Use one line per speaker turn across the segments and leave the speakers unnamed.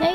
哎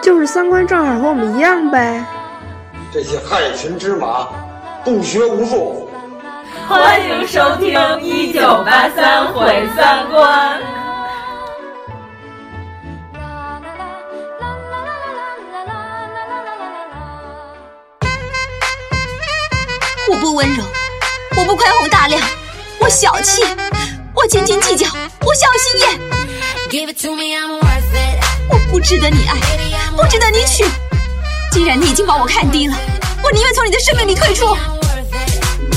就是三观正好和我们一样呗。
这些害群之马，不学无术。
欢迎收听《一九八三毁三观》。
我不温柔，我不宽宏大量，我小气，我斤斤计较，我小心眼。我不值得你爱，不值得你娶。既然你已经把我看低了，我宁愿从你的生命里退出。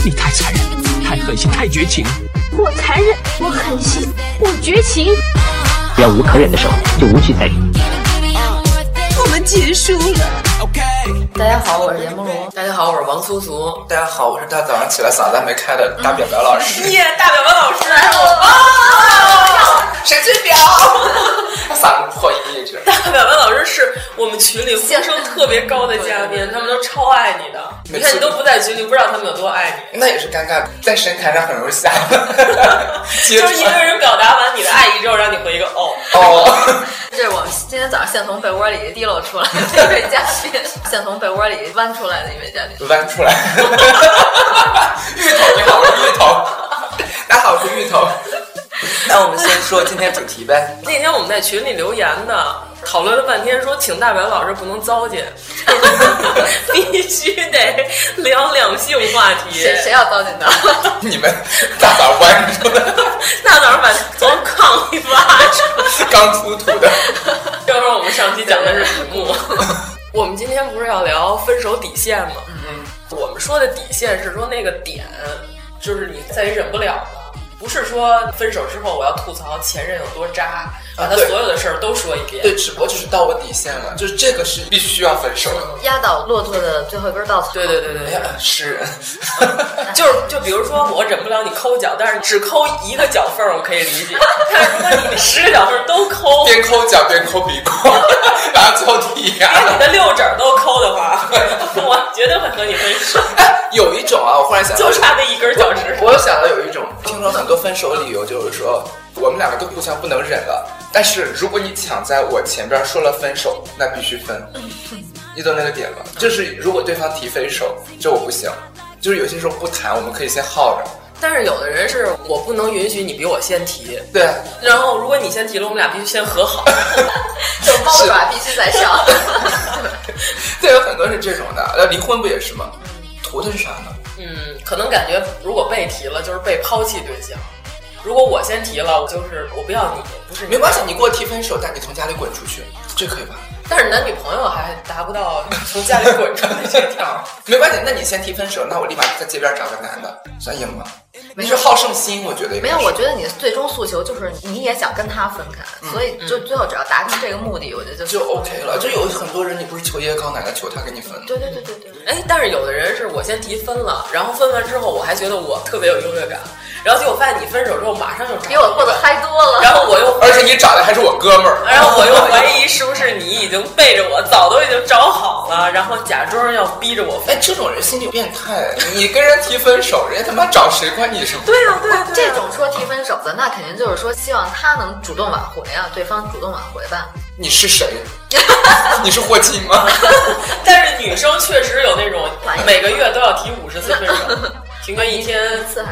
你太残忍，太狠心，太绝情。
我残忍，我狠心，我绝情。
只要无可忍的时候，就无需再忍。
我们结束了。
大家好，我是严梦龙。
大家好，我是王苏苏。
大家好，我是大早上起来嗓子还没开的大表表老师。
耶、嗯，yeah, 大表表老师来了！啊、
哦，谁最表？嗓子破音一直。
大表表老师是我们群里呼声特别高的嘉宾，他们都超爱你的。你看你都不在群里，不知道他们有多爱你。
那也是尴尬，在神坛上很容易 下。
就是一个人表达完你的爱意之后，让你回一个哦
哦。
这是我们今天早上现从被窝里滴漏出来的一位嘉宾， 现从被窝里弯出来的一位嘉宾，
弯出来。 芋头，你好，我是芋头。大家好，我是芋头。那我们先说今天主题呗。
那天我们在群里留言呢，讨论了半天说，说请大表老师不能糟践， 必须得聊两性话题。
谁谁要糟践 的？
你们大早弯出来，
大早上把从炕里挖出
来，刚出土的。
要说我们上期讲的是土木，我们今天不是要聊分手底线吗？嗯，我们说的底线是说那个点，就是你再也忍不了了。不是说分手之后我要吐槽前任有多渣，把他所有的事儿都说一遍、啊
对。对，只不过就是到我底线了，就是这个是必须要分手的。
压倒骆驼的最后一根稻草。
对对对 对，
是。
就是就比如说我忍不了你抠脚，但是只抠一个脚缝我可以理解， 但是如果你十个脚缝都抠，
边抠脚边抠鼻孔，然后最后剔牙，
连哎你的六指都抠的话， 我绝对会和你分手。
有一种啊，我忽然想
到，就差那一根脚趾。
我又想到有一种，听说很多分手理由就是说，我们两个都互相不能忍了。但是如果你抢在我前边说了分手，那必须 分。你懂那个点吗？就是如果对方提分手，这我不行。就是有些时候不谈，我们可以先耗着。
但是有的人是我不能允许你比我先提，
对。啊
然后如果你先提了，我们俩必须先和好，
就猫爪必须在 上。
对，有很多是这种的。那离婚不也是吗？图的是啥呢？
嗯，可能感觉如果被提了，就是被抛弃对象。如果我先提了，我就是我不要你，不是
没关系，你给我提分手，但你从家里滚出去，这可以吧？
但是男女朋友还达不到从家里滚出去这条。
没关系，那你先提分手，那我立马在街边找个男的，算赢吗？你是好胜心，我觉得
没有。我觉得你最终诉求就是你也想跟他分开，嗯、所以就最后只要达成这个目的，我觉得就
就 OK 了。就有很多人，你不是求爷爷告奶奶求他跟你分？
对对对对对。
哎，但是有的人是我先提分了，然后分完之后我还觉得我特别有优越感，然后结果发现你分手之后马上就
比我过得嗨多了，
然后我又
而且你找的还是我哥们儿，
然后我又怀疑是不是你已经背着我，早都已经找好了，然后假装要逼着我分。
哎，这种人心理变态，你跟人提分手，人家他妈找谁关？你什么？
对呀、啊，对、啊、
这种说提分手的，那肯定就是说希望他能主动挽回啊，对方主动挽回吧。
你 是谁？你是霍金吗？
但是女生确实有那种每个月都要提五十次分 手，平均一天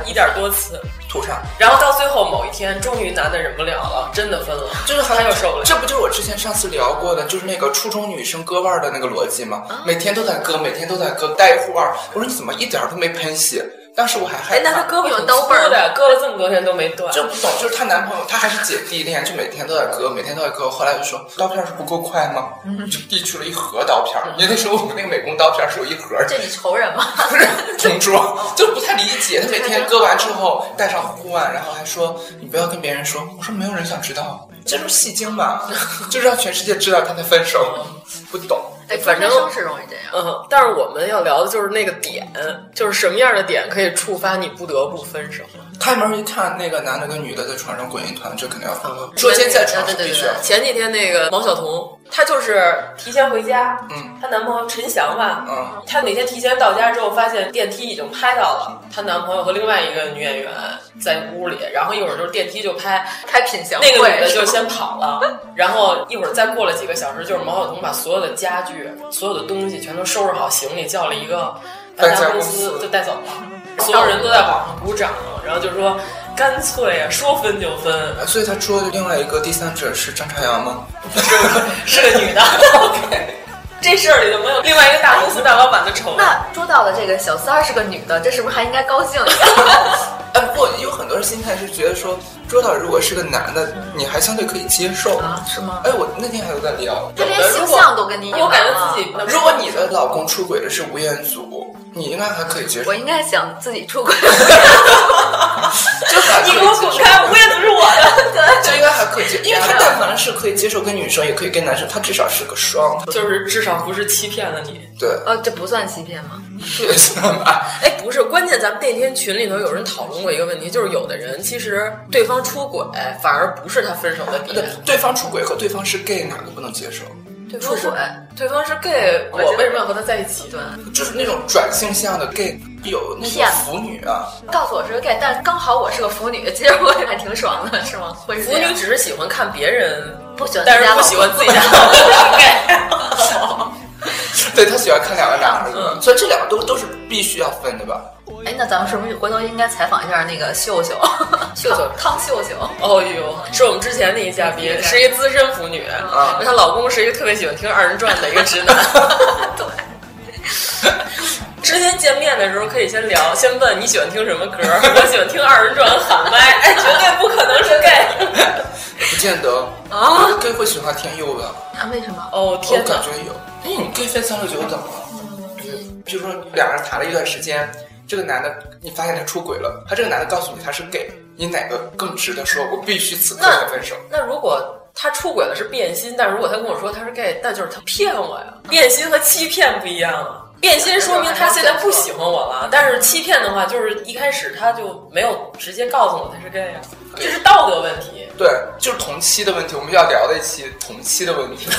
一点多次。
吐上，
然后到最后某一天，终于男的忍不了了，真的分了，
就是
他又受不了。
这不就是我之前上次聊过的，就是那个初中女生割腕的那个逻辑吗？啊、每天都在割，每天都在割，带一护腕。我说你怎么一点都没喷血？当时我还害怕，
哎，那她胳膊有刀背儿的，割了这么多天都没断，
就不懂。就是她男朋友，她还是姐弟恋，就每天都在割，每天都在割。后来就说刀片是不够快吗？
嗯
就递去了一盒刀片，因为那时候我们那个美工刀片是有一盒。
这你仇人吗？
不是同桌， 就不太理解。她每天割完之后戴上护腕，然后还说你不要跟别人说。我说没有人想知道。这就是戏精 嘛，就是让全世界知道他在分手，不懂。
对， 反正是容易这样。
嗯，但是我们要聊的就是那个点，就是什么样的点可以触发你不得不分手。
开门一看，那个男的跟女的在床上滚一团，这肯定要分。捉奸在床
哦对对
必须
对
要。
前几天那个毛晓彤，她就是提前回家，
嗯，
她男朋友陈翔吧，
嗯，
她哪天提前到家之后，发现电梯已经拍到了她男朋友和另外一个女演员在屋里，然后一会儿就是电梯就拍，
开品行
那个女的
会
就先跑了，然后一会儿再过了几个小时，就是毛晓彤把所有的家具、所有的东西全都收拾好，行李叫了一个搬家公司就带走了，所有人都在网上鼓掌，然后就说干脆啊，说分就分，
啊所以他捉的另外一个第三者是张朝 阳吗？
是个女的。OK，这 事儿里就没有另外一个大公司大老板的丑闻。
那捉到的这个小三儿是个女的，这是不是还应该高兴一下？
哎，不过有很多人心态是觉得说，捉到如果是个男的，你还相对可以接受
啊是吗
哎，我那天还有在聊，
他连
有的
形
如果
象都跟你啊隐瞒了
我感觉自己能
如果你的老公出轨的是吴彦祖，你应该还可以接受
我。应该想自己 出轨，
就还可以
你给我滚开！吴彦祖是我的。
就哎应该还可以接，因为他但凡是可以接受跟女生，也可以跟男生，他至少是个双，
就是至少不是欺骗了你。
对，
呃，这不算欺骗吗？
这个算吧。
哎，不是，关键咱们那天群里头有人讨论过一个问题，就是有的人其实对方出轨反而不是他分手的点
对。，对方出轨和对方是 gay 哪个不能接受？
对
出
方是
轨，
对方是 gay，我
觉得
为什么要和他在一起？
对，
就是那种转性向的 gay，有那种
骗子
腐女啊，
告诉我是个 gay，但刚好我是个腐女，其实我还挺爽的，是吗？会是
腐
这
女
样
只是喜欢看别人，
不喜欢
但
自
是
家
不
老
喜欢
公
自己家老公是 gay。
对他喜欢看两个男的，所以这两个都都是必须要分的吧？
哎，那咱们是不是回头应该采访一下那个秀秀，
秀秀
汤秀秀？
哦呦，是我们之前的一嘉宾，是一个资深腐女，
啊
她老公是一个特别喜欢听二人转的一个直男。对。之前见面的时候可以先聊，先问你喜欢听什么歌？我喜欢听二人转和喊麦，哎，绝对不可能是 gay。
不见得
啊
，gay 会喜欢天佑的，
啊，为什么？
哦
我
天
感
哪！
觉有。嗯，gay 分三六九等啊，比如说两人谈了一段时间，这个男的你发现他出轨了，他这个男的告诉你他是 gay，你哪个更值得说我必须此刻才分手？
那如果他出轨了是变心，但如果他跟我说他是 gay，那就是他骗我呀。变心和欺骗不一样啊。变心说明他现在不喜欢我了，但是欺骗的话，就是一开始他就没有直接告诉我他是 gay 啊，这是道德问题。
对，就是同期的问题，我们要聊的一期同期的问题，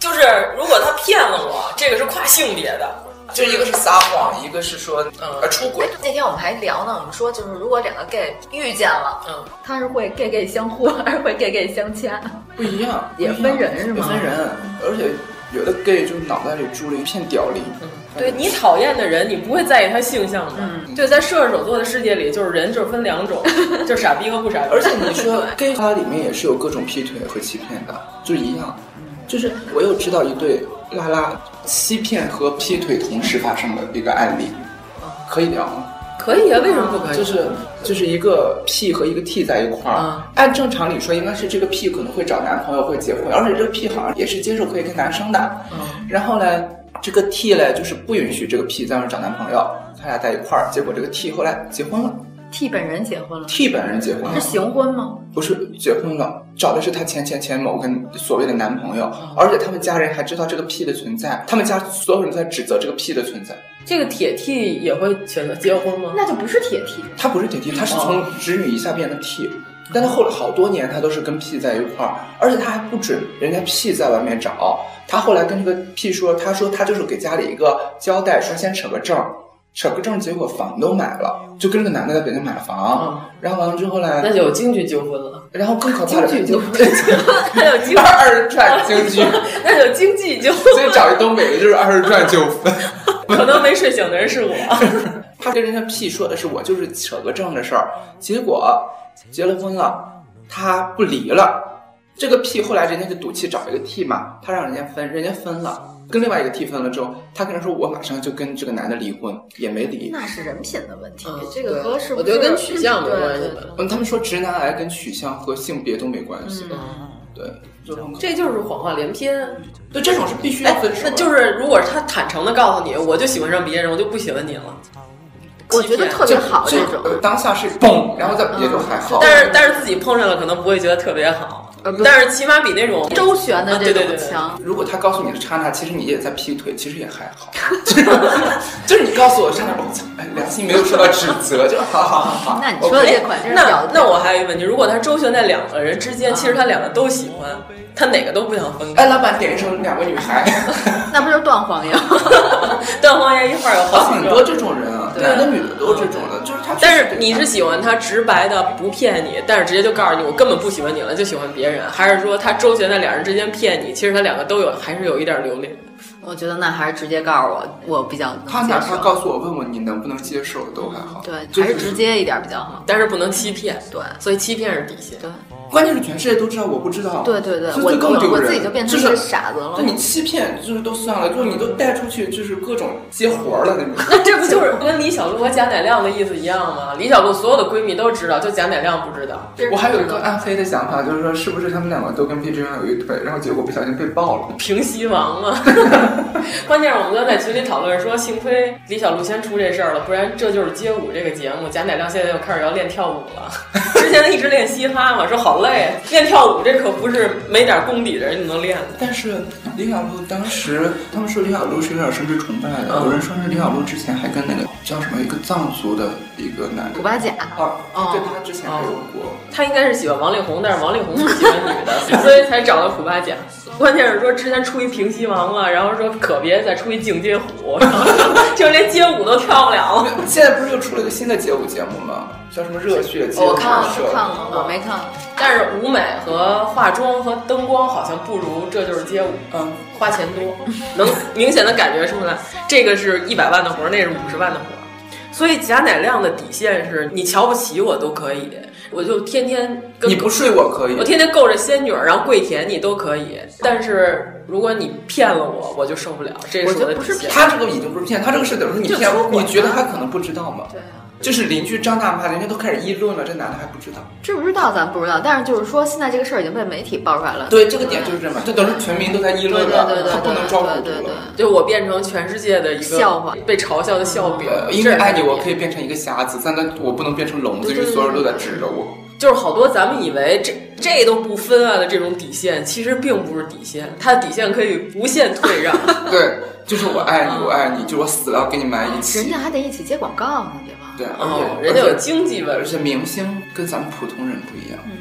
就是如果他骗了我，这个是跨性别的，
就一个是撒谎，一个是说呃出轨
哎，，那天我们还聊呢，我们说就是如果两个 gay 遇见了，
嗯，
他是会 gay gay 相 互，还是会 gay gay 相掐？
不一样，
也
不一样
分人是吗
也分人，而且有的 gay 就脑袋里住了一片屌梨，
对你讨厌的人，你不会在意他性向的。
嗯
对，在射手座的世界里，就是人就是分两 种，就是傻逼和不傻逼。
而且你说 gay 它里面也是有各种劈腿和欺骗的，就一样。就是我又知道一对拉拉欺骗和劈腿同时发生的一个案例，可以聊吗？
可以啊，为什么不啊可以？
就是就是一个 P 和一个 T 在一块儿，
啊
按正常理说应该是这个 P 可能会找男朋友会结婚，而且这个 P 好像也是接受可以跟男生的，
啊
然后呢，这个 T 呢就是不允许这个 P 在外面找男朋友，他俩在一块儿，结果这个 T 后来结婚了
替本人结婚了，
，T 本人结婚
是，
了
行婚吗？
不是结婚了，找的是她前前前某个所谓的男朋友，
嗯
而且他们家人还知道这个 P 的存在，他们家所有人都在指责这个 P 的存在。
这个铁 T 也会选择结婚吗？
那就不是铁梯。
他不是铁 T，他是从直女一下变的 T，但他后来好多年他都是跟 P 在一块儿，而且他还不准人家 P 在外面找，他后来跟这个 P 说，他说他就是给家里一个交代，说先扯个证。扯个证，结果房都买了，就跟这个男的在北京买了
嗯
房，然后完了之后呢，
那就有经济纠纷 了，
然后更可怕的，
京剧就 那有经
二人转京剧，
那有经济纠
所以找一东北的就是二人转纠纷。
纷，可能没睡醒的 人是我。
他跟人家 P 说的是我就是扯个证的事儿，结果结了婚了，他不离了。这个 P 后来人家就赌气找一个 T 嘛，他让人家分，人家分了，跟另外一个 T 分了之后，他跟人说我马上就跟这个男的离婚，也没离。
那是人品的问题
嗯，
这个和是不
我
是
觉得跟取向没关系
对
吧
对对
嗯，他们说直男癌跟取向和性别都没关系，
嗯
对，就很可
这就是谎话连篇。
对这种是必须要
哎
分手，的。
那就是如果他坦诚的告诉你，我就喜欢上别人，我就不喜欢你了。
我觉得特别好
就
这
呃
种。嗯
当下是嘣，然后再也就还好。
但是但是自己碰上了，可能不会觉得特别好。
啊
但是起码比那种
周旋的
啊对
这
对
种
对对
强。
如果他告诉你是刹那，其实你也在劈腿，其实也还好。 就是你告诉我刹那，我操哎良心没有受到指责，就好好好好。
那你说的这款真是啊
那
屌
那我还有一个问题，如果他周旋在两个人之间，其实他两个都喜欢，他哪个都不想分开。
哎，老板点一首《两个 女孩》，
那不就是断黄油？
断黄烟一块儿有好几
很
个
多这种人啊，
对
男的女的都是这种的，就是他。
但是你是喜欢他直白的不骗你，但是直接就告诉你我根本不喜欢你了，就喜欢别人，还是说他周旋在两人之间骗你？其实他两个都有，还是有一点留恋。
我觉得那还是直接告诉我，我比较
他
能
哪
接
怕
受。
告诉我问我你能不能接受都还好，
对，
就
还是直接一点比较好。
但是不能欺骗，对，所以欺骗是底 线。对，
关键是全世界都知道我不知道，
对对对
这
我
就更丢
我
人，
自己就变成
是
一个傻子了
就你欺骗就是都算了，就是你都带出去就是各种接活儿 了那种。
那这不就是跟李小璐和贾乃亮的意思一样吗？李小璐所有的闺蜜都知道，就贾乃亮不知道。
我还有一个暗黑的想法，就是说是不是他们两个都跟毕志远有一腿，然后结果不小心被爆了。
平西王嘛， 关键是我们刚才在群里讨论说，幸亏李小璐先出这事儿了，不然这就是街舞这个节目。贾乃亮现在又开始要练跳舞了，之前一直练嘻哈嘛，说好累，练跳舞这可不是没点功底的人就能练的。
但是李小璐当时，他们说李小璐是有点甚至崇拜的，
嗯
有人说是李小璐之前还跟那个叫什么一个藏族的一个男的
古巴甲，
哦，
哦
对他之前还有过。
他应该是喜欢王力宏，但是王力宏不喜欢女的，所以才找到苦巴甲。关键是说之前出一平西王了，然后说可别再出一静街虎，然后就连街舞都跳不了了。
现在不是又出了一个新的街舞节目吗？叫什么热血街舞社？
我看了
看了，我没看。
但是舞美和化妆和灯光好像不如这就是街舞，嗯，花钱多，能明显的感觉出来，这个是一百万的活儿，那是五十万的活儿。所以贾乃亮的底线是你瞧不起我都可以，我就天天跟
你不睡我可以，
我天天够着仙女儿，然后跪舔你都可以。但是如果你骗了我，我就受不了，这是我的底线。
他这个已经不是骗，他这个是等于说你
就
骗
出，轨
你觉得
嘛
他可能不知道吗？对啊，就是邻居张大妈，人家都开始议论了，这男的还不知道。
知不知道咱不知道，但是就是说现在这个事儿已经被媒体爆出来了。
对，这个点就是这么，就等于全民都在议论了，
对对对对
他不能
对
招呼
对对
住了。
就我变成全世界的一个
笑话
被嘲笑的笑柄。
呃，因
这
为
是
爱你，我可以变成一个瞎子，但但我不能变成聋子，因为所有人都在指着我。
就是好多咱们以为这这都不分啊的这种底线，其实并不是底线，它的底线可以无限退 让。啊
对，就是我爱你，我爱你，就我死了要跟你埋一起。
人家还得一起接广告呢，对吧？
对，
哦
而且
人家有
而且
经济问
而且明星跟咱们普通人不一样。
嗯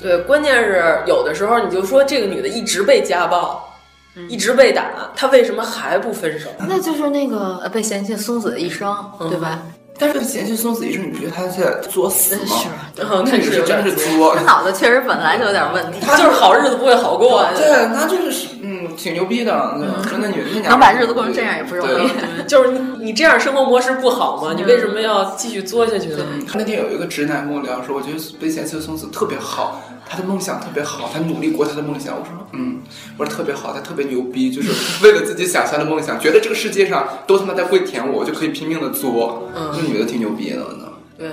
对，关键是有的时候你就说这个女的一直被家暴，
嗯
一直被打，她为什么还不分手？
那就是那个呃被嫌弃松子的一生，对吧？
但是嫌弃松子一生，你觉得他是在作死吗？
对嗯
哦
那
那
你
是
是
有点
真是作
他。脑子确实本来就有点问题，
她就是好日子不会好过啊。
对，他就是嗯，挺牛逼的，对真 的女那
嗯能把日子过成这样也不容易。
对就是你你这样生活模式不好吗？你为什么要继续作下去呢？
他那天有一个直男跟我聊说，我觉得被嫌弃的松子特别好，他的梦想特别好，他努力过他的梦想。我说，嗯，我说特别好，他特别牛逼，就是为了自己想象的梦想，觉得这个世界上都他妈在跪舔我，我就可以拼命的作。
嗯啊
这女的挺牛逼的呢。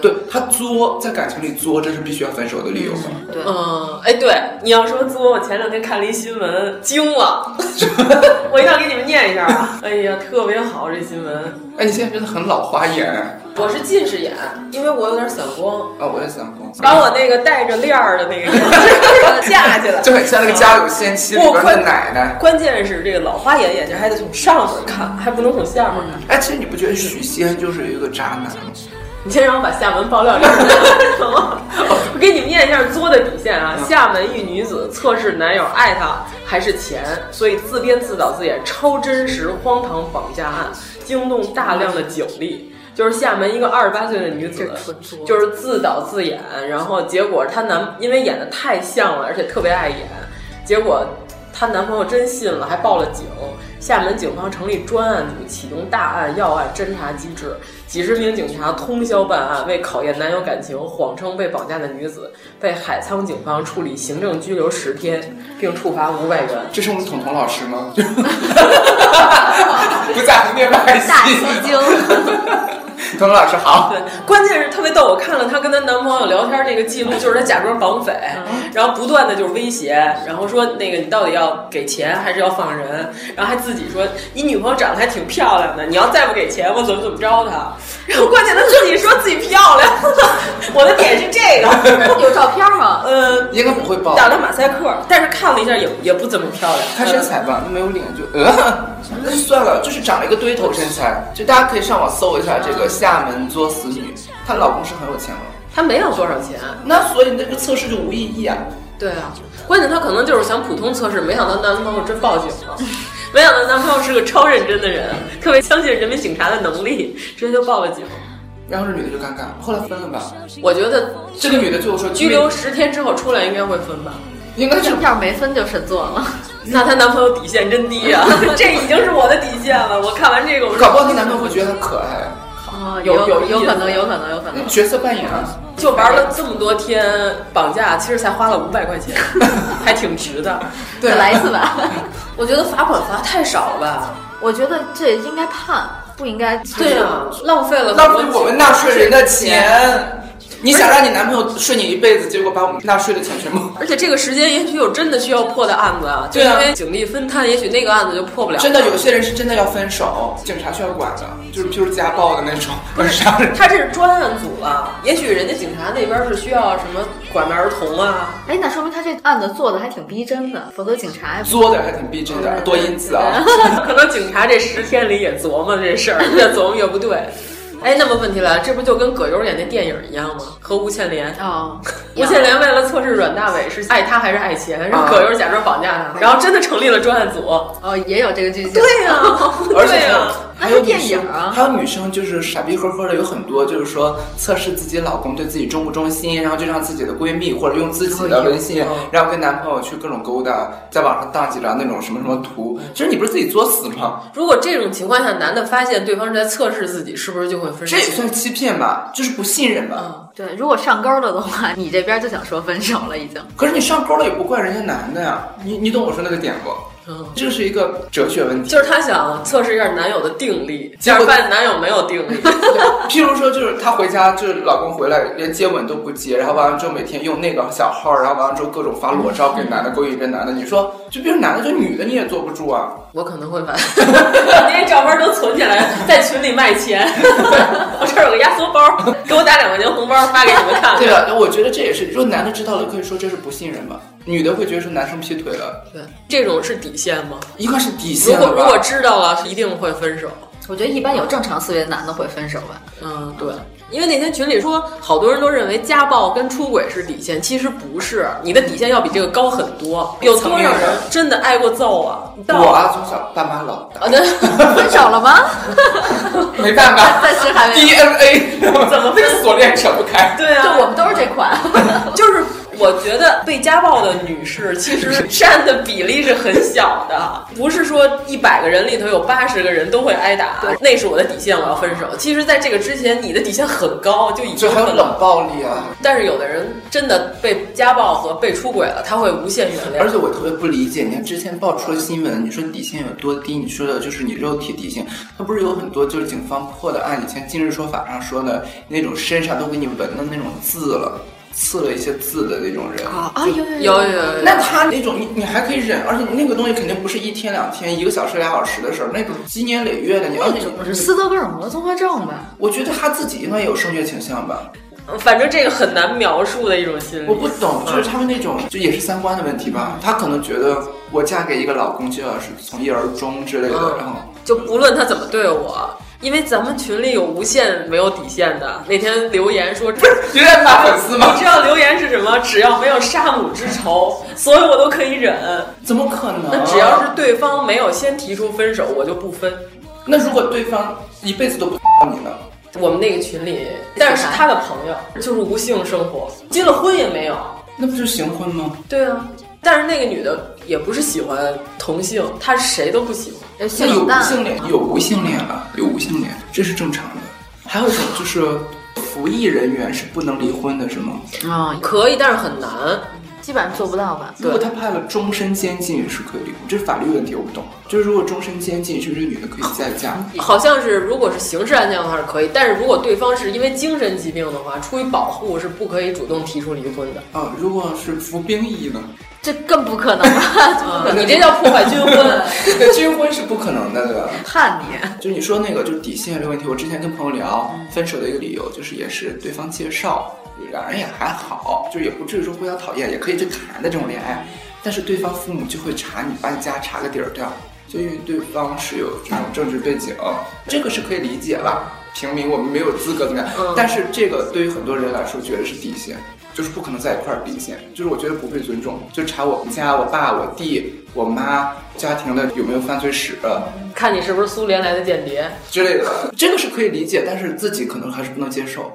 对他作在感情里作，这是必须要分手的理由吧？
嗯，哎，对，你要说作，我前两天看了一新闻，惊了， 我一定要给你们念一下啊！哎呀，特别好这新闻，
哎，你现在真的很老花眼啊！
我是近视眼，因为我有点散光，
我也想过，
把我那个带着链儿的那个眼镜架起来，
就很像那个《家有仙妻》里
我
边
快
的奶奶。
关键是这个老花眼眼镜还得从上面看，还不能从下面看。
哎，其实你不觉得许仙就是一个渣男吗？
你先让我把厦门爆料给你们，我给你们念一下作的底线啊。厦门一女子测试男友爱她还是钱，所以自编自导自演超真实荒唐绑架案，惊动大量的警力。就是厦门一个二十八岁的女子，就是自导自演，然后结果她男因为演的太像了，而且特别爱演，结果她男朋友真信了，还报了警。厦门警方成立专案组，启动大案要案侦查机制，几十名警察通宵办案，为考验男友感情，谎称被绑架的女子被海沧警方处以行政拘留十天，并处罚五百元。
这是我们彤彤老师 吗？不在行业外
大戏精，
童老师好。
哦
对，关键是特别逗，我看了她跟她男朋友聊天那个记录，
嗯
就是她假装绑匪，然后不断的就是威胁，然后说那个你到底要给钱还是要放人，然后还自己说你女朋友长得还挺漂亮的，你要再不给钱我怎么怎么着她。
嗯
然后关键她自己说自己漂亮，我的点是这个。
有照片吗？
呃，
应该不会报。
打了马赛克，但是看了一下也也不怎么漂亮。
看身材吧，没有脸就呃，那就算了，就是长了一个堆头身材。就大家可以上网搜一下这个厦门作死女，她老公是很有钱的。
她没有多少钱，
那所以那个测试就无意义啊。
对啊，关键她可能就是想普通测试，没想到男朋友真报警了。没想到男朋友是个超认真的人，特别相信人民警察的能力，直接就报了警。
然后这女的就尴尬，后来分了吧？
我觉得
这个女的最后说
拘留十天之后出来应该会分吧，
应该是
票没分就神作了。
那她男朋友底线真低啊，这已经是我的底线了。我看完这个，我
搞不好她男朋友会觉得她可爱。
啊、哦，有有有可能，有可能，有可能。
角色扮演啊，
就玩了这么多天绑架，其实才花了五百块钱，还挺值的。
对，
再来一次吧。
我觉得罚款罚太少了吧？
我觉得这应该判。不应该
对啊，浪费了
浪费我们纳税人的钱。 你想让你男朋友睡你一辈子，结果把我们纳税的钱全部……
而且这个时间也许有真的需要破的案子啊，就因为警力分摊，也许那个案子就破不了,了。
真的，有些人是真的要分手，警察需要管的，就是譬如家暴的那种。
不是，他这是专案组了，也许人家警察那边是需要什么拐卖儿童啊。
哎，那说明他这案子做的还挺逼真的，否则警察
做的还挺逼真的，多因子啊。
可能警察这十天里也琢磨这事儿，越琢磨越不对。哎，那么问题来了，这不就跟葛优演那电影一样吗？和吴倩莲
啊，
吴、oh, 倩莲为了测试阮大伟是爱他还是爱钱，让葛优假装绑架他，然后真的成立了专案组。
哦，也有这个剧 情。
对呀、啊，
而且
还有电影啊，
还有女生就是傻逼呵呵的，有很多就是说测试自己老公对自己忠不忠心，然后就让自己的闺蜜或者用自己的微信，然后跟男朋友去各种勾搭，在网上荡几张那种什么什么图。其实你不是自己作死吗？
如果这种情况下，男的发现对方是在测试自己，是不是就会分手？
这也算欺骗吧，就是不信任吧。
嗯对，如果上钩了的话，你这边就想说分手了已经。
可是你上钩了也不怪人家男的呀，你你懂我说那个点不？
嗯，
这是一个哲学问题。
就是她想测试一下男友的定力，结果发现男友没有定 力。
譬如说，就是她回家，就是老公回来连接吻都不接，然后完了之后每天用那个小号，然后完了之后各种发裸照给男的勾引这男的，你说就变成男的这女的你也坐不住啊。
我可能会 把那些照片都存起来，在群里卖钱。 我这儿有个压缩包，给我打两块钱红包发给你们看。
对啊，我觉得这也是，如果男的知道了，可以说这是不信任吧。女的会觉得说男生劈腿了，
对，这种是底线吗？
应该是底线。
如果如果知道了，一定会分手。
我觉得一般有正常思维的男的会分手吧。
嗯，对，因为那天群里说，好多人都认为家暴跟出轨是底线，其实不是，你的底线要比这个高很多。有多少人真的挨过揍啊？
我啊，从小爸妈老打。
啊，对，
分手了吗？
没办法，
暂时还没
DNA
怎么
被锁链扯不 开？
对啊，
就我们都是这款，
就是。我觉得被家暴的女士其实占的比例是很小的，不是说一百个人里头有八十个人都会挨打，那是我的底线，我要分手。其实，在这个之前，你的底线很高，就已经
很冷暴力啊。
但是有的人真的被家暴和被出轨了，他会无限原谅。
而且我特别不理解，你看之前爆出了新闻，你说底线有多低？你说的就是你肉体底线，他不是有很多就是警方破的案，以前《今日说法》上说的那种身上都给你纹的那种字了。刺了一些字的那种人
啊啊有有
有有，
那他那种你你还可以忍，而且那个东西肯定不是一天两天、一个小时俩小时的事儿，那个积年累月的。你要
那种是 斯德哥尔摩综合症吧？
我觉得他自己应该有升学倾向吧。
反正这个很难描述的一种心理。
我不懂，
嗯
就是他们那种，就也是三观的问题吧。他可能觉得我嫁给一个老公就要是从一而终之类的，嗯、然后
就不论他怎么对我。因为咱们群里有无限没有底线的，那天留言说
不是有点打粉丝吗？
你知道留言是什么？只要没有杀母之仇，所有我都可以忍。
怎么可能？
那只要是对方没有先提出分手，我就不分。
那如果对方一辈子都不你呢？
我们那个群里，但是他的朋友就是无性生活，结了婚也没有，
那不就行婚吗？
对啊，但是那个女的也不是喜欢同性，她谁都不喜欢。
有
有无性恋，有无性恋了，有无性恋，这是正常的。还有一种就是服役人员是不能离婚的，是吗？
啊、哦，可以，但是很难。
基本上做不到吧？
如果他判了终身监禁也是可以离婚，这是法律问题，我不懂。就是如果终身监禁，是不是这女的可以再 嫁？
好像是，如果是刑事案件的话是可以，但是如果对方是因为精神疾病的话，出于保护是不可以主动提出离婚 的。
啊、如果是服兵役呢？
这更不可能了
你这叫破坏军婚。
军婚是不可能的，对吧？
叛逆。
就你说那个就是底线这个问题，我之前跟朋友聊，分手的一个理由就是也是对方介绍，两人也还好，就是也不至于说互相讨厌，也可以去谈的这种恋爱。但是对方父母就会查你，把你家查个底儿掉，就因为对方是有这种政治背景，这个是可以理解吧？平民我们没有资格怎么样？但是这个对于很多人来说，觉得是底线。就是不可能在一块儿底线，就是我觉得不被尊重，就查我们家、我爸、我弟、我妈家庭的有没有犯罪史
看你是不是苏联来的间谍
之类的，这个是可以理解，但是自己可能还是不能接受，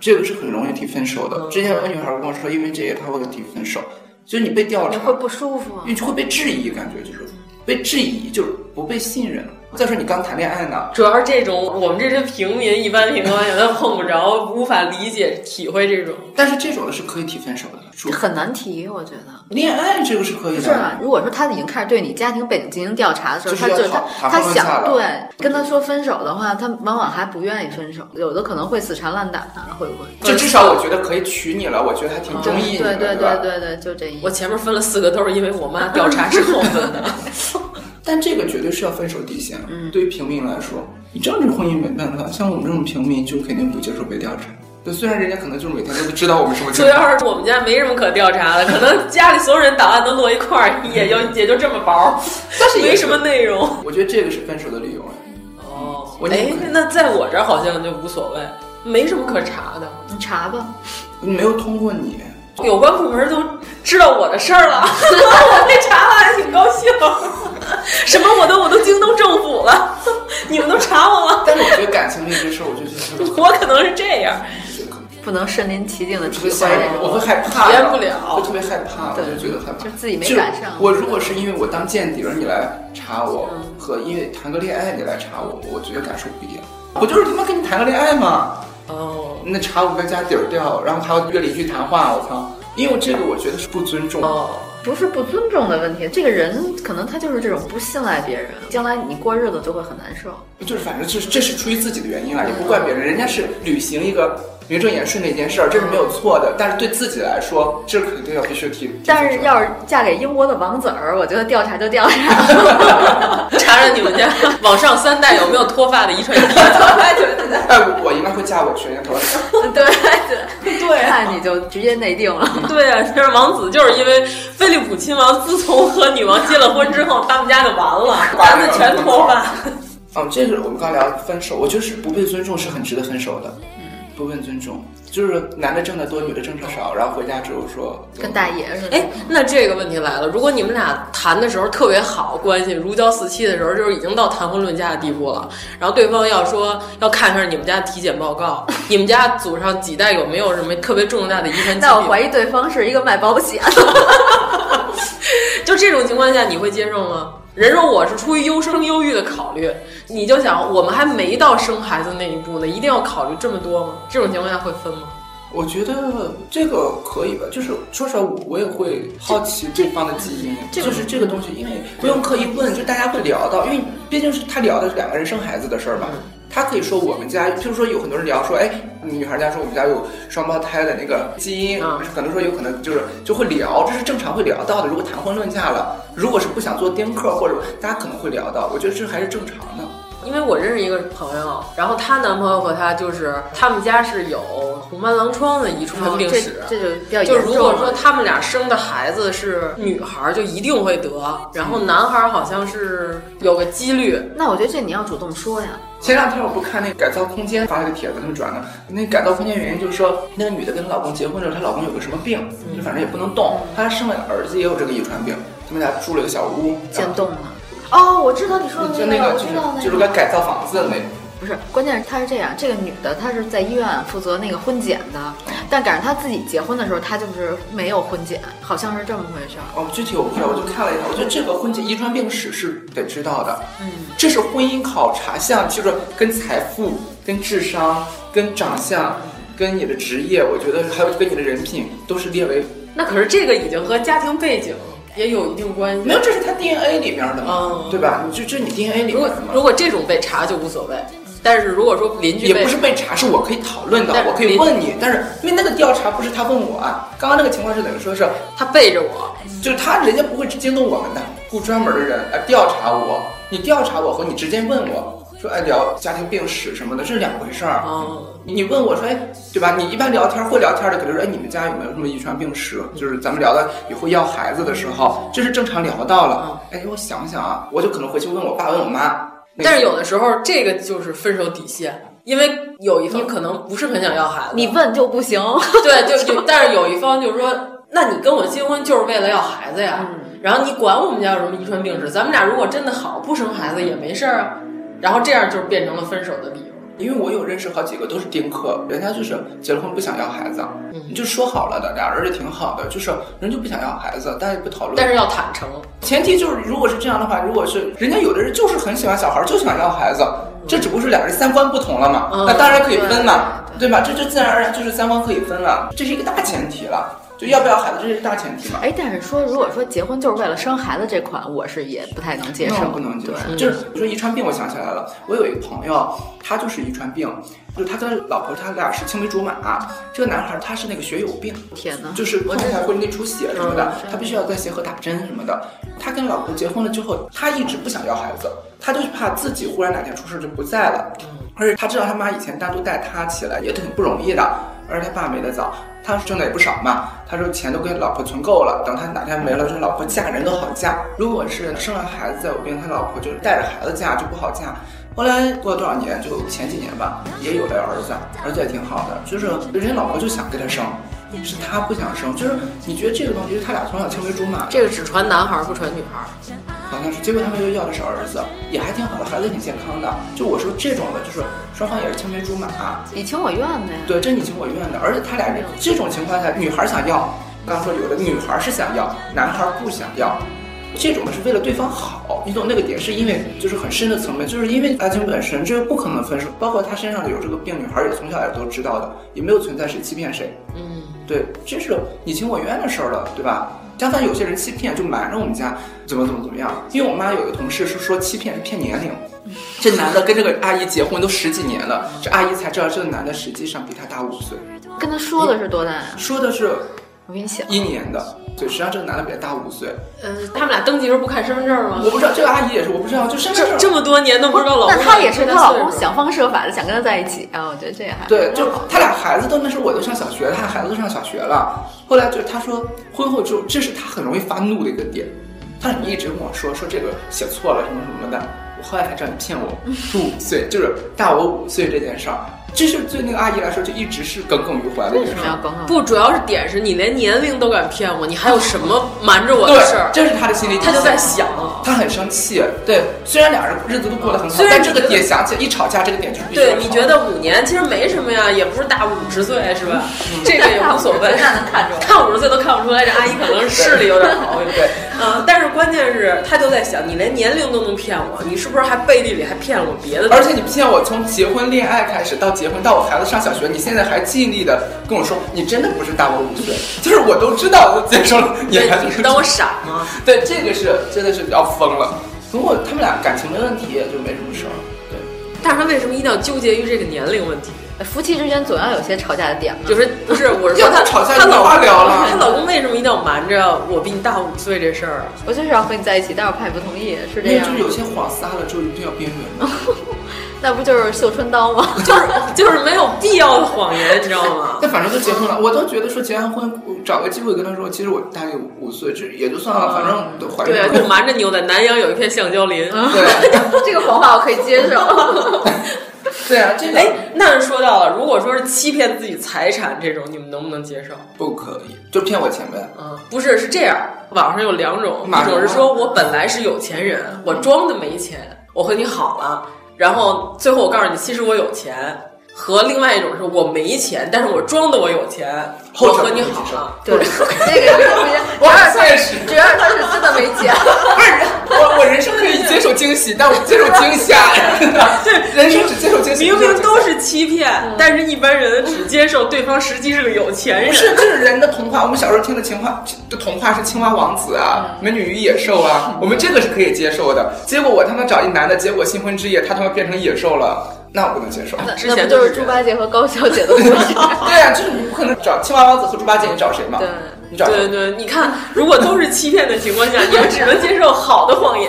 这个是很容易提分手
嗯
的。之前有个女孩跟我说，因为这个她会提分手，就是你被调查
会不舒服，
你就会被质疑，感觉就是被质疑，就是不被信任。再说你刚谈恋爱呢，
主要是这种我们这些平民一般平民有的碰不着，无法理解体会这种。
但是这种的是可以提分手的，
很难提，我觉得。
恋爱这个是可以
不
的。
是吧？如果说他已经开始对你家庭背景进行调查的时候，
就是
他
要
就是他
讨
他
讨论一下
想
了
对跟他说分手的话，他往往还不愿意分手，有的可能会死缠烂打，会不会？
就至少我觉得可以娶你了，我觉得还挺中意你
对对
的，吧
对对对，就这意思。
我前面分了四个都是因为我妈调查之后分 的，
但这个绝对是要分手底线。嗯，对于平民来说，你政治婚姻没办法，像我们这种平民就肯定不接受被调查。对，虽然人家可能就是每天都知道 我们什么
主
情况，
要是我们家没什么可调查的，可能家里所有人档案都摞一块儿，也就也就这么薄，
但是也
没什么内容。
我觉得这个是分手的理由。啊
哦
我
哎
宁可，
那在我这儿好像就无所谓，没什么可查的。
你查吧，
没有通过你，
有关部门都知道我的事儿了， 我被查了还挺高兴。 什么我都我都惊动政府了，你们都查我了，
但是我觉得感情这事儿，我就觉得
我可能是这样，
不能身临其境的
特
体会
别 吓人，我会害怕，
体验不了
我特别害怕，我就觉得害怕，
就自己没赶上嗯
就我如果是因为我当间谍儿你来查我，和因为谈个恋爱你来查我，我觉得感受不一样。我就是他妈跟你谈个恋爱嘛，
哦，
那查我们家底儿掉，然后还要越理去谈话，我操！因为这个我觉得是不尊重。
不是不尊重的问题，这个人可能他就是这种不信赖别人，将来你过日子就会很难受。
就是反正就是这是出于自己的原因啊啦，也不怪别人，人家是履行一个名正言顺的一件事儿，这是没有错的。但是对自己来说，这肯定要必须提。
但是要是嫁给英国的王子儿，我觉得调查就调查。
查查你们家往上三代有没有脱发的遗传基因。
哎，我应该会嫁我全家头。
对对 对，
啊
那你就直接内定了。
对啊，就是王子，就是因为菲利普亲王自从和女王结了婚之后，他们家就完了，他们全脱发。
嗯，这个我们刚聊分手，我觉得是不被尊重是很值得分手的。嗯，不被尊重就是男的挣得多，女的挣得少，然后回家之后说
跟大爷似的。
哎，那这个问题来了，如果你们俩谈的时候特别好，关系如胶似漆的时候，就是已经到谈婚论嫁的地步了，然后对方要说要看看你们家体检报告，你们家祖上几代有没有什么特别重大的遗传疾病？
那我怀疑对方是一个卖保险 的。
就这种情况下，你会接受吗？人说我是出于优生优育的考虑，你就想我们还没到生孩子那一步呢，一定要考虑这么多吗？这种情况下会分吗？
我觉得这个可以吧，就是说实话，我也会好奇对方的基因，
这这
就
个
是这个东西，因为不用刻意问，就大家会聊到，因为毕竟是他聊的是两个人生孩子的事儿
嗯
嘛。他可以说我们家，譬如说有很多人聊说，哎，女孩家说我们家有双胞胎的那个基因，
嗯
可能说有可能就是就会聊，这是正常会聊到的。如果谈婚论嫁了，如果是不想做丁克或者大家可能会聊到，我觉得这还是正常的。
因为我认识一个朋友，然后她男朋友和她就是他们家是有红斑狼疮的遗传病史，
这嗯啊就比较严
就
重了
如果说他们俩生的孩子是女孩，就一定会得，然后男孩好像是有个几率。
那我觉得这你要主动说呀。
前两天我不看那个改造空间发了个帖子，他们转的。那改造空间原因就是说，那个女的跟她老公结婚的时候，她老公有个什么病，就反正也不能动。她生了儿子也有这个遗传病，他们俩住了个小屋，
渐冻了。哦，我知道你说的
就
那
那
个，我
个就
知道那
是
个。
就是该改造房子的那种。
不是，关键是她是这样，这个女的她是在医院负责那个婚检的，但赶上她自己结婚的时候，她就是没有婚检，好像是这么回事儿。
哦，具体我不知道，我就看了一下，我觉得这个婚前遗传病史是得知道的。嗯，这是婚姻考察项，就是跟财富、跟智商、跟长相、跟你的职业，我觉得还有跟你的人品都是列为
那可是这个已经和家庭背景也有一定关系。
没有，这是他 DNA 里面的嘛，对吧？就这你 DNA 里面的嘛。
嗯如果这种被查就无所谓，但是如果说邻居
也不是被查，是我可以讨论的，我可以问你。但是因为那个调查不是他问我，啊，刚刚那个情况是等于说是
他背着我，
就是他人家不会惊动我们的，雇专门的人来调查我。你调查我和你直接问我。说哎，聊家庭病史什么的，这是两回事儿。
哦、
你问我说，哎，对吧？你一般聊天会聊天的，可能说，哎，你们家有没有什么遗传病史？
嗯
就是咱们聊到以后要孩子的时候，这是正常聊到了。哎，我想想啊，我就可能回去问我爸，问我妈。
嗯
那个、
但是有的时候，这个就是分手底线，因为有一方可能不是很想要孩子，
你问就不行。
对，就就，但是有一方就是说，那你跟我结婚就是为了要孩子呀？嗯、然后你管我们家有什么遗传病史？咱们俩如果真的好，不生孩子也没事儿啊。然后这样就变成了分手的理由，
因为我有认识好几个都是丁克，人家就是结了婚不想要孩子，嗯、你就说好了的，俩人也挺好的，就是人就不想要孩子，大家也不讨论，
但是要坦诚，
前提就是如果是这样的话，如果是人家有的人就是很喜欢小孩，就想要孩子，嗯、这只不过是俩人三观不同了嘛，嗯、那当然可以分嘛，对,对,对,对吧？这就自然而然就是三观可以分了，这是一个大前提了。就要不要孩子，这是大前提 嘛？嗯
哎，但是说如果说结婚就是为了生孩子这款，我是也不太能接受，
不能接受。就是你说遗传病，我想起来了，我有一个朋友，他就是遗传病，就是他跟老婆他俩是青梅竹马，啊这个男孩他是那个血友病，
天哪，
就是碰一下会内出血什么的，他必须要在协和打针什么的。他跟老婆结婚了之后，他一直不想要孩子，他就怕自己忽然哪天出事就不在了。而且他知道他妈以前单独带他起来也挺不容易的，而且他爸没得早，他挣的也不少嘛。他说钱都给老婆存够了，等他哪天没了，说老婆嫁人都好嫁。如果是生了孩子再有病，他老婆就带着孩子嫁就不好嫁。后来过了多少年，就前几年吧，也有了儿子，儿子也挺好的，就是人家老婆就想给他生。是他不想生，就是你觉得这个东西，他俩从小青梅竹马，
这个只传男孩不传女孩，
好像是。结果他们又要的是儿子，也还挺好的，孩子挺健康的。就我说这种的，就是双方也是青梅竹马，啊
你情我愿的呀。
对，这你情我愿的，而且他俩这种情况下，女孩想要，刚刚说有的女孩是想要，男孩不想要。这种是为了对方好，你懂那个点，是因为就是很深的层面，就是因为爱情本身这不可能分手。包括她身上的有这个病，女孩也从小也都知道的，也没有存在谁欺骗谁。
嗯，
对，这是你情我愿的事儿了，对吧？相反，有些人欺骗就瞒着我们家怎么怎么怎么样。因为我妈有个同事是说欺骗是骗年龄，这男的跟这个阿姨结婚都十几年了，这阿姨才知道这个男的实际上比她大五岁。
跟她说的是多大呀、啊？
说的是。
我跟你想，
一年的，对，实际上这个男的比他大五岁。
呃，他们俩登记时候不看身份证吗？
我不知道，这个阿姨也是，我不知道，就身份证
这么多年都不知道老公。
那她也是她老公想方设法的想跟她在一起啊，我觉得这还
对，就他俩孩子都那时候我都上小学，他孩子都上小学了。后来就是他说婚后之后，这是他很容易发怒的一个点。他说你一直跟我说说这个写错了什么什么的，我后来才知道你骗 我，是五岁，就是大我五岁这件事儿。这是对那个阿姨来说，就一直是耿耿于怀的。
为什么要耿耿？
不，主要是点是你连年龄都敢骗我，你还有什么瞒着我的事儿？
这是她的心理。
她就在想，
她很生气。对，虽然俩人日子都过得很好，但这个点想起来一吵架，这个点就是必须。
对，你觉得五年其实没什么呀，也不是大五十岁是吧？
嗯
这个也无所谓，
那能看出来？
看五十岁都看不出来，这阿姨可能视力有点毛病。
对，
嗯，但是关键是她就在想，你连年龄都能骗我，你是不是还背地里还骗我别的？
而且你骗我从结婚恋爱开始到结。结婚到我孩子上小学，你现在还尽力的跟我说，你真的不是大我五岁， 就是我都知道，我都接受了。你还
你是当我傻吗？
对，这个是真的是要疯了。不过他们俩感情没问题，就没什么事儿。对，
但是他为什么一定要纠结于这个年龄问题？
夫妻之间总要有些吵架的点嘛。
就是不是我是说他
吵架
他老
公聊了，
她老公为什么一定要瞒着我比你大五岁这事儿啊？
我就是要和你在一起，但是我怕你不同意，是这样。
就是有些谎撒了之后一定要边缘。
那不就是绣春刀吗？
就是 就是没有必要的谎言，你知道吗？
但反正都结婚了，我都觉得说结完婚找个机会跟他说，其实我大你五岁，这也就算了，反正都怀孕 了。
对，就啊瞒着你，我在南阳有一片橡胶林。
对，
这个谎话我可以接受。
对啊，这 个
哎，那说到了，如果说是欺骗自己财产这种，你们能不能接受？
不可以，就骗我钱呗。
嗯，不是，是这样，网上有两种，一种是说我本来是有钱人，我装的没钱，我和你好了。然后最后我告诉你，其实我有钱，和另外一种是我没钱，但是我装的我有钱，我和你好了。
对， 那个
我现实，
主要是他是真的没钱。
不是，我我人生可以接受惊喜，但我不接受惊吓。
对，
人生只接受惊喜，
明明都是嗯欺骗，但是一般人只接受对方实际是个有钱人。
不是，这是人的童话。我们小时候听的情话的童话是青蛙王子啊，
嗯
美女与野兽啊，我们这个是可以接受的。结果我他妈找一男的，结果新婚之夜他他妈变成野兽了。那我不能接受，
之前就是猪八戒和高小姐的故事。
对呀、啊，就是你不可能找青蛙王子和猪八戒，你找谁嘛？
对，
你找
对对，你看，如果都是欺骗的情况下，你们只能接受好的谎言。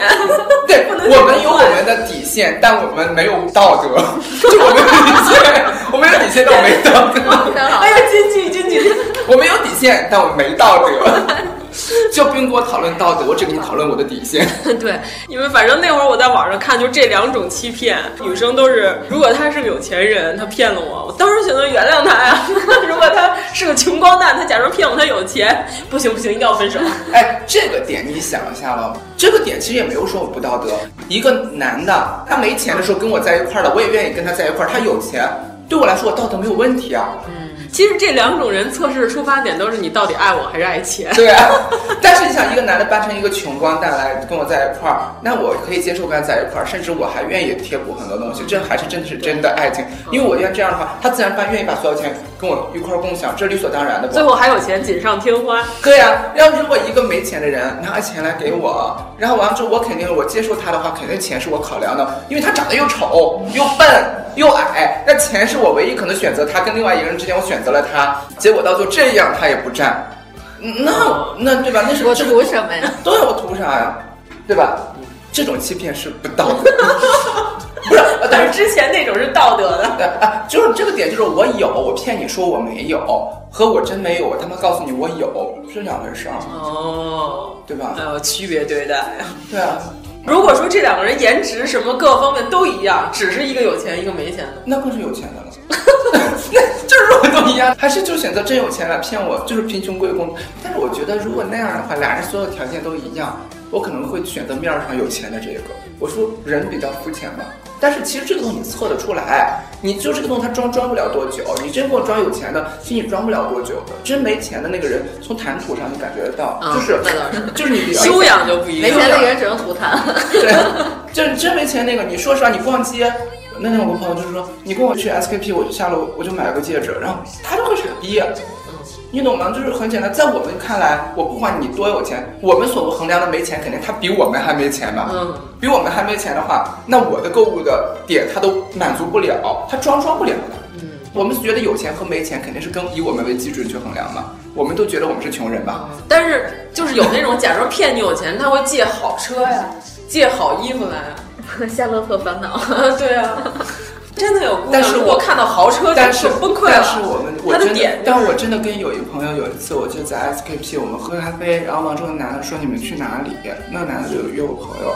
对，我们有我们的底线，但我们没有道德。 就我们有底线，我们有底线，但我没道德。
哎呀，金句金句，
我们有底线，但我没道德。就不用跟我讨论道德，我只跟你讨论我的底线。
对，因为反正那会儿我在网上看，就这两种欺骗，女生都是，如果他是个有钱人，他骗了我，我当然选择原谅他呀； 如果他是个穷光蛋，他假装骗我他有钱，不行不行，一定要分手。
哎，这个点你想一下喽，这个点其实也没有说我不道德。一个男的，他没钱的时候跟我在一块儿了，我也愿意跟他在一块儿；他有钱，对我来说我道德没有问题啊。
嗯。其实这两种人测试的出发点都是你到底爱我还是爱钱。
对啊，但是你想，一个男的扮成一个穷光蛋来跟我在一块儿，那我可以接受跟他在一块儿，甚至我还愿意贴补很多东西，这还是真的是真的爱情。因为我要这样的话，他自然办愿意把所有钱跟我一块儿共享，这是理所当然的。
最后还有钱锦上添花。
对呀、啊，要如果一个没钱的人拿钱来给我，然后完了之后我肯定我接受他的话，肯定钱是我考量的，因为他长得又丑又笨又矮，那钱是我唯一可能选择他跟另外一个人之间我选。择了他，结果到最后这样他也不占，那那对吧？那是
我图什么呀？
对，我图啥呀？对吧？这种欺骗是不道 德，不是？
但是之前那种是道德的。
啊，就是这个点，就是我有，我骗你说我没有，和我真没有，我他妈告诉你我有，是两回事啊。
哦，
对吧？
还有区别对待呀。
对啊。
如果说这两个人颜值什么各方面都一样，只是一个有钱一个没钱的，
那更是有钱的了。 那就是如果都一样，还是就选择真有钱来骗我，就是贫穷贵公子。但是我觉得如果那样的话，俩人所有条件都一样，我可能会选择面上有钱的这个。我说人比较肤浅嘛，但是其实这个东西测得出来，你就这个东西他装装不了多久，你真给我装有钱的，其实你装不了多久的。真没钱的那个人，从谈吐上你感觉得到，就是、嗯、 就是你
修养就不一
样，没钱的人只能吐痰。
对，就是真没钱那个，你说实话，你逛街。那天我跟朋友就是说，你跟我去 SKP，我就下楼我就买个戒指，然后他就会傻逼，你懂吗？就是很简单，在我们看来，我不管你多有钱，我们所衡量的没钱，肯定他比我们还没钱嘛。嗯，比我们还没钱的话，那我的购物的点他都满足不了，他装装不了的。嗯，我们觉得有钱和没钱肯定是跟以我们为基准去衡量嘛。我们都觉得我们是穷人吧。
但是就是有那种假装骗你有钱，他会借好车呀、啊，借好衣服来、啊。
夏洛特烦恼，
对啊，真的有。
但是
我看到豪车，
但是
崩溃啊
了。但是我们，我
真的，
但我真的跟有一朋友有一次，我就在 SKP，我们喝咖啡，然后完之后男的说你们去哪里？那个男的就约我朋友，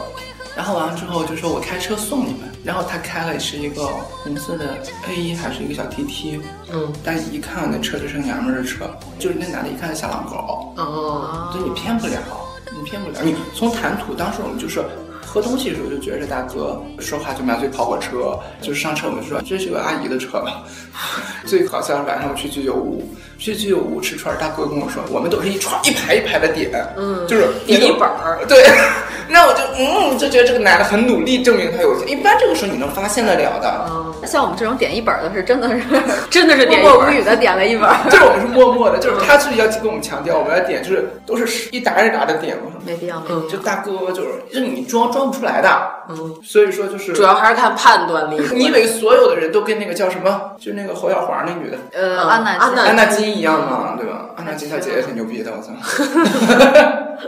然后完了之后就说我开车送你们，然后他开了是一个红色的 A 一还是一个小 TT，嗯，但一看那车就是娘们儿的车，就是那男的一看小狼狗，哦，就你骗不了，你骗不了，你从谈吐，当时我们就是。喝东西的时候就觉得这大哥说话就满嘴跑火车，就是上车我们说这是个阿姨的车吧。 最搞笑是晚上我们去居酒屋，去居酒屋吃串，大哥跟我说我们都是一串一排一排的点，嗯，就是
点一本儿。
对， 那我就嗯就觉得这个男的很努力证明他有钱，一般这个时候你能发现得了的。
嗯、像我们这种点一本的是真的是
真的是
默默无语的点了一本，
就是我们是默默的，
嗯
就是他是要跟我们强调我们的点就是都是一沓一沓的点嘛，
没必要，没
必要。就大哥就是让你装装。装不出来的，嗯，所以说就是
主要还是看判断力。
你以为所有的人都跟那个叫什么，就那个侯耀华那女的，
呃，安娜
嗯安娜
安娜金一样嘛，对吧？安娜金她姐姐挺牛逼的，我操！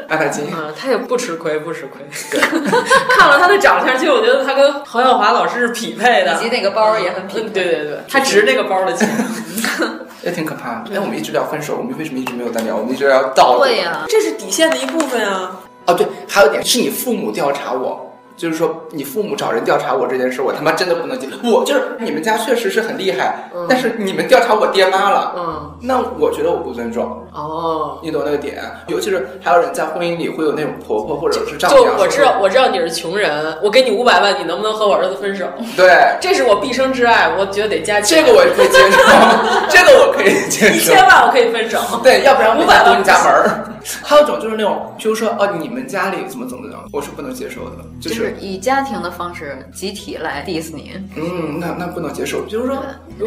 安娜金，
她嗯也不吃亏，不吃亏。 看了她的长相，其实我觉得她跟侯耀华老师是匹配的，
以及那个包也很匹配。
对对对，她值那个包的钱。
也挺可怕的。哎，我们一直聊分手，我们为什么一直没有在聊？我们一直聊道
德，对呀，
这是底线的一部分啊。
哦，对，还有一点是你父母调查我，就是说你父母找人调查我这件事，我他妈真的不能接受。我就是你们家确实是很厉害，嗯、但是你们调查我爹妈了，嗯，那我觉得我不尊重。
哦，
你懂那个点。尤其是还有人在婚姻里会有那种婆婆或者是丈母
就
娘，
我知道，我知道你是穷人，我给你五百万，你能不能和我儿子分手？
对，
这是我毕生挚爱，我觉得得加
这
钱。
个我可以接 受，这个我可以接
一
受。
千万我可以 分手。
对，要不然我
五百
关
万
你家门儿。还有一种就是那种，比如说哦，你们家里怎么怎么怎么样，我是不能接受的，就
就是是以家庭的方式集体来 diss 你。
嗯，那那不能接受。比如说，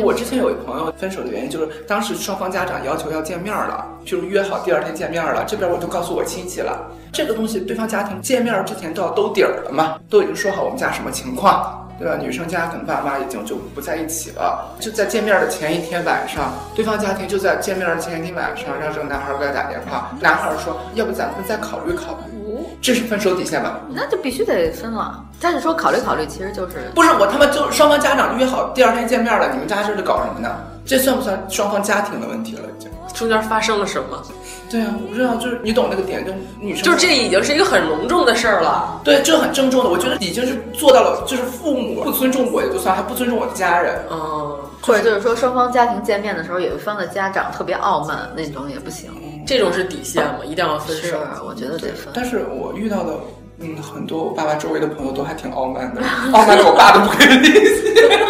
我之前有一朋友分手的原因就是，当时双方家长要求要见面了，譬如约好第二天见面了，这边我就告诉我亲戚了。这个东西，对方家庭见面之前都要兜底儿了嘛，都已经说好我们家什么情况，对吧？女生家可能爸妈已经就不在一起了，就在见面的前一天晚上，对方家庭就在见面的前一天晚上让这个男孩儿给他打电话，男孩儿说，要不咱们再考虑考虑，这是分手底线吧？
那就必须得分了。但是说考虑考虑，其实就是
不是我他妈就双方家长约好第二天见面了，你们家这是搞什么呢？这算不算双方家庭的问题了？已经。
中间发生了什么？
对啊，我不知道，就是你懂那个点，就女生
就这已经是一个很隆重的事儿了。
对，这很郑重的，我觉得已经是做到了，就是父母不尊重我也就算，还不尊重我的家人。
嗯，
或者就是说双方家庭见面的时候，有一方的家长特别傲慢，那种也不行。
这种是底线嘛，一定要分手。
啊
是我觉得得分。
但是我遇到的，嗯，很多我爸爸周围的朋友都还挺傲慢的，傲慢的我爸都不可 以理解。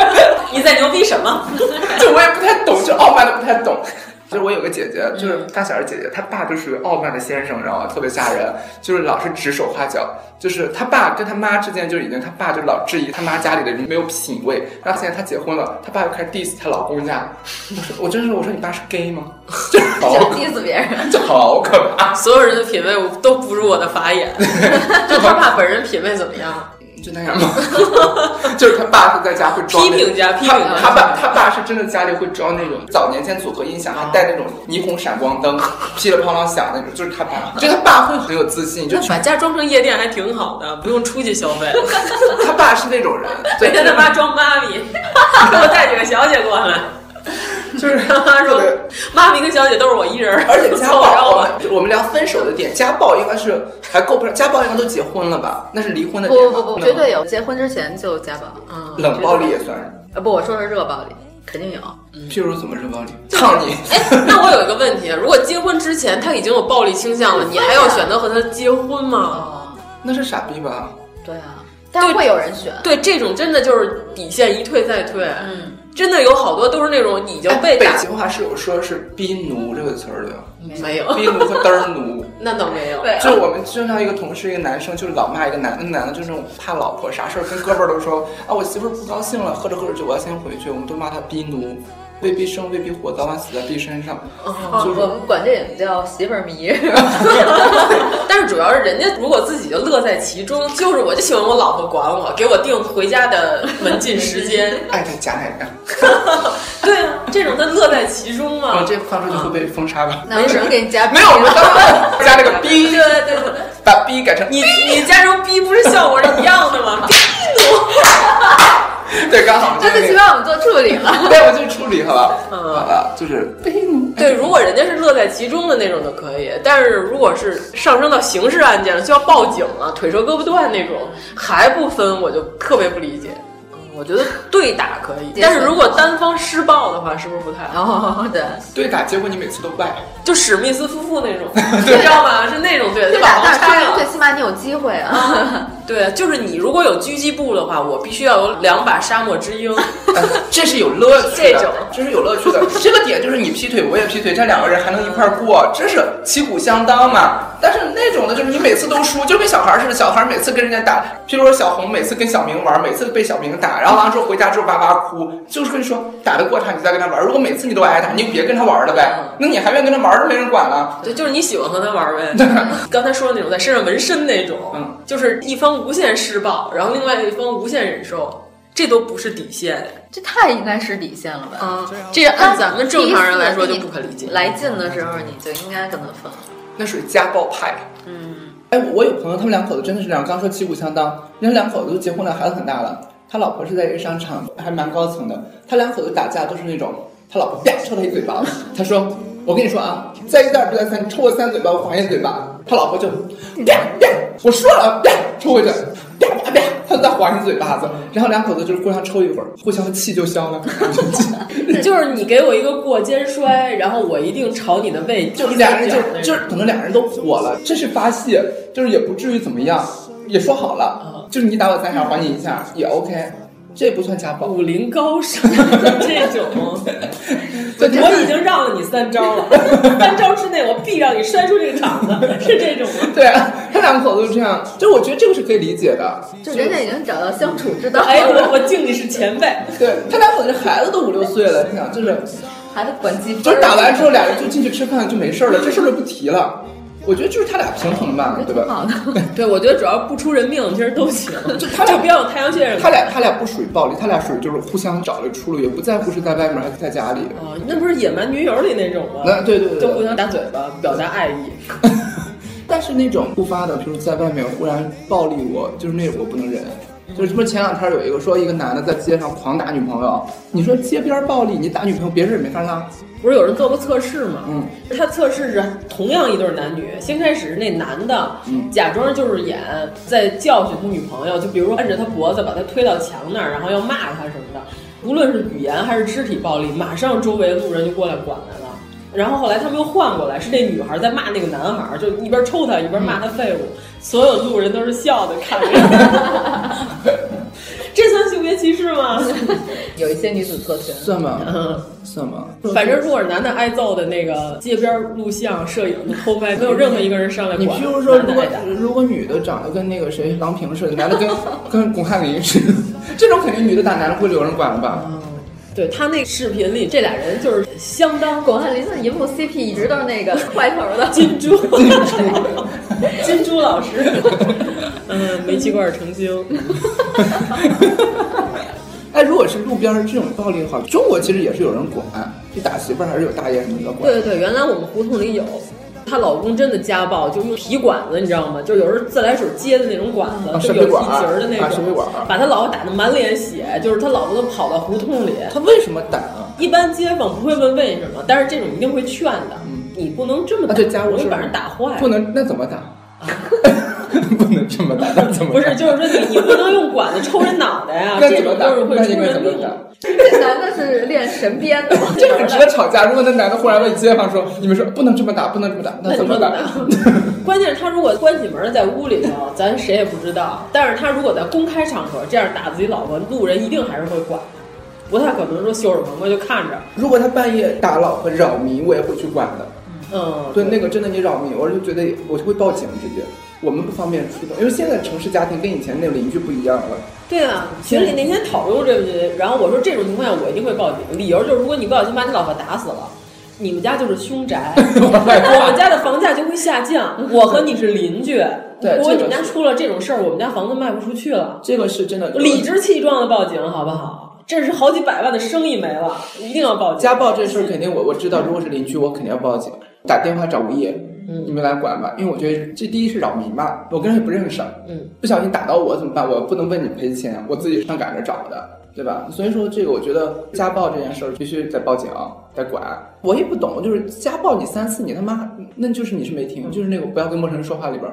你在牛逼什么？
就我也不太懂，就傲慢的不太懂。就是我有个姐姐，就是
嗯
大小的姐姐，她爸就属于傲慢的先生，你知道吗？特别吓人，就是老是指手画脚。就是她爸跟她妈之间就已经，她爸就老质疑她妈家里的人没有品味。然后现在她结婚了，她爸又开始 diss 她老公家。我说，我真是，我说你爸是 gay 吗？ 这好
想 diss 别人，
这好可怕。
所有人的品味都不如我的法 眼，就他爸本人品味怎么样？
就那样吗？ 就是他爸是在家会装那种
批评家批评家
他他爸他爸是真的家里会装那种早年间组合音
哦
响，还带那种霓虹闪光灯，噼里啪啦响那种，就是他 爸，就他爸会很有自信，就
那把家装成夜店还挺好的，不用出去消 费。
他爸是那种 人，
每
对，
天他妈装妈咪， 给我带几个小姐过来。
就是
他妈说，妈咪跟小姐都是我一人儿，
而且家啊暴，
然后
我
我
们我们聊分手的点，家暴应该是还够不上，家暴应该都结婚了吧？那是离婚的点
不
吧，
不不不，
那
绝对有。结婚之前就家暴，嗯，
冷暴力也算是，
呃不，我说是热暴力，肯定有。
嗯
譬如怎么冷暴力？操你！
哎那我有一个问题，如果结婚之前他已经有暴力倾向了，你还要选择和他结婚
哦
吗？
那是傻逼吧？
对啊，但是会有人选。
对，这种真的就是底线一退再退。嗯，真的有好多都是那种已经
哎
被
北
打，
京话是有说是“逼奴”这个词儿的呀，
没 有
逼奴和嘚儿奴。
那倒没有。
就我们经常一个同事，一个男生，就是老骂一个男的，男的就是那种怕老婆，啥事儿跟哥们儿都说啊，我媳妇儿不高兴了，喝着喝着酒，我要先回去。我们都骂他逼奴，未必生，未必活，早晚死在逼身上。就是
我们管这也叫媳妇儿 迷。
但是主要是人家如果自己就乐在其中，就是我就喜欢我老婆管我，给我定回家的门禁时 间。
爱在家奶奶。
嗯
对啊，这种他乐在其中嘛。
哦我这放出去会被封杀吧？
嗯那为什么给你加？
没有，我们当 时加了个逼，
对对对，
把逼改成
你你加州逼不是效果是一样的 吗？
对，刚好我们
真
就
的
那
希
个。
望我们嗯做处理 了。
对，我就处理好吧，好吧，就是
对，如果人家是乐在其中的那种就可以，但是如果是上升到刑事案件了，就要报警啊，腿折胳膊断那种，还不分，我就特别不理解。哦我觉得对打可以，但是如果单方施暴的话，是不是不太好？
哦，对，
对打，结果你每次都败。
就史密斯夫妇那 种，你知道吗？是那种对，就
对
把
打
毛
但
拆
是
了
最。起码你有机会啊。
对，就是你如果有狙击步的话，我必须要有两把沙漠之 鹰。
这是有乐趣的，
这种
这是有乐 趣的。这个点就是你劈腿，我也劈腿，这两个人还能一块儿过，这是旗鼓相当嘛。但是那种的，就是你每次都输，就跟小孩儿似的，小孩儿每次跟人家打，譬如说小红每次跟小明玩，每次被小明打，然后完了之后回家之后哇哇哭，就是跟你说打得过他，你再跟他玩。如果每次你都挨打，你就别跟他玩了呗。
嗯
那你还愿意跟他玩儿，没人管了。
对，就是你喜欢和他玩呗。 刚才说的那种在身上纹身那种，
嗯
就是一方无限施暴，然后另外一方无限忍受，这都不是底线。
这太应该是底线了
嗯
吧？
啊，这按咱们正常人来说就不可理解。
来劲的时候你就应该跟他分。
那属于家暴派。嗯，哎，我有朋友，他们两口子真的是两，刚说旗鼓相当，人家两口子都结婚了，孩子很大了。他老婆是在一个商场，还蛮高层的。他两口子打架都是那种，他老婆啪抽他一嘴巴，他说：“我跟你说啊，再一再不再三，你抽我三嘴巴，我还你一嘴巴。”他老婆就啪啪，我说了啪抽回去，啪啪啪，他再划你嘴巴子，然后两口子就是互相抽一会儿，互相气就消了。
就是你给我一个过肩摔，然后我一定朝你的胃，
就俩人就就是可能俩人都火了，这是发泄，就是也不至于怎么样，也说好
嗯
了，就是你打我三下，还你一下也 OK。这不算家暴，
武林高手 这种， 我已经让了你三招了， 三招之内我必让你摔出这个场子，是这种吗？
对啊，他两口子就这样，就我觉得这个是可以理解的，
就人家已经找到相处之道。
哎，我我敬你是前辈，
对他两口子孩子都五六岁了，你想就是
孩子管鸡，
就是打完之后俩人就进去吃饭就没事了，这事儿就不提了。我觉得就是他俩平衡吧，对吧？
对，我觉得主要不出人命，其实都行。
就他俩
不要有太阳穴。
他俩他俩不属于暴力，他俩属于就是互相找了出路，也不在乎是在外面还是在家里。
哦，那不是《野蛮女友》里那种吗？
那对对对，
就互相打嘴巴，表达爱意。
但是那种突发的，比如在外面忽然暴力我，就是那我不能忍。就是什么前两天有一个说一个男的在街上狂打女朋友，你说街边暴力，你打女朋友别人也没法拉。
不是有人做过测试吗？
嗯，
他测试是同样一对男女，先开始那男的
嗯
假装就是演在教训他女朋友，就比如说摁着他脖子，把他推到墙那儿，然后要骂他什么的。无论是语言还是肢体暴力，马上周围路人就过来管来了。然后后来他们又换过来，是那女孩在骂那个男孩，就一边抽他一边骂他废物，
嗯
所有路人都是笑的看着。 这算性别歧视吗？
有一些女子特权
算吗？ 嗯，算吗？
反正如果是男的挨揍的那个街边录像、摄影的偷拍，没有任何一个人上来
你譬如说，如果如果女的长得跟那个谁郎平似的，男的跟跟巩汉林似的，这种肯定女的打男的会有人管了吧？
嗯对他那视频里，这俩人就是相当。
巩汉林的银幕 CP 一直都是 那个坏头的
金 珠，金珠老师，嗯，煤气罐成精。
哎，如果是路边这种暴力的话，中国其实也是有人管，就打媳妇儿还是有大爷什么的 管。
对对对，原来我们胡同里有。她老公真的家暴，就用皮管子，你知道吗？就有时候自来水接的那种管子，
啊、
就有皮筋儿的那
种，
啊啊、把她老婆打得满脸血，就是她老婆都跑到胡同里。
她为什么打啊？
一般街坊不会问为什么，但是这种一定会劝的。嗯、你不能这么打，
这家
容易把人打坏。
不能，那怎么打？ 不能这么打，那怎么
不是？就是说你你不能用管子抽人脑袋呀，这种就是会出人命。
这男的是练神鞭的，
这个值得吵架。如果那男的忽然问街坊说：“你们说不能这么打，不能这么打，那怎么打？”
关键是他如果关起门在屋里头，咱谁也不知道。但是他如果在公开场合这样打自己老婆，路人一定还是会管，不太可能说袖手旁观就看着。
如果他半夜打老婆扰民，我也会去管的。
嗯，
对，那个真的你扰民，我就觉得我就会报警直接。我们不方便出动，因为现在城市家庭跟以前那邻居不一样了。
对啊，群里那天讨论这个，然后我说这种情况下我一定会报警，理由就是如果你不小心把你老婆打死了，你们家就是凶 宅，我们家的房价就会下降。我和你是邻居，
对，
如果你们家
这个是
出了这种事儿，我们家房子卖不出去了。
这个是真的，
理直气壮的报警好不好？这是好几百万的生意没了，一定要报警。
家暴这事儿肯定我我知道，如果是邻居，我肯定要报警，打电话找物业。
嗯、
你们来管吧，因为我觉得这第一是扰民吧，我跟人也不认识，
嗯，
不小心打到我怎么办？我不能问你赔钱，我自己上赶着找的，对吧？所以说这个我觉得家暴这件事儿必须得报警，得管。我也不懂，就是家暴你三次，你他妈那就是你是没
嗯
听，就是那个不要跟陌生人说话里边，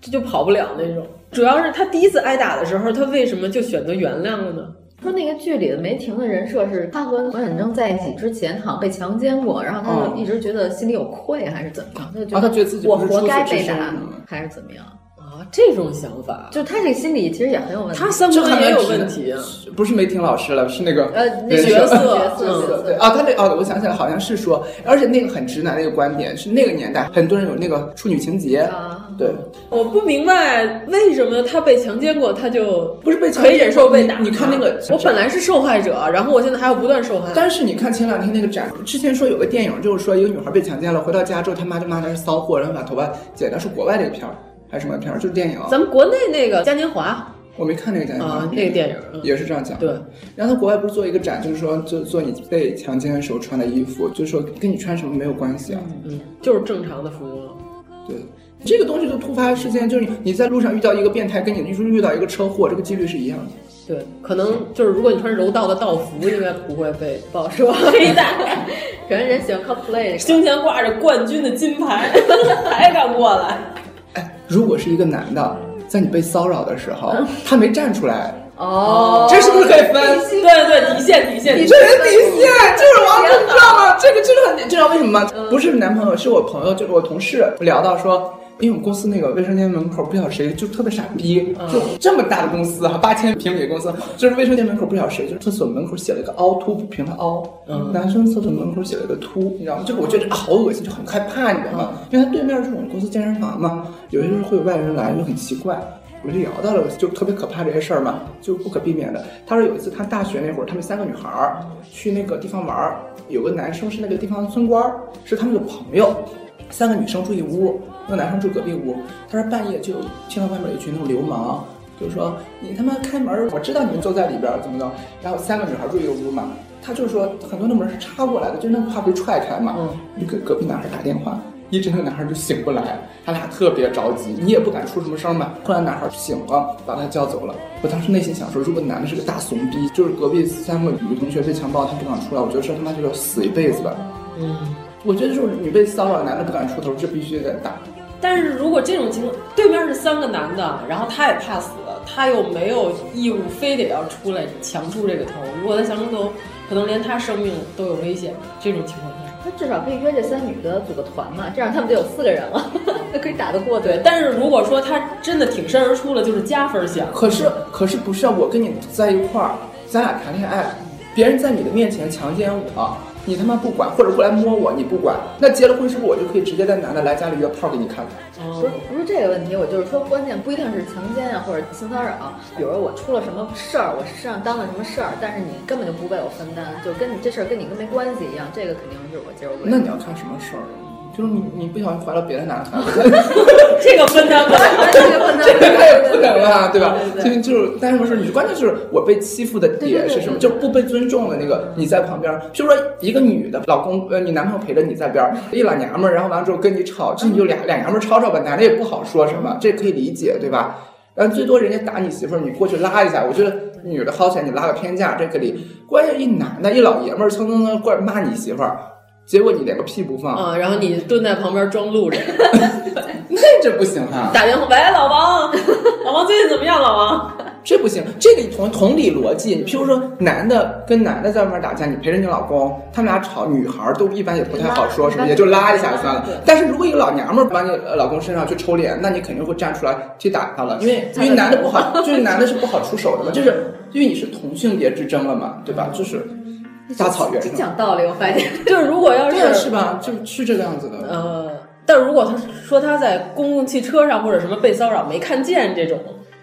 这就跑不了那种。主要是他第一次挨打的时候，他为什么就选择原谅了呢？
说那个剧里的梅婷的人设是，她和罗远征在一起之前好像被强奸过，然后她就一直觉得心里有愧，还是怎么着？她就觉得、
嗯啊、觉得自己
我活该被打，还是怎么样？
啊，这种想法，
就她这个心理其实也很有问题。
她三观也有问题、啊，
不是梅婷老师了，是那个
呃角色
角色
对啊，她那哦，我想起来好像是说，而且那个很直男的一个观点是那个年代很多人有那个处女情节，
啊、
嗯
对。
我不明白为什么他被强奸过，他就
不是被
可以忍受被打啊
你？你看那个，
我本来是受害者，然后我现在还要不断受害。
但是你看前两天那个展，之前说有个电影，就是说一个女孩被强奸了，回到家之后，他妈就骂她是骚货，然后把头发剪掉，是国外这个片儿还是什么片儿？就是电影。
咱们国内那个嘉年华，
我没看那个嘉年华，
啊、那个电影、嗯、
也是这样讲。
对，
然后他国外不是做一个展，就是说就做你被强奸的时候穿的衣服，就是说跟你穿什么没有关系啊，
嗯，就是正常的服装。
对。这个东西就突发事件，就是你在路上遇到一个变态，跟你遇遇到一个车祸，这个几率是一样的。
对，可能就是如果你穿柔道的道服，应该不会被不好 说黑带。
可能人喜欢 cosplay，
胸前挂 着冠军的金牌，还敢过来？
哎，如果是一个男的。在你被骚扰的时候，他没站出来，
哦，
这是不是可以分？
对对，底线底线，
你这人底线，就是王你知道吗？这个真的很，你知道为什么吗？不是男朋友，是我朋友，就是我同事聊到说。因为我们公司那个卫生间门口不晓得谁就特别傻逼，就这么大的公司哈，八千平米的公司，就是卫生间门口不晓得谁，就是厕所门口写了一个凹凸不平的凹，男生厕所门口写了一个凸，你知道吗？就是我觉得啊好恶心，就很害怕，你知道吗？因为他对面是我们公司健身房嘛，有些时候会有外人来，就很奇怪。我就聊到了，就特别可怕这些事儿嘛，就不可避免的。他说有一次他大学那会儿，他们三个女孩儿去那个地方玩儿，有个男生是那个地方村官儿，是他们的朋友，三个女生住一屋，那个男生住隔壁屋。他说半夜就听到外面有一群那种流氓，就说你他妈开门，我知道你们坐在里边儿怎么着。然后三个女孩住一个屋嘛，他就说很多那门是插过来的，就那怕被踹开嘛，就给隔壁男孩打电话。一直那个男孩就醒不来，他俩特别着急，你也不敢出什么声嘛。后来男孩醒了，把他叫走了。我当时内心想说，如果男的是个大怂逼，就是隔壁三个女同学被强暴，他不敢出来，我觉得这他妈就要死一辈子吧。
嗯，
我觉得就是女被骚扰，男的不敢出头，这必须得打。
但是如果这种情况，对面是三个男的，然后他也怕死，他又没有义务非得要出来强出这个头。如果他强出头，可能连他生命都有危险。这种情况下，
那至少可以约这三女的组个团嘛，这样他们就有四个人了， 那可以打得过
对。但是如果说他真的挺身而出了，就是加分项。
可是可是不是啊？我跟你在一块儿，咱俩谈恋爱，别人在你的面前强奸我，你他妈不管，或者过来摸我，你不管，那结了婚是不是我就可以直接带男的来家里约炮给你看看？
不是不是这个问题，我就是说，关键不一定是强奸啊或者性骚扰，比如我出了什么事儿，我身上担了什么事儿，但是你根本就不为我分担，就跟你这事儿跟你跟没关系一样，这个肯定是我接受不了。
那你要看什么事儿？就是你你不小心怀了别的男孩子，
这个分担不了，
这个分担不了
这个他也不能啊，对吧？
对对
所以就是，但是不是你关键是我被欺负的点是什么？
对对对对
就不被尊重的那个，你在旁边儿，譬如说一个女的，老公呃，你男朋友陪着你在 边儿，一老娘们儿，然后完了之后跟你吵，这你就俩俩娘们儿吵吵吧，男的也不好说什么，这可以理解，对吧？然后最多人家打你媳妇儿，你过去拉一下，我觉得女的好起来，你拉个偏架，这可以。关键一男的，一老爷们儿蹭蹭蹭过来骂你媳妇儿，结果你连个屁不放，
嗯
啊、然后你蹲在旁边装路人，
那这不行啊！
打电话喂老王，老王最近怎么样？老王，
这不行，这个同同理逻辑，你譬如说男的跟男的在外面打架，你陪着你老公，他们俩吵，女孩儿都一般也不太好说什么，也就拉一下算了
对。
但是如果一个老娘们儿往你呃老公身上去抽脸，那你肯定会站出来去打他了，因为因为男的不 好，就是男的是不好出手的嘛，就是因为你是同性别之争了嘛，对吧？就是大草原
挺
上，
讲道理，我发现。
就是如果要
对啊
是
是吧？就是是这个样子的。
呃，但如果他说他在公共汽车上或者什么被骚扰没看见这种，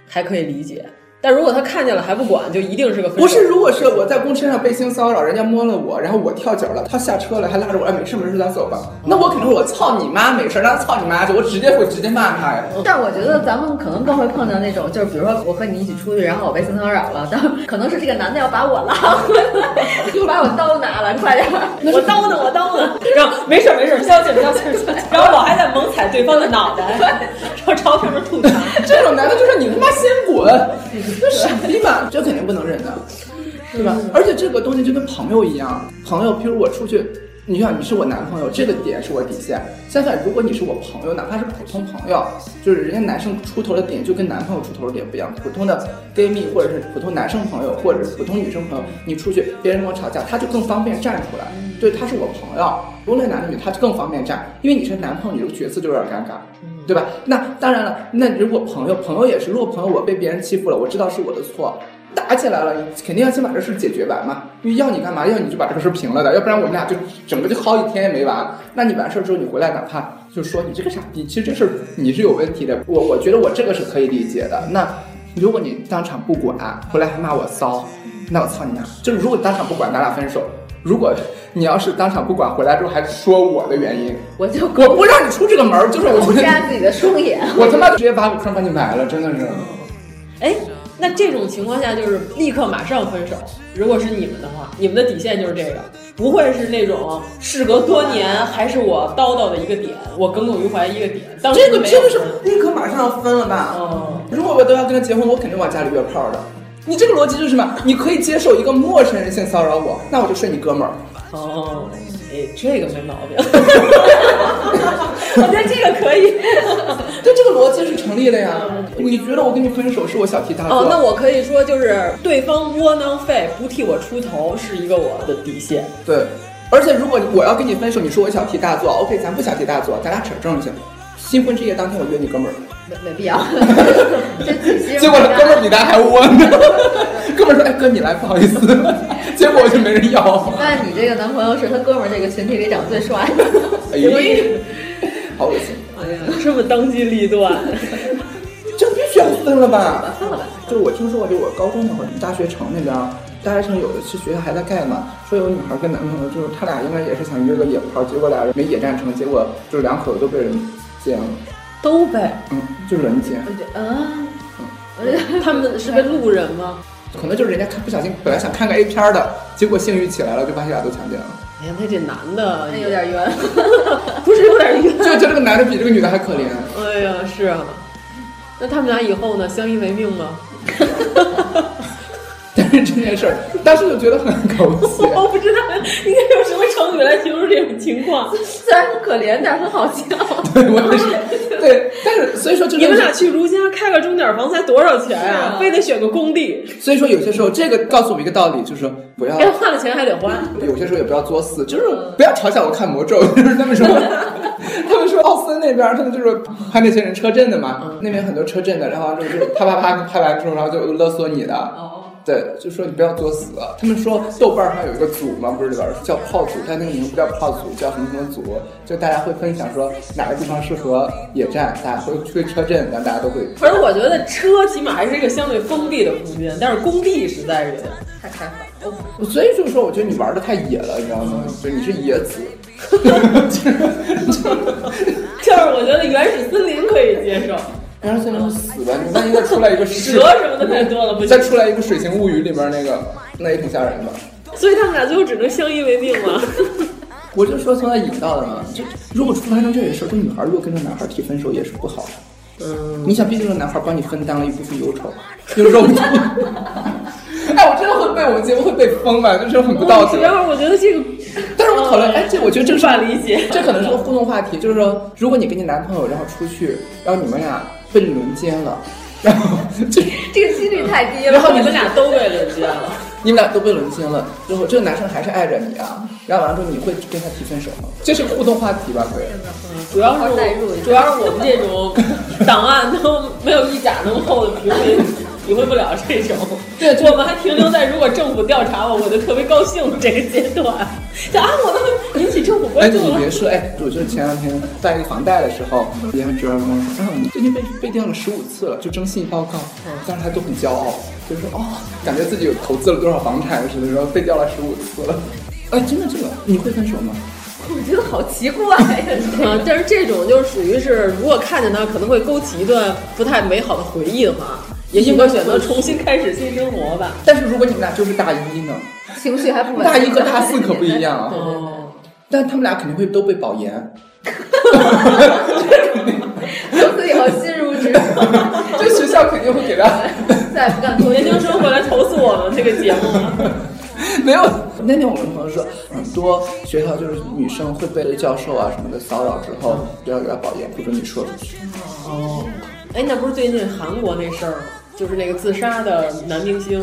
还可以理解。但如果他看见了还不管，就一定是个分手
不是，如果是我在公车上被性骚扰，人家摸了我，然后我跳脚了，他下车了，还拉着我，哎，没事没事，咱走吧。那我肯定是我操你妈，没事，那操你妈去，我直接会直接骂他呀。
但我觉得咱们可能更会碰到那种，就是比如说我和你一起出去，然后我被性骚扰了，但 可能是这个男的要把我拉回来， 又把我刀拿了，快点儿！
我刀呢，我刀呢。然后没事儿没事儿，消停消停。消停然后我还在猛踩对方的脑袋，然后朝上面吐痰。
这种男的就是你他妈先滚，这傻逼嘛，这肯定不能忍的，对吧？而且这个东西就跟朋友一样，朋友，譬如我出去。你想你是我男朋友，这个点是我底线。相反，如果你是我朋友，哪怕是普通朋友，就是人家男生出头的点就跟男朋友出头的点不一样。普通的 gay 蜜或者是普通男生朋友，或者是普通女生朋友，你出去别人跟我吵架，他就更方便站出来。对，他是我朋友，无论男的女，他就更方便站，因为你是男朋友，你这个角色就有点尴尬。对吧？那当然了，那如果朋友，朋友也是，如果朋友我被别人欺负了，我知道是我的错，打起来了，你肯定要先把这事解决完嘛。因为要你干嘛？要你就把这个事平了的，要不然我们俩就整个就耗一天也没完。那你完事儿之后，你回来哪怕就说你这个傻逼，其实这事儿你是有问题的，我我觉得我这个是可以理解的。那如果你当场不管，回来还骂我骚，那我操你妈！就是如果你当场不管，咱俩分手。如果你要是当场不管，回来之后还说我的原因，
我就
我不让你出这个门儿，就是我不让你
瞎自己的双眼。
我他妈直接把个坑把你埋了，真的是。
哎，那这种情况下就是立刻马上分手。如果是你们的话，你们的底线就是这个，不会是那种事隔多年还是我叨叨的一个点，我耿耿于怀一个点。当时
这个
没有
真的是立刻马上要分了吧？
哦，
如果我都要跟他结婚，我肯定往家里约炮的。你这个逻辑就是什么？你可以接受一个陌生人性骚扰我，那我就睡你哥们儿。
哦，哎，这个没毛病。
我觉得这个可以，
对，这个逻辑是成立的呀。你觉得我跟你分手是我小题大 做？
嗯哦，那我可以说就是对方窝囊废，不替我出头是一个我的底线。
对，而且如果我要跟你分手，你说我小题大做，OK，咱不小题大做，咱俩扯证去。新婚之夜当天，我约你哥们儿，
没没 必要。
结果哥们儿比咱还窝呢。 哥们儿说：“哎哥，你来，不好意思。” 结果我就没人要。
那你这个男朋友是他哥们儿这个群体里长得最帅的。
哎，好恶心！
哎呀，这么当机立断，
这必须要分了吧？
分了吧。
就是我听说过，就我高中那会儿，大学城那边，大学城有的是学校还在盖嘛，说有女孩跟男朋友，就是他俩应该也是想约个野炮，结果俩人没野战成，结果就是两口子都被人奸了，
都被
嗯，就人奸。
嗯，
他们是被路人吗？
可能就是人家看不小心，本来想看个 A 片儿的，结果性欲起来了，就把俩都强奸了。
哎呀，那这男的
那有点冤，
不是有点冤，
就就这个男的比这个女的还可怜。
哎呀，是啊。那他们俩以后呢？相依为命 吗？
但是这件事儿，当时就觉得很狗血。
我不知道应该用什么成语来形容这种情况。
虽然很可怜，但是很好笑。
对，我也是。对，但是所以 说，
你们俩去如家开个钟点房才多少钱啊？非得选个工地。
所以说，有些时候这个告诉我们一个道理，就是不要
该花的钱还得花。
有些时候也不要作死，就是不要嘲笑我看魔咒， 就是他们说。他们说奥森那边，他们就是拍那些人车震的嘛，嗯、那边很多车震的，然后就是啪啪啪拍完之后，然后就勒索你的。哦，对，就说你不要作死。他们说豆瓣上有一个组嘛，不是里边叫炮组，但那个名不叫炮组，叫什么什么组，就大家会分享说哪个地方适合野战，大家会去车震，然后大家都会。
反正我觉得车起码还是一个相对封闭的空间，但是工地实在是
太开放。
我所以就是说，我觉得你玩的太野了，你知道吗？就你是野子。
就是我觉得原始森林可以接受，
原始森林死 吧，你万一再出来一个
蛇什么的太多了，不
再出来一个《水形物语》里边那个，那也挺吓人的。
所以他们俩最后只能相依为命 了。
我就说从他引到的嘛，就如果出发生这个事儿，这女孩如果跟着男孩提分手也是不好的。嗯，你想，毕竟这个男孩帮你分担了一部分忧 愁，有肉体。哎，我真的会被我们节目会被封吧，就是很不道德。
然后我觉得这个，呃
但是我讨论，哎，这我觉得这是
法理解，
这可能是个互动话题，就是说，如果你跟你男朋友然后出去，然后你们俩被轮奸了，然后
这这个几率太低了，
然后你们俩都被轮奸了，
你们俩都被轮奸了，最后这个男生还是爱着你啊，然后完了之后你会跟他提分手吗？这是个互动话题吧？可以，
主要是主要是我们这种档案都没有一甲那么厚的平民。体会不了这种，
对，
我们还停留在如果政府调查我，我就特别高兴这个阶段。就啊，我都引起政府关注了。
哎，你别说，哎，我就前两天办一个房贷的时候，别人主任跟我说，嗯，你最近被被调了十五次了，就征信报告，当时他都很骄傲，就说哦，感觉自己有投资了多少房产似的，然后被调了十五次了。 哎，真的，这个你会分手吗？
我觉得好奇怪呀！
呃但是这种就是属于是，如果看见他，可能会勾起一段不太美好的回忆的话。也许会选择重新开始新生活吧。
但是如果你们俩就是大一呢，
情绪还不稳。
大一和大四可不一样啊。
哦。
但他们俩肯定会都被保研。
从此以后心如止水。
这学校肯定会给他。
再也不敢做
研究生回来投诉我们这个节目。
没有。那天我们朋友说，很多学校就是女生会被教授啊什么的骚扰之后，就要给她保研，不准你说出去。
哦。 哎，那不是最近韩国那事儿吗？就是那个自杀的男明星，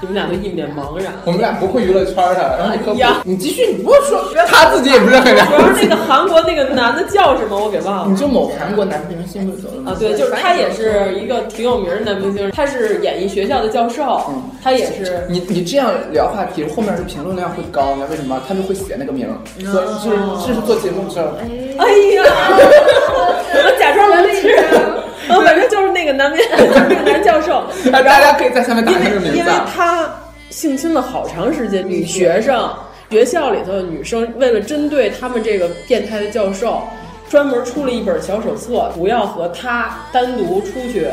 你们俩都一脸茫然。
我们俩不会娱乐圈的，然后哎呀，你继续，你不说他自己也不是很了 解。
主要是那个韩国那个男的叫什么，我给忘了。
你就某韩国男明星就走了
啊？对，就是他也是一个挺有名的男明星，他是演艺学校的教授，嗯、他也是。
你你这样聊话题，后面的评论量会高，那为什么？他们会写那个名，所以就是这是做节目这。
哎 呀，我假装没事。哦， 反正就是那个男男男教授，
哎大家可以在下面打
因
这个啊
名字。因为啊他性侵了好长时间女学生，学校里头的女生为了针对他们这个变态的教授，专门出了一本小手册，不要和他单独出去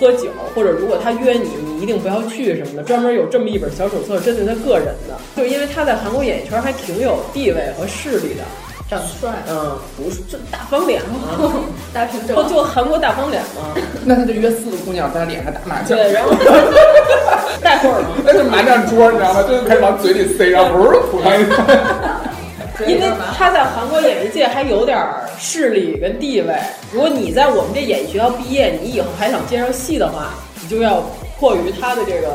喝酒，或者如果他约你，你一定不要去什么的。专门有这么一本小手册针对他个人的，就因为他在韩国演艺圈还挺有地位和势力的。
长得帅，
嗯，不是，就大方脸嘛，
大平头，
就韩国大方脸 嘛。
那他就约四个姑娘在他脸上打麻将，
对，然后 带会儿嘛，
那是麻将桌，你知道吗？就是开始往嘴 里塞，然后噗噗吐上去。
因为他在韩国演艺界还有点儿势力跟地位。如果你在我们这演艺学校毕业，你以后还想接上戏的话，你就要迫于他的这个。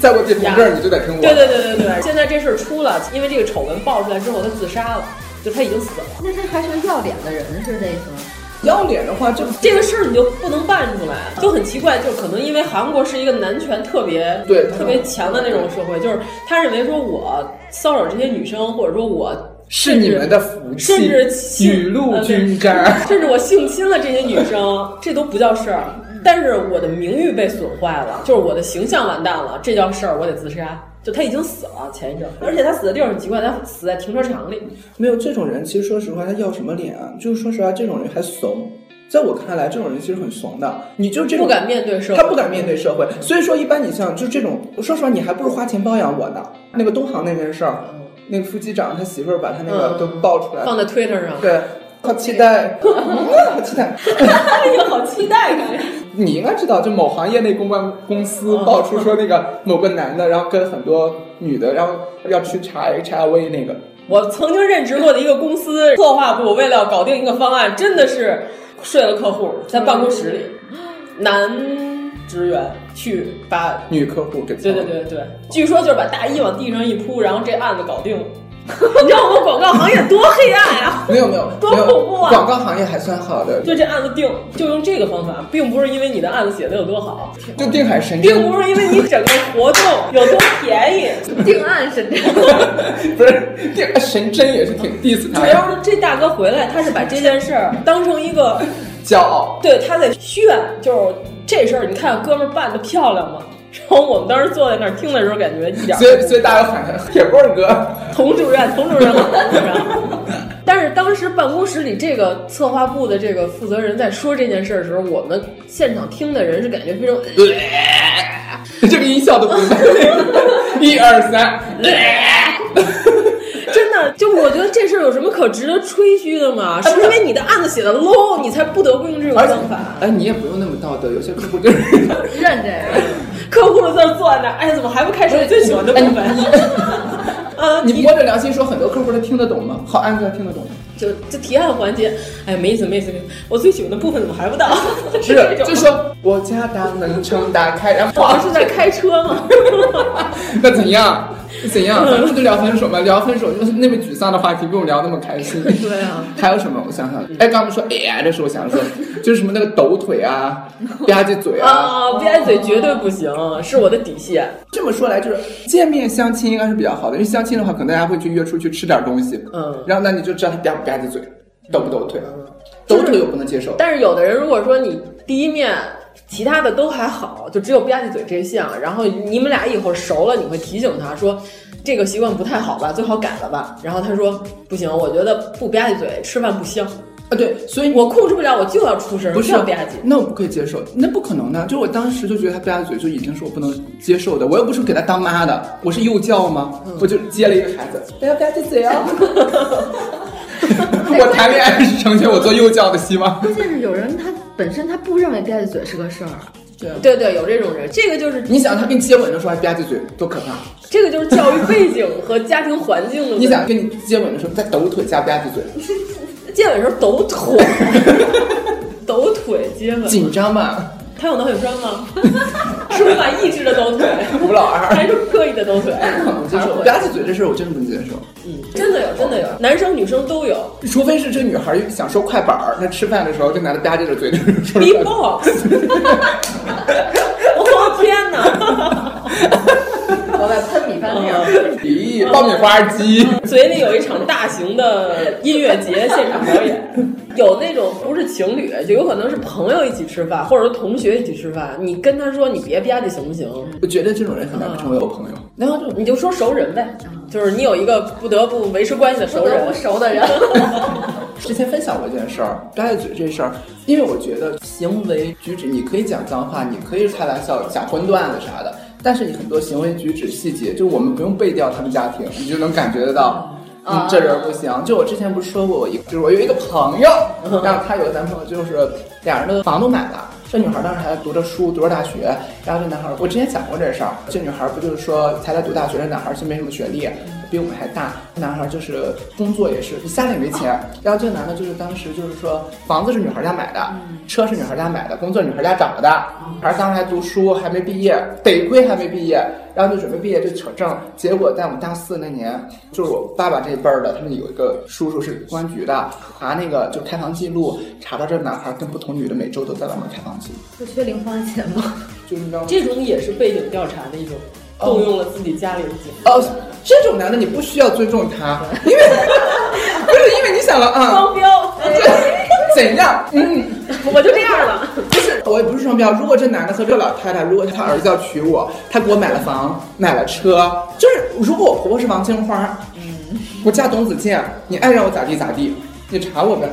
再过这凭证，你就得听我。
对对对对对，现在这事儿出了，因为这个丑闻爆出来之后，他自杀了，就他已经死了。
那他还是个要脸的人，是这意思吗？
要脸的话，就
这个事儿你就不能办出来，就很奇怪。就可能因为韩国是一个男权特别
对
特别强的那种社会，就是他认为说我骚扰这些女生，或者说我
是你们的福气，
甚至性呃
雨露均沾，
甚至我性侵了这些女生，这都不叫事儿。
嗯
但是我的名誉被损坏了，就是我的形象完蛋了，这叫事儿，我得自杀。就他已经死了，前一阵，而且他死的地儿很奇怪，他死在停车场里。
没有这种人，其实说实话，他要什么脸啊？就是说实话，这种人还怂。在我看来，这种人其实很怂的。你就这种
不敢面对社会，
他不敢面对社会。所以说，一般你像就这种，说实话，你还不如花钱包养我呢。那个东航那件事儿，那个副机长他媳妇儿把他那个都爆出来，
嗯放在推特上。
对，好期待，嗯好期待，
哎呀，好期待感。
你应该知道，就某行业内公关公司
嗯
爆出说那个某个男的，然后跟很多女的，然后要去查 HRV 那个。
我曾经任职过的一个公司策划部，为了要搞定一个方案，真的是睡了客户，在办公室里，
嗯
男职员去把
女客户给
对对对对，据说就是把大衣往地上一铺，然后这案子搞定了。 你知道我们广告行业多黑暗呀、啊！
没有没有，
多恐怖啊！
广告行业还算好的，
就这案子定，就用这个方法，并不是因为你的案子写的有多好，
就定海神
针，并不是因为你整个活动有多便宜，
定案神针
不是定神针也是挺 diss
嗯主要是这大哥回来，他是把这件事儿当成一个
骄傲，
对，他在炫，就是这事儿，你看哥们儿办的漂亮吗？然后我们当时坐在那儿听的时候，感觉一点。
所以，所以大家喊铁棍哥，
童主任，童主任，童主任。但是当时办公室里这个策划部的这个负责人在说这件事的时候，我们现场听的人是感觉非常，
呃、这个音效都不对， 一二三，
呃真的，就我觉得这事儿有什么可值得吹嘘的吗？呃是因为你的案子写的 low，你才不得不用这种方法。
哎，你也不用那么道德，有些客户就是
认这
嗯
个。
客户在那坐那，哎，怎么还不开始我最喜欢的部 分？呃
啊， 你摸着良心说，很多客户他听得懂吗？好案子他听得懂吗？
就就提案环节，哎，没意思，没意思，我最喜欢的部分怎么还不到？
是，就说我家大门常打开，然后
我们是在开车吗？
那怎样？怎样？咱们就聊分手吧，聊分手就是那么沮丧的话题，不用聊那么开心。
对啊，
还有什么？我想想，哎，刚不说 AI 的时候，我想说，就是什么那个抖腿啊，吧唧嘴啊，
啊，吧唧嘴绝对不行，是我的底线。
这么说来，就是见面相亲应该是比较好的，因为相亲的话，可能大家会去约出去吃点东西，
嗯，
然后那你就知道他吧不吧唧嘴，抖不抖腿，抖腿又不能接受。
但是有的人，如果说你第一面。其他的都还好，就只有吧唧嘴这一项。然后你们俩以后熟了，你会提醒他说，这个习惯不太好吧，最好改了吧。然后他说不行，我觉得不吧唧嘴吃饭不香。
啊，对，所以
我控制不了，我就要出声，
不是
要吧唧。
那我不可以接受，那不可能的。就我当时就觉得他吧唧嘴就已经是我不能接受的，我又不是给他当妈的，我是幼教吗？嗯、我就接了一个孩子，不要吧唧嘴哦。我谈恋爱是成全我做幼教的希望。
关键是有人他本身他不认为吧唧嘴是个事儿，
对
对对，有这种人，这个就是
你想他跟你接吻的时候还吧唧嘴，多可怕！
这个就是教育背景和家庭环境的。
你想跟你接吻的时候再抖腿加吧唧嘴，
接吻时候抖腿， 抖腿接吻，
紧张吧？
他有脑血栓吗？ 是无法抑制的抖腿，
吴老二
还是刻意的抖腿？
不能接受，吧唧嘴这事儿我真的不能接受。
嗯，真的有，真的有，男生女生都有，
除非是这女孩想说快板儿，那吃饭的时候就拿着吧唧着嘴说。
B box，我天哪！
我在喷米饭
嗯
粒，咦，爆米花机，
嘴里有一场大型的音乐节现场表演，有那种不是情侣，就有可能是朋友一起吃饭，或者是同学一起吃饭，你跟他说你别吧唧行不行？
我觉得这种人很难成为我朋友，
然后就你就说熟人呗，就是你有一个不得不维持关系的熟人，
不熟的人。
之前分享过一件事儿，吧唧嘴这事儿，因为我觉得行为举止，你可以讲脏话，你可以开玩笑、讲荤段子啥的，但是你很多行为举止细节，就是我们不用背调他们家庭，你就能感觉得到，嗯，这人不行。就我之前不是说过，我一就是我有一个朋友，然后她有个男朋友，就是俩人的房都买了。这女孩当时还读着书，读着大学，然后这男孩，我之前讲过这事儿。这女孩不就是说才在读大学，这男孩是没什么学历，比我们还大，男孩就是工作也是家里没钱，然后这个男的就是当时就是说房子是女孩家买的，车是女孩家买的，工作女孩家找的，而当时还读书还没毕业，得亏还没毕业，然后就准备毕业就扯证，结果在我们大四那年，就是我爸爸这辈儿的，他们有一个叔叔是公安局的，查那个就开房记录，查到这男孩跟不同女的每周都在外面开房记录，
不缺零花钱吗？
就是你知道吗？
这种也是背景调查的一种。动用了自己家里的钱
哦，这种男的你不需要尊重他，因为 不是因为你想了啊，
双标，
怎样？嗯，
我就这样了。
不是，我也不是双标。如果这男的和这老太太，如果他儿子要娶我，他给我买了房，买了车，就是如果我婆婆是王金花，嗯，我嫁董子健，你爱让我咋地咋地，你查我呗。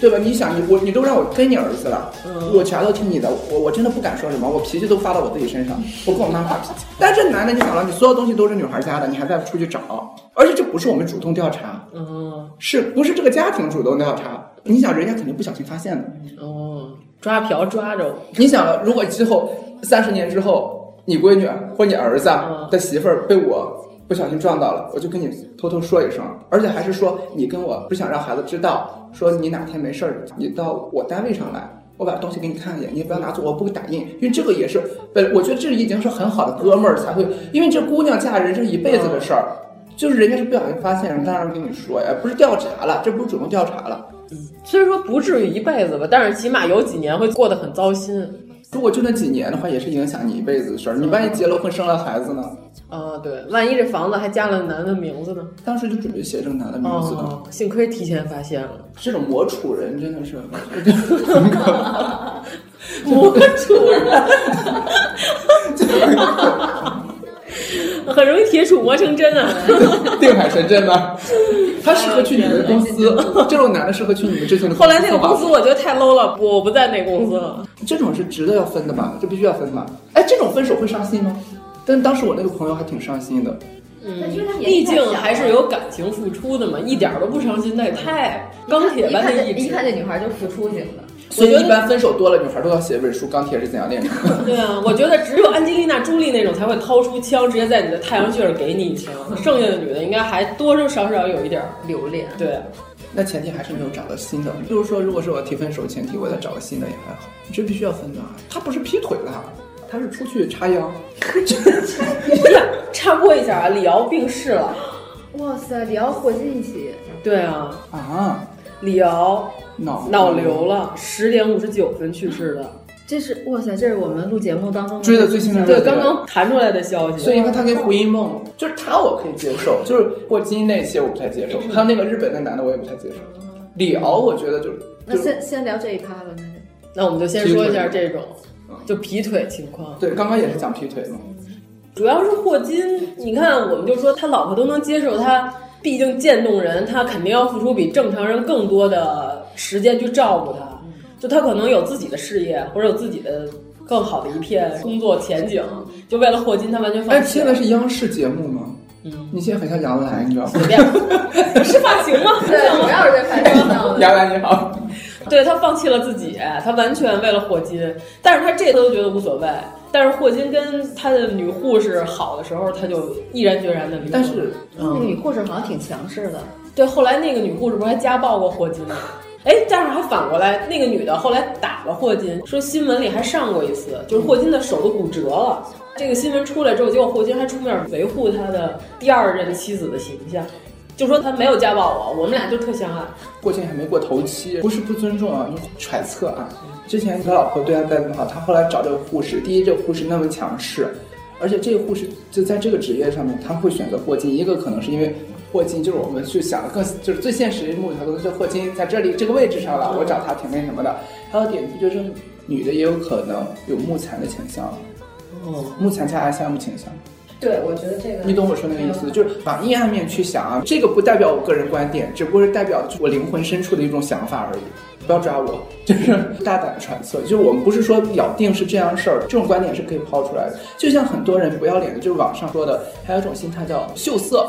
对吧？你想，你我你都让我跟你儿子了，我啥都听你的，我我真的不敢说什么，我脾气都发到我自己身上，我跟我妈发脾气。但是这男的，你想了，你所有东西都是女孩家的，你还再出去找，而且这不是我们主动调查，
嗯，
是不是这个家庭主动调查？你想，人家肯定不小心发现
的，哦，抓嫖抓着。
你想了，如果之后三十年之后，你闺女啊或你儿子的媳妇儿被我。不小心撞到了，我就跟你偷偷说一声，而且还是说你跟我不想让孩子知道，说你哪天没事儿，你到我单位上来，我把东西给你看一眼，你不要拿走，我不会打印，因为这个也是，本我觉得这已经是很好的哥们儿才会，因为这姑娘嫁人这一辈子的事儿，就是人家是不小心发现，当然跟你说呀，不是调查了，这不是主动调查了，
虽说不至于一辈子吧，但是起码有几年会过得很糟心。
如果就那几年的话，也是影响你一辈子的事儿。你万一结了婚，生了孩子呢？
啊、呃，对，万一这房子还加了男的名字呢？
当时就准备写这个男的名字的、
哦，幸亏提前发现 了。
这种磨杵人真的是，
磨杵人， 很容易铁杵磨成针啊！
定海神针呢？他适合去你们公司，这种男的适合去你们之前的。
哦后 来那个公司我觉得太 low 了，我不在那公司了。
这种是值得要分的吧？这必须要分
哦
吧？哎，这种分手会伤心吗？但当时我那个朋友还挺伤心的。
嗯，毕竟还是有感情付出的嘛，一点都不伤心，那也太钢铁般的
意志。一看这女孩就是付出型的。
所以一般分手多了，女孩都要写一本书《钢铁是怎样炼成的》。
对啊，我觉得只有安吉丽娜·朱莉那种才会掏出枪，直接在你的太阳穴上给你一枪。剩下的女的应该还多多少少有一点
留恋。
对，
那前提还是没有找到新的。就是说，如果是我提分手前提，我再找个新的也还好。这必须要分的，啊他不是劈腿了。啊他是出去插秧，
插播一下啊，李敖病逝了。
哇塞，李敖火进一起。
对啊，
啊，
李敖
脑
脑瘤了，十点五十九分去世的。
这是哇塞，这是我们录节目当中
追的最新的
对刚刚弹出来的消息。
所以你看他跟胡因梦，就是他我可以接受，就是霍金那些我不太接受，还有那个日本那男的我也不太接受。李敖我觉得就是
那先先聊这一趴吧，那就
那我们就先说一下这种。就劈腿情况，
对，刚刚也是讲劈腿嘛。
主要是霍金，你看，我们就说他老婆都能接受他，毕竟渐冻人，他肯定要付出比正常人更多的时间去照顾他。就他可能有自己的事业，或者有自己的更好的一片工作前景，就为了霍金，他完全放弃。
哎，现在是央视节目吗？
嗯，
你现在很像杨澜，你知道吗？
随便，不是发型吗？
对，不要再拍
嗯
照。
杨澜你好。
对他放弃了自己，他完全为了霍金，但是他这都觉得无所谓。但是霍金跟他的女护士好的时候，他就毅然决然的离婚。
但是、
嗯、那个女护士好像挺强势的。
对，后来那个女护士不是还家暴过霍金 吗？哎，但是还反过来，那个女的后来打了霍金，说新闻里还上过一次，就是霍金的手都骨折了。这个新闻出来之后，结果霍金还出面维护他的第二任妻子的形象。就说他没有家暴我，我们俩就特相爱。
霍金还没过头七，不是不尊重啊，揣测啊。之前他老婆对他待很好，他后来找这个护士，第一这个护士那么强势，而且这个护士就在这个职业上面，他会选择霍金。一个可能是因为霍金，就是我们去想的更就是最现实目的，可能是霍金在这里这个位置上了，我找他挺那什么的。还有点就是女的也有可能有慕残的倾向，
哦，
慕残加 SM 倾向。
对，我觉得这个
你懂我说那个意思，就是往阴暗面去想啊。这个不代表我个人观点，只不过是代表我灵魂深处的一种想法而已。不要抓我， 就是大胆揣测。就是我们不是说咬定是这样事儿，这种观点是可以抛出来的。就像很多人不要脸的，就是网上说的，还有一种心态叫羞涩，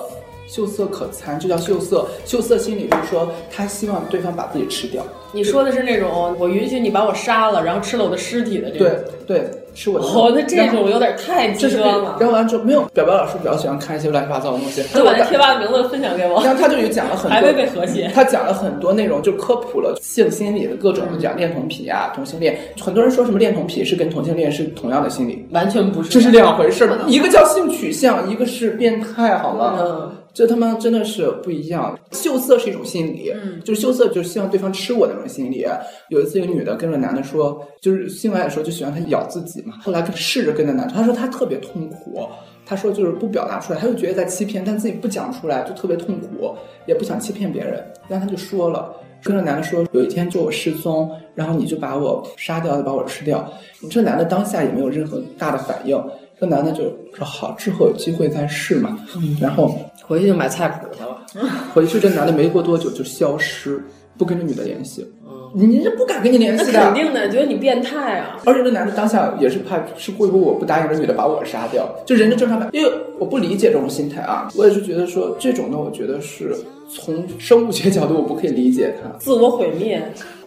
羞涩可餐，这叫羞涩。羞涩心理就是说他希望对方把自己吃掉。
你说的是那种我允许你把我杀了，然后吃了我的尸体的这
种。对对。是我的。
哦，那这种有点太
这
极
是
端了。
然后完之后没有，表白老师比较喜欢看一些乱七八糟的东西。
就把那贴吧的名字分享给我。
然后他就有讲了很多，嗯
还没被和谐。
他讲了很多内容，就科普了性心理的各种，
嗯
讲恋童癖啊、同性恋。很多人说什么恋童癖是跟同性恋是同样的心理，
完全不是，
这是两回事儿。一个叫性取向，一个是变态，好吗？
嗯
这他妈真的是不一样。羞涩是一种心理，
嗯
就是羞涩就是希望对方吃我的那种心理。有一次，一个女的跟着男的说，就是性爱的时候就喜欢他咬自己嘛。后来试着跟着男的，他说他特别痛苦，他说就是不表达出来，他就觉得在欺骗，但自己不讲出来就特别痛苦，也不想欺骗别人，但他就说了。跟着男的说，有一天就我失踪，然后你就把我杀掉，把我吃掉。这男的当下也没有任何大的反应，这男的就说好，之后有机会再试嘛。然后
回去就买菜谱去了。
回去这男的没过多久就消失，不跟这女的联系。你这不敢跟你联
嗯那
系
肯
的。
定的，觉得你变态啊！
而且这男的当下也是怕，是会不会我不答应这女的把我杀掉？就人的正常反应，因为我不理解这种心态啊，我也是觉得说这种呢，我觉得是从生物学角度我不可以理解他，
自我毁灭，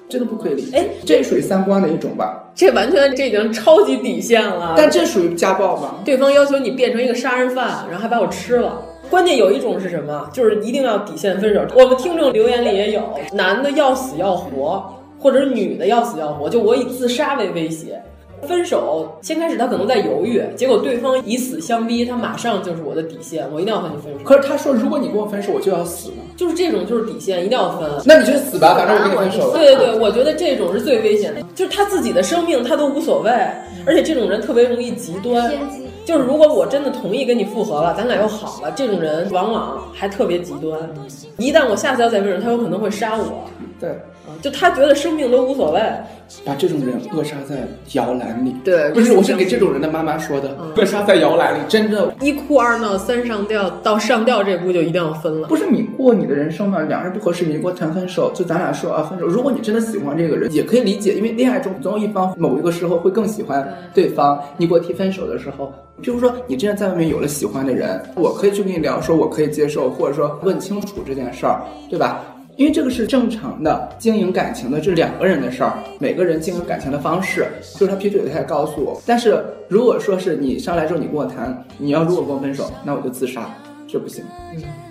真的不可以理解。哎，这属于三观的一种吧？
这完全这已经超级底线了。
但这属于家暴吗？
对方要求你变成一个杀人犯，然后还把我吃了。关键有一种是什么？就是一定要底线分手。我们听众留言里也有，男的要死要活，或者是女的要死要活，就我以自杀为威胁。分手先开始他可能在犹豫，结果对方以死相逼，他马上就是我的底线，我一定要和你分手。
可是他说，如果你跟我分手，我就要死呢。
就是这种就是底线，一定要分。
那你就死吧，反正我跟你分手了。
对对对，我觉得这种是最危险的，就是他自己的生命他都无所谓，而且这种人特别容易极端。就是如果我真的同意跟你复合了，咱俩又好了，这种人往往还特别极端。一旦我下次要再分手，他有可能会杀我。
对，
就他觉得生命都无所谓。
把这种人扼杀在摇篮里。
对
不是，我是给这种人的妈妈说的，扼杀在摇篮里，真的
一哭二闹三上吊，到上吊这步就一定要分了。
不是你过你的人生嘛，两人不合适，你给我谈分手，就咱俩说啊分手。如果你真的喜欢这个人，也可以理解，因为恋爱中总有一方某一个时候会更喜欢对方。你给我提分手的时候，譬如说你真的在外面有了喜欢的人，我可以去跟你聊，说我可以接受，或者说问清楚这件事儿，对吧？因为这个是正常的经营感情的，这是两个人的事儿，每个人经营感情的方式，就是他劈腿的，他也告诉我。但是如果说是你上来之后你跟我谈，你要如果跟我分手，那我就自杀，这不行。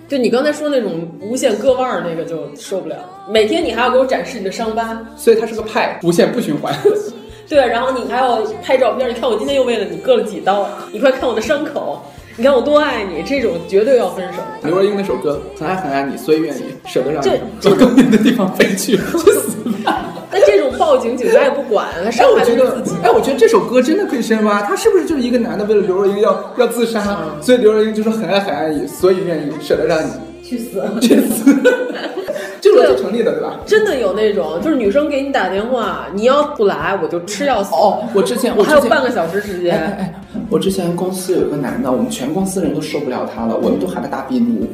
就你刚才说那种无限割腕儿那个就受不了，每天你还要给我展示你的伤疤，
所以他是个派，无限不循 环。
对，然后你还要拍照片，你看我今天又为了你割了几刀，你快看我的伤口，你看我多爱你，这种绝对要分手。
刘若英那首歌《很爱很爱你》，所以愿意舍得让你
这
往更远的地方飞 去。
那这种报警，警察也不管，他
哎，
伤
我
害的
觉
是
得
自己。，
哎，我觉得这首歌真的可以深挖，他是不是就是一个男的为了刘若英要要自杀，
嗯
所以刘若英就说很爱很爱你，所以愿意舍得让你
去死！
去 死， 这个是成立的，对吧？
真的有那种，就是女生给你打电话，你要不来我就吃药死。哦，
我之前
我
我
还有
之前哎
半个小时时间。
我之前公司有一个男的，我们全公司人都受不了他了，我们都喊他大 逼奴。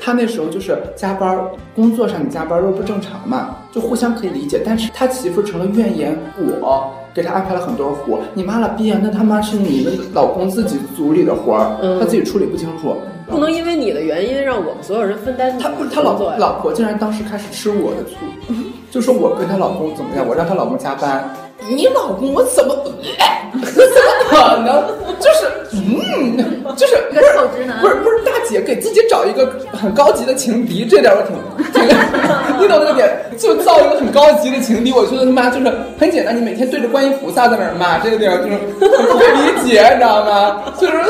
他那时候就是加班，工作上你加班又不正常嘛，就互相可以理解。但是他媳妇成了怨言我。给他安排了很多活，你妈了逼啊！那他妈是你们老公自己组里的活儿，他自己处理不清楚。
嗯不能因为你的原因让我们所有人分担你的工
他
作呀。
老老婆竟然当时开始吃我的醋，就说我跟她老公怎么样，我让她老公加班，你老公我怎么，哎怎么可能？就是嗯，就是
一个臭直男
不是不是大姐给自己找一个很高级的情敌，这点我挺，挺 你懂那个点，就造一个很高级的情敌，我觉得他妈就是很简单，你每天对着观音菩萨在那儿骂，这个点儿就是很不可理解，你知道吗？所以说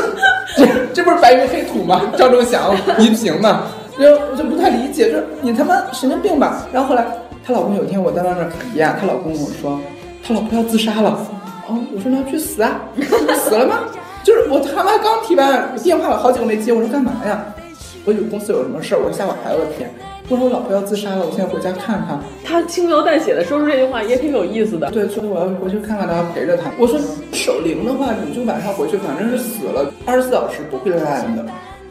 这这不是白云黑土吗？赵忠祥、倪萍嘛，然后我就不太理解，就是你他妈神经病吧？然后后来她老公有一天我在那儿体验，她老公跟我说，她老婆要自杀了。哦，我说那要去死啊，死了吗？ 就是我他妈刚提完电话，我好久没接，我说干嘛呀？我有公司有什么事儿，我一下我还有个天，我说我老婆要自杀了，我现在回家看看。
他轻描淡写的说出这句话也挺有意思的。
对，所以我要回去看看她，陪着她。我说守灵的话，你就晚上回去，反正是死了，二十四小时不会烂的。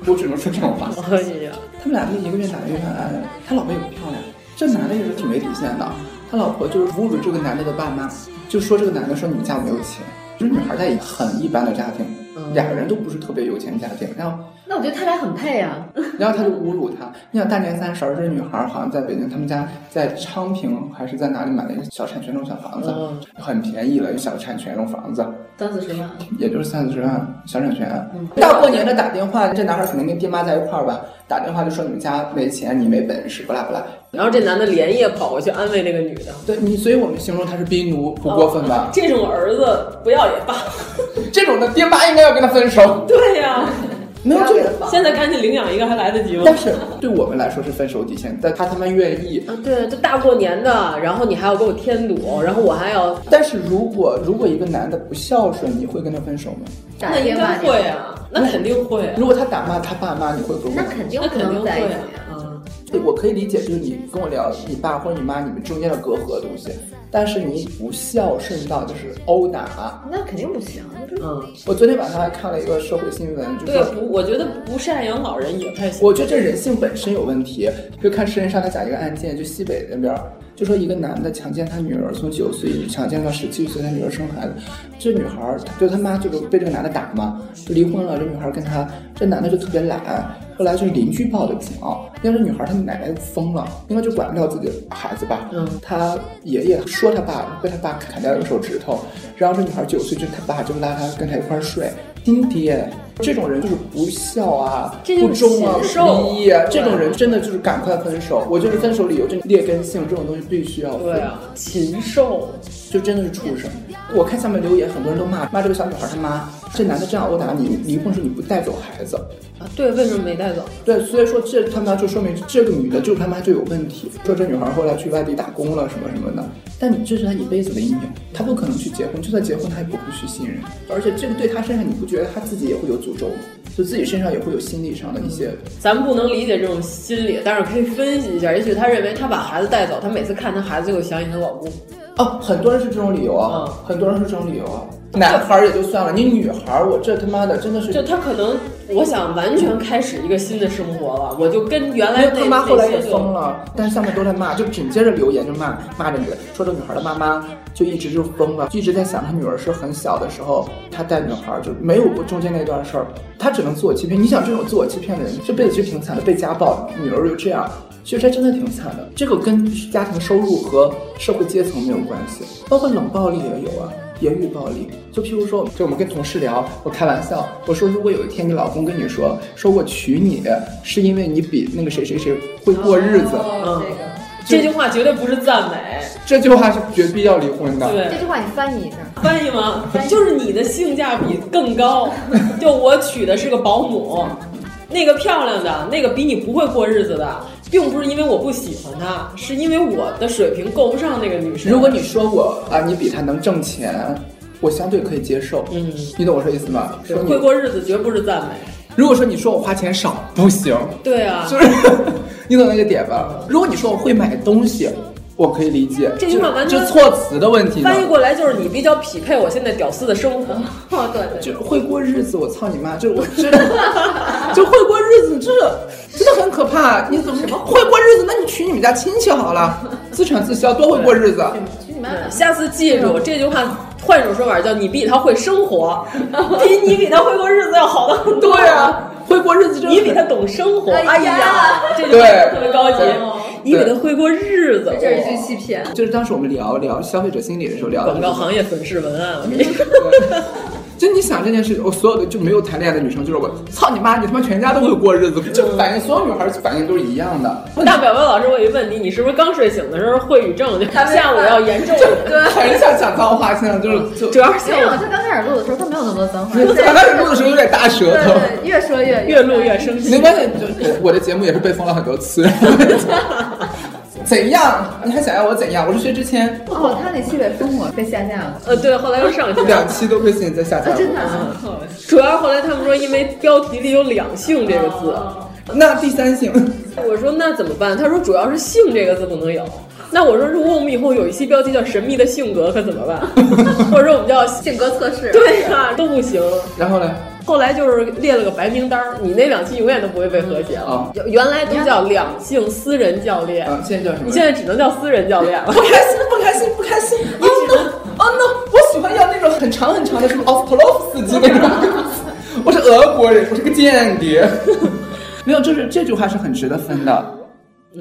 我只能说这种话。
哎呀，
他们俩就一个愿打一个愿挨，他老婆也不漂亮，这男的也是挺没底线的。他老婆就是侮辱这个男的的爸妈，就说这个男的说你们家没有钱，就是女孩在很一般的家庭，俩人都不是特别有钱家庭，然后
那我觉得他俩很配啊。
然后他就侮辱她。你想大年三十儿，这女孩儿好像在北京，他们家在昌平还是在哪里买了一个小产权那种小房子，
嗯
很便宜了，小产权那种房子，
三四十万，
也就是三四十万小产权。大过年的打电话，这男孩儿肯定跟爹妈在一块儿吧，打电话就说你们家没钱，你没本事，不啦不啦。
然后这男的连夜跑过去安慰那个女的，
对你，所以我们形容他是逼奴，不过分吧？
这种儿子不要也罢。
这种的爹妈应该要跟他分手。
对呀、
没有这个，
现在赶紧领养一个还来得及吗？
但是对我们来说是分手底线，但他他妈愿意。
啊，对，这大过年的，然后你还要给我添堵，然后我还要，
但是如果如果一个男的不孝顺，你会跟他分手吗？
那应该会啊，那肯定会啊。
如果他打骂他爸妈，你会不会？
那肯定
那肯定
不能
会
在一起
啊。
对，我可以理解，就是你跟我聊你爸或者你妈你们中间的隔阂的东西，但是你不孝顺到就是殴打。
那肯定不行。
嗯，
我昨天晚上还看了一个社会新闻，就是
对
说，
不，我觉得不赡养老人也配死。
我觉得这人性本身有问题。就看《世人上》他讲一个案件，就西北那边儿，就说一个男的强奸他女儿，从九岁强奸到十七岁，他女儿生孩子。这女孩儿就他妈就是被这个男的打嘛，就离婚了。这女孩儿跟他，这男的就特别懒。后来就是邻居报的警，因为这女孩儿她奶奶疯了，应该就管不了自己的孩子吧。
嗯，
她爷爷说她爸被她爸砍掉一个手指头，然后这女孩儿九岁，就她爸就拉她跟她一块儿睡，丁爹。这种人就是不孝啊，
这就是
不忠啊，
禽兽
不义啊，这种
对
人真的就是赶快分手。我就是分手理由，就是劣根性这种东西必须要分
对啊，禽兽，
就真的是畜生。我看下面留言，很多人都骂骂这个小女孩她妈，这男的这样殴打你，离婚时你不带走孩子，
啊对，为什么没带走？
对，所以说这他妈就说明这个女的就是他妈就有问题。说这女孩后来去外地打工了什么什么的，但你这是她一辈子的阴影，她不可能去结婚，就算结婚她也不会去信任，而且这个对她身上，你不觉得她自己也会有诅咒吗？就自己身上也会有心理上的一些
咱们不能理解这种心理，但是可以分析一下。也许他认为他把孩子带走，他每次看他孩子就会想起他老公。
哦，很多人是这种理由啊，
嗯
很多人是这种理由啊。男孩儿也就算了，你女孩儿，我这他妈的真的是
就他可能，我想完全开始一个新的生活了，我就跟原来
因为
那
他妈后来也
那些就
疯了，但是下面都在骂，就紧接着留言就骂骂这女的，说这女孩的妈妈就一直就疯了，一直在想她女儿是很小的时候，她带女孩就没有过中间那段事儿，她只能自我欺骗。你想这种自我欺骗的人，这辈子就挺惨的，被家暴，女儿又这样，其实这真的挺惨的。这个跟家庭收入和社会阶层没有关系，包括冷暴力也有啊。言语暴力，就譬如说，就我们跟同事聊，我开玩笑，我说如果有一天你老公跟你说，说我娶你是因为你比那个谁谁谁会过日子，
嗯，这句话绝对不是赞美，
这句话是绝逼要离婚的。
对
这句话你翻译一下，
翻译吗？就是你的性价比更高。就我娶的是个保姆，那个漂亮的，那个比你不会过日子的，并不是因为我不喜欢她，是因为我的水平够不上那个女生。
如果你说我啊，你比他能挣钱，我相对可以接受。
嗯，
你懂我说意思吗？
对
说你
会过日子，绝不是赞美。
如果说你说我花钱少，不行，
对啊，
就是 你懂那个点吧？如果你说我会买东西，我可以理解。
这句话完全
就措辞的问题呢。
翻译过来就是你比较匹配我现在屌丝的生活。
哦对对，
就会过日子，我操你妈！就是我真的， 就会过日子，真的真的很可怕。你怎么会过日子？那你娶你们家亲戚好了，自产自销，多会过日子。
去你妈！
下次记住这句话，换一种说法叫你比他会生 活，比你比他会过日子要好的很多。
对啊，会过日子真的
你比他懂生活。
哎
哎
呀
呀，这句话特别高级。你比他会过日子。
这是一句欺骗。
就是当时我们聊聊消费者心理的时候聊的
广告行业粉饰文案，我跟你说
就你想这件事，我哦所有的就没有谈恋爱的女生，就是我操你妈，你他妈全家都会过日子，就反应所有女孩反应都是一样的，
大表哥老师，我有一问题，你是不是刚睡醒的时候会语症，就下午要严重？
很想讲脏话，现在就是就
主要是
没有，他刚开始录的时候他没有那么多脏话， 对
刚开始录的时候有点大舌头，
对，越说越
越录越生
没
气。
关系，就我我的节目也是被封了很多次。 怎样？你还想要我怎样？我入学之前
哦，他那期被封过，被下架了。
呃，对，后来又上去了。
两期都被现在下架
啊，真的
了。
啊，
主要后来他们说，因为标题里有“两性”这个字，
那第三性，
我说那怎么办？他说主要是“性”这个字不能有。那我说如果我们以后有一期标题叫“神秘的性格”，可怎么办？ 或者说我们叫
性格测试。
对呀、都不行。
然后呢？
后来就是列了个白名单儿，你那两期永远都不会被和谐了。
啊
原来都叫两性私人教练，
啊，现在叫什么？
你现在只能叫私人教练了
不。开心，不开心，Oh 不开心。哦 no，哦 no，我喜欢要那种很长很长的，什么 off p l o 司机那种。国人，我是个间谍。 没有，就是这句话是很值得分的。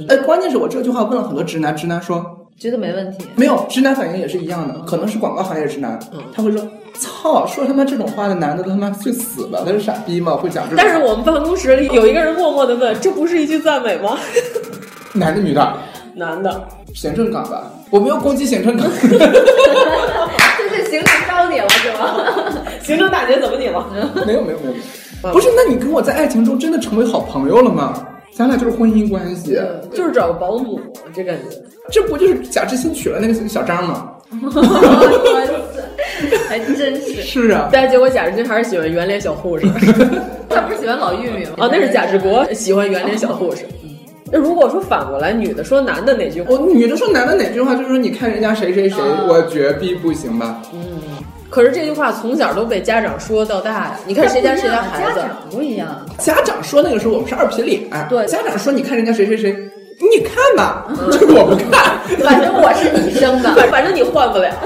哎，关键是我这句话问了很多直男，直男说
觉得没问题。
没有，直男反应也是一样的，可能是广告行业直男，他会说：“操，说他妈这种话的男的都他妈去死吧，他是傻逼吗？会讲这种话。”
但是我们办公室里有一个人默默的问：“这不是一句赞美 吗
男的女的，？”
男的，
行政岗吧，我没有攻击行政岗。
这是行政招你了是吗？
行政大姐怎么你了？
没有没有没有，不是？那你跟我在爱情中真的成为好朋友了吗？咱俩就是婚姻关系，
就是找个保姆，这感觉。
这不就是贾志新娶了那个小张吗？
还真是。
是啊，
但结果贾志军还是喜欢圆脸小 护士。
他不是喜欢老玉米吗？
哦，那是贾志国喜欢圆脸小护士。嗯那如果说反过来，女的说男的哪句
我女的说男的哪句话，就是说你看人家谁谁谁，我绝逼不行吧？
可是这句话从小都被家长说到大呀。你看谁家谁家孩子
家，长不一样，
家长说那个时候我们是二皮脸，
对
哎
嗯
家长说你看人家谁谁谁，你看吧，这个我不看。
反正我是你生的。
反反正你换不了。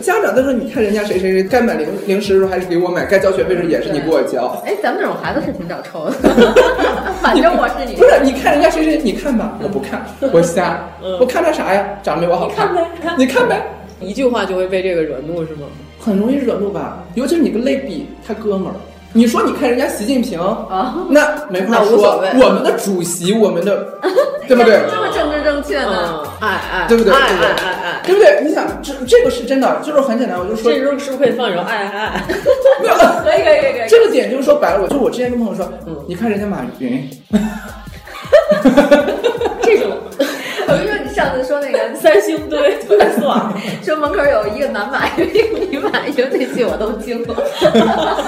家长都说你看人家谁谁谁，该买零零食的时候还是给我买，该交学费的时候也是你给我交。
哎，咱们这种孩子是挺找 抽的。反正我是你嗯
不是，你看人家谁谁，你看吧，我不看，我瞎，我看他啥呀？长得没我好看，你看呗，
一句话就会被这个惹怒是吗？
很容易惹怒吧？尤其是你跟类比他哥们儿，你说你看人家习近平，
啊，
那没
那
话
无
说
所谓，
我们的主席，我们的，对 不对？
这么政治正确
嗯
呢？，
爱爱，
对不对？
爱
对不对
爱爱爱。
对不对？你想，这这个是真的，就是很简单，我就说
这时候是不是可以放一首《爱爱爱》？
没有。
可以可以可以可以。
这个点就是说白了，我就我之前跟朋友说，嗯你看人家马云，
这种
我跟你说，你上次说那个
三星堆特别算。
说门口有一个男马云，一个女马云，那句我都惊了。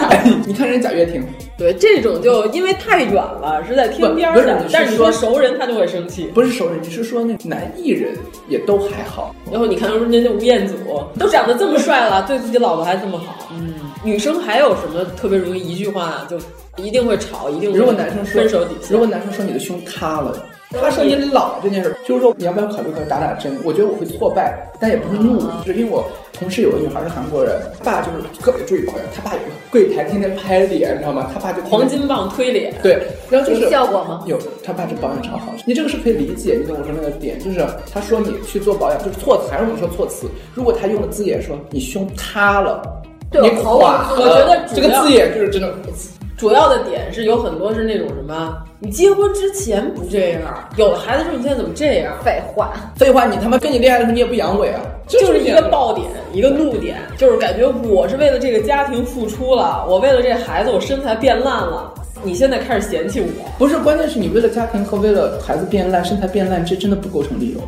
哎，你看人家贾跃亭，
对，这种就因为太远了，是在天边
不不是
的
你。是
但是你说
说
熟人，他就会生气。
不是熟人，你是说那男艺人也都还好，
然后你看人家那吴彦祖都长得这么帅了，对自己老婆还这么好，嗯，女生还有什么特别容易一句话就一定会吵，一定会
如果男生说
分手底线，
如果男生说你的胸塌了，他说你老了这件事儿，就是说你要不要考虑给我打打针？我觉得我会挫败，但也不会怒，就是因为我同事有个女孩是韩国人，爸就是特别注意保养，他爸有个柜台天天拍脸，你知道吗？他爸就天天
黄金棒推脸，
对，然后就是
有效果吗
有，他爸这保养超好，你这个是可以理解。你懂我说那个点，就是他说你去做保养，就是措辞，还是我们说措辞？如果他用的字眼说你胸塌了，
对
你
我头
垮了，
我觉得主
这个
要
字眼就是 真的。
主要的点是有很多是那种什么，你结婚之前不这样，有了孩子之后你现在怎么这样？
废话，
废话，你他妈跟你恋爱的时候你也不阳痿啊，这
就是
是
一个爆点，一个怒点，就是感觉我是为了这个家庭付出了，我为了这孩子，我身材变烂了，你现在开始嫌弃我，
不是，关键是你为了家庭和为了孩子变烂、身材变烂，这真的不构成理由。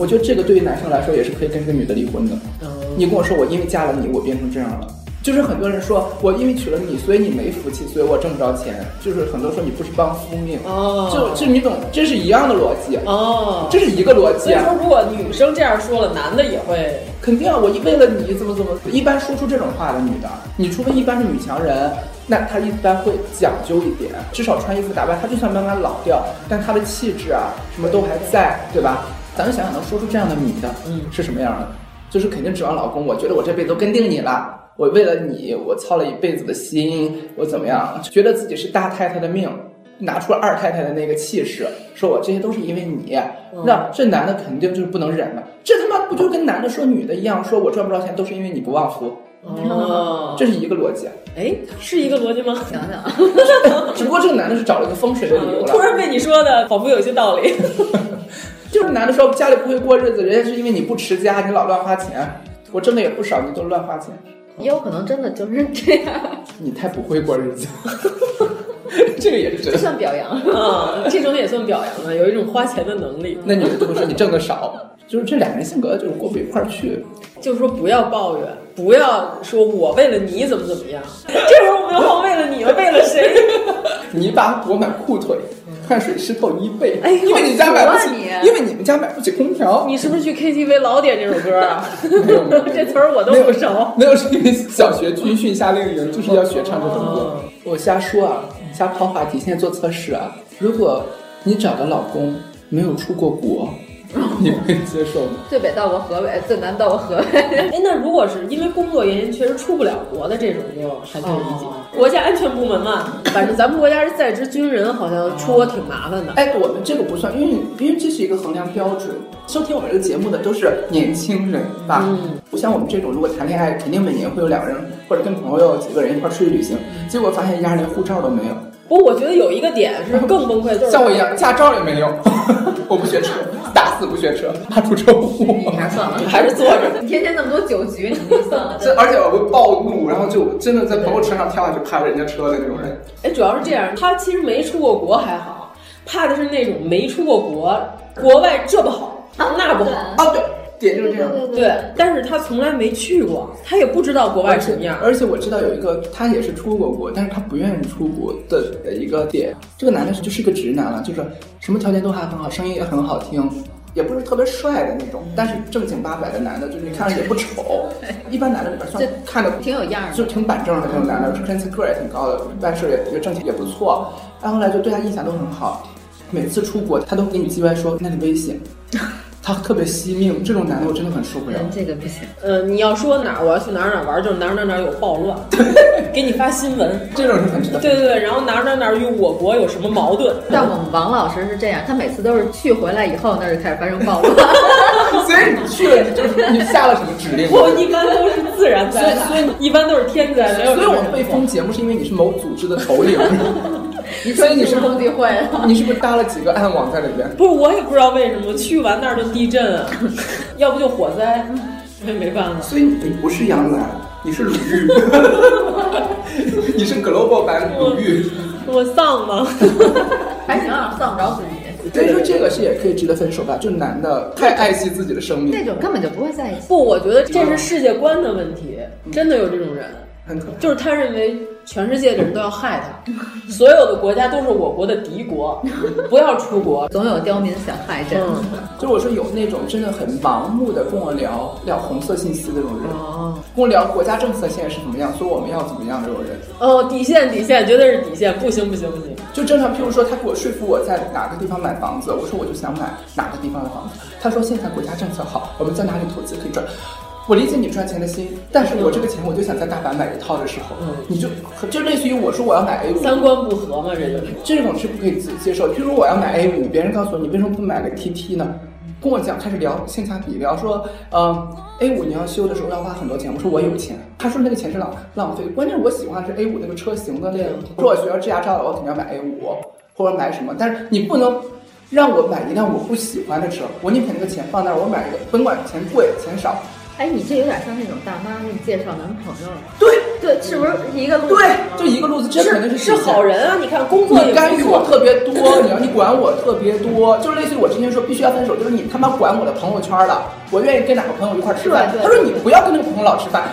我觉得这个对于男生来说也是可以跟这个女的离婚的。
哦
你跟我说我因为嫁了你，我变成这样了。就是很多人说我因为娶了你，所以你没福气，所以我挣不着钱。就是很多说你不是帮夫命，
哦
就就你懂，这是一样的逻辑，啊
哦，
这是一个逻
所
辑
以
啊
说，。如果女生这样说了，男的也会
肯定啊，我为了你怎么怎么，一般说出这种话的女的，你除非一般是女强人，那她一般会讲究一点，至少穿衣服打扮，她就算慢慢老掉，但她的气质啊什么都还在，对吧？咱们想想能说出这样的女的，嗯，是什么样的？就是肯定指望老公，我觉得我这辈子都跟定你了。我为了你，我操了一辈子的心，我怎么样？觉得自己是大太太的命，拿出了二太太的那个气势，说我这些都是因为你，
嗯
那这男的肯定就是不能忍了。这他妈不就跟男的说女的一样，说我赚不着钱都是因为你不旺夫，
哦，
这是一个逻辑。啊
哎，是一个逻辑吗？
想想，
只不过这个男的是找了一个风水的理由
嗯突然
了，
被你说的仿佛有些道 理，
就是男的说家里不会过日子，人家是因为你不持家，你老乱花钱，我挣的也不少，你都乱花钱，
也有可能真的就是这样，
你太不会过日子。 这个也是真
这
的。
算表扬。
嗯，这种也算表扬了，有一种花钱的能力。
那女的就会说你挣的少，就是这两个人性格就是过不一块儿去。
就是说不要抱怨，不要说我为了你怎么怎么样， 这时候我们要为了你了，为了谁？
泥巴裹满裤腿，汗水湿透衣背。
哎呦
因为你家买不
好
起
苦啊，你
因为你们家买不起空 调。
你是不是去 KTV 老点这首歌啊？
没有没有
这词儿我都
没有
不熟。
没有是因为小学军训夏令营就是要学唱这种
哦
歌。我瞎说啊，瞎抛话题。现在做测试啊，如果你找的老公没有出过国，你会接受吗？
最北到过河北，最南到过河北。
哎，那如果是因为工作原因确实出不了国的这种，就还可以理解。国家安全部门嘛，反正咱们国家是在职军人，好像出国挺麻烦的。
哎，我们这个不算，因为因为这是一个衡量标准。收听我们这个节目的都是年轻人吧？嗯，不像我们这种，如果谈恋爱，肯定每年会有两个人或者跟朋友几个人一块儿出去旅行，结果发现一家连护照都没有。
不，我觉得有一个点是更崩溃，就是
像我一样，驾照也没有， 我不学车，打死不学车，怕出车祸。
哦
你还算了，
还是坐着。
你天天那么多酒局，你就算了。
这而且我会暴怒，然后就真的在朋友车上跳下去趴人家车的那种人。
哎，主要是这样，他其实没出过国还好，怕的是那种没出过国，国外这不好那不好
啊，对。点就是这样，
对，但是他从来没去过，他也不知道国外什么样。
而且我知道有一个，他也是出过国，但是他不愿意出国的的一个点。这个男的就是个直男了，就是什么条件都还很好，声音也很好听，也不是特别帅的那种，但是正经八百的男的，就是你看着也不丑。一般男的里边算看着
挺有样儿，
就挺板正的那种男的，看起来个儿也挺高的，办事也也挣钱也不错。然后来就对他印象都很好，每次出国他都给你叽歪说那里危险。他特别惜命，这种男的我真的很受不了。
嗯这个不行。
呃，你要说哪儿，我要去哪儿哪儿玩，就是哪儿哪儿哪儿有暴 乱，给你发新闻，
这种是很值得。
对对对，然后哪儿哪儿哪儿与我国有什么矛盾？
但我们王老师是这样，他每次都是去回来以后，那就开始发生暴乱。
所以你去了，你就是你下了什么指令？
我一般都是自然灾害，所以一般都是天灾，没有。
所以我们被封节目是因为你是某组织的头 领。
你说你是共济会，
你是不是搭了几个暗网在里边？
不是，我也不知道为什么，去完那儿就地震 啊，要不就火灾，那没办法。
所以你不是杨澜，你是鲁 豫，你是 global 版鲁豫。
我丧吗？
还行啊，丧不着自己。
所以说这个是也可以值得分手吧，就男的太爱惜自己的生命，
那种根本就不会在一起。
不，我觉得这是世界观的问题，真的有这种人，
很可怕。
就是他认为。全世界的人都要害他， 所有的国家都是我国的敌 国，不要出国，
总有刁民想害朕。
嗯、就我说有那种真的很盲目的跟我聊聊红色信息的这种人，
嗯
哦、跟我聊国家政策现在是什么样，所以我们要怎么样这种人。
哦，底线底线绝对是底线，不行不行不行。
就正常，譬如说他给我说服我在哪个地方买房子，我说我就想买哪个地方的房子，他说现在国家政策好，我们在哪里投资可以赚。我理解你赚钱的心，但是我这个钱我就想在大阪买一套的时候，嗯、你就就类似于我说我要买 A 五，
三观不合嘛，这就是
这种是不可以接受。譬如我要买 A 五，别人告诉我你为什么不买个 TT 呢？跟我讲，开始聊性价比，聊说，呃，A 五你要修的时候要花很多钱。我说我有钱，他说那个钱是浪浪费。关键我喜欢是 A 五那个车型的那个，说我学校制驾照了，我肯定要买 A 五或者买什么，但是你不能。让我买一辆我不喜欢的车，我宁可那个钱放那儿，我买一个，甭管钱贵钱少。
哎，你这有点像那种大妈给你介绍男朋友。
对
对，是不是一个路？哎
对，就一个路子，这肯定
是
是
好人啊！你看工作
你干预我特别多，你要你管我特别多，就类似于我之前说必须要分手，就是你他妈管我的朋友圈了，我愿意跟哪个朋友一块吃饭，他说你不要跟那个朋友老吃饭，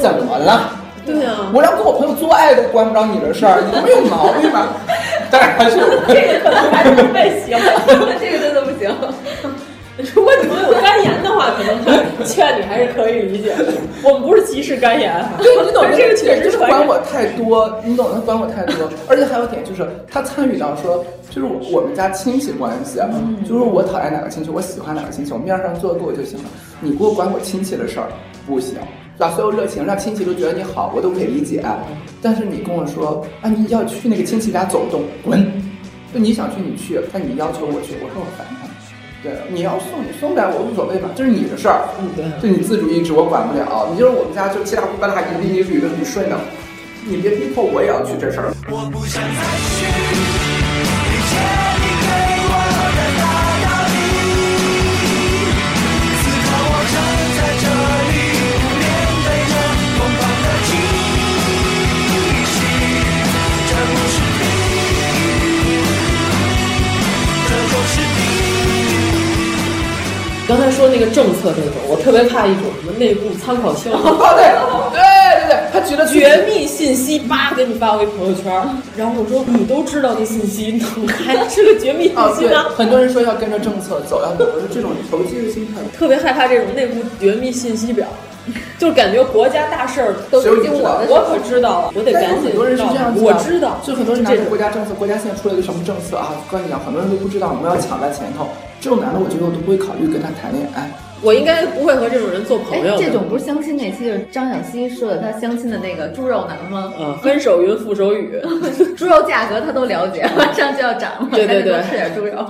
怎么了？
对啊，
我连跟我朋友做爱都关不着你的事儿，你没有毛 病吧？当然还是
这个可能还是不太 行，
这个真的不行。
如果你们有肝炎的话，可能劝你还是可以理解。我们不是歧视肝炎，啊
对，你懂
这个确
实
是
管我太多，你懂他管我太多，而且还有点就是他参与到说，就是我我们家亲戚关系，啊
嗯
就是我讨厌哪个亲戚，我喜欢哪个亲戚，我面上做过就行了。你给我管我亲戚的事儿，不行。把所有热情让亲戚都觉得你好，我都可以理解。啊但是你跟我说啊，你要去那个亲戚家走动，滚！就你想去你去，但你要求我去，我说我烦他。对，你要送你送呗，我无所谓嘛，这是你的事儿，
嗯，对，
就你自主意志，我管不了。你就是我们家就七大姑八大姨，你捋得很顺的，你别逼迫我也要去这事 儿。我不想再去理解你给我的大道理，此刻我站在这里，面对着疯狂的气息，这不是病，这就是病。
刚才说那个政策这种，我特别怕一种什么内部参考消息。
哦对对对对，他觉得
绝密信息叭给你发回朋友圈，然后我说你都知道这信息，你怎么还是个绝密信息呢？
哦很多人说要跟着政策走，要我说这种投机的心态，
特别害怕这种内部绝密信息表，就是感觉国家大事儿都
经
我的，我可知道了，我 得赶紧。
很多人是这样，
我知道，
就很多人拿着国家政策，国家现在出了一个什么政策啊？跟你讲，很多人都不知道，我们要抢在前头。这种男的，我觉得我都不会考虑跟他谈恋爱。哎
我应该不会和这种人做朋友。
这种不是相亲那期就是张小希说的，她相亲的那个猪肉男吗？
嗯，分手云覆手雨，
猪肉价格他都了解， 马上就要涨了，
对对对
赶紧多吃点猪肉。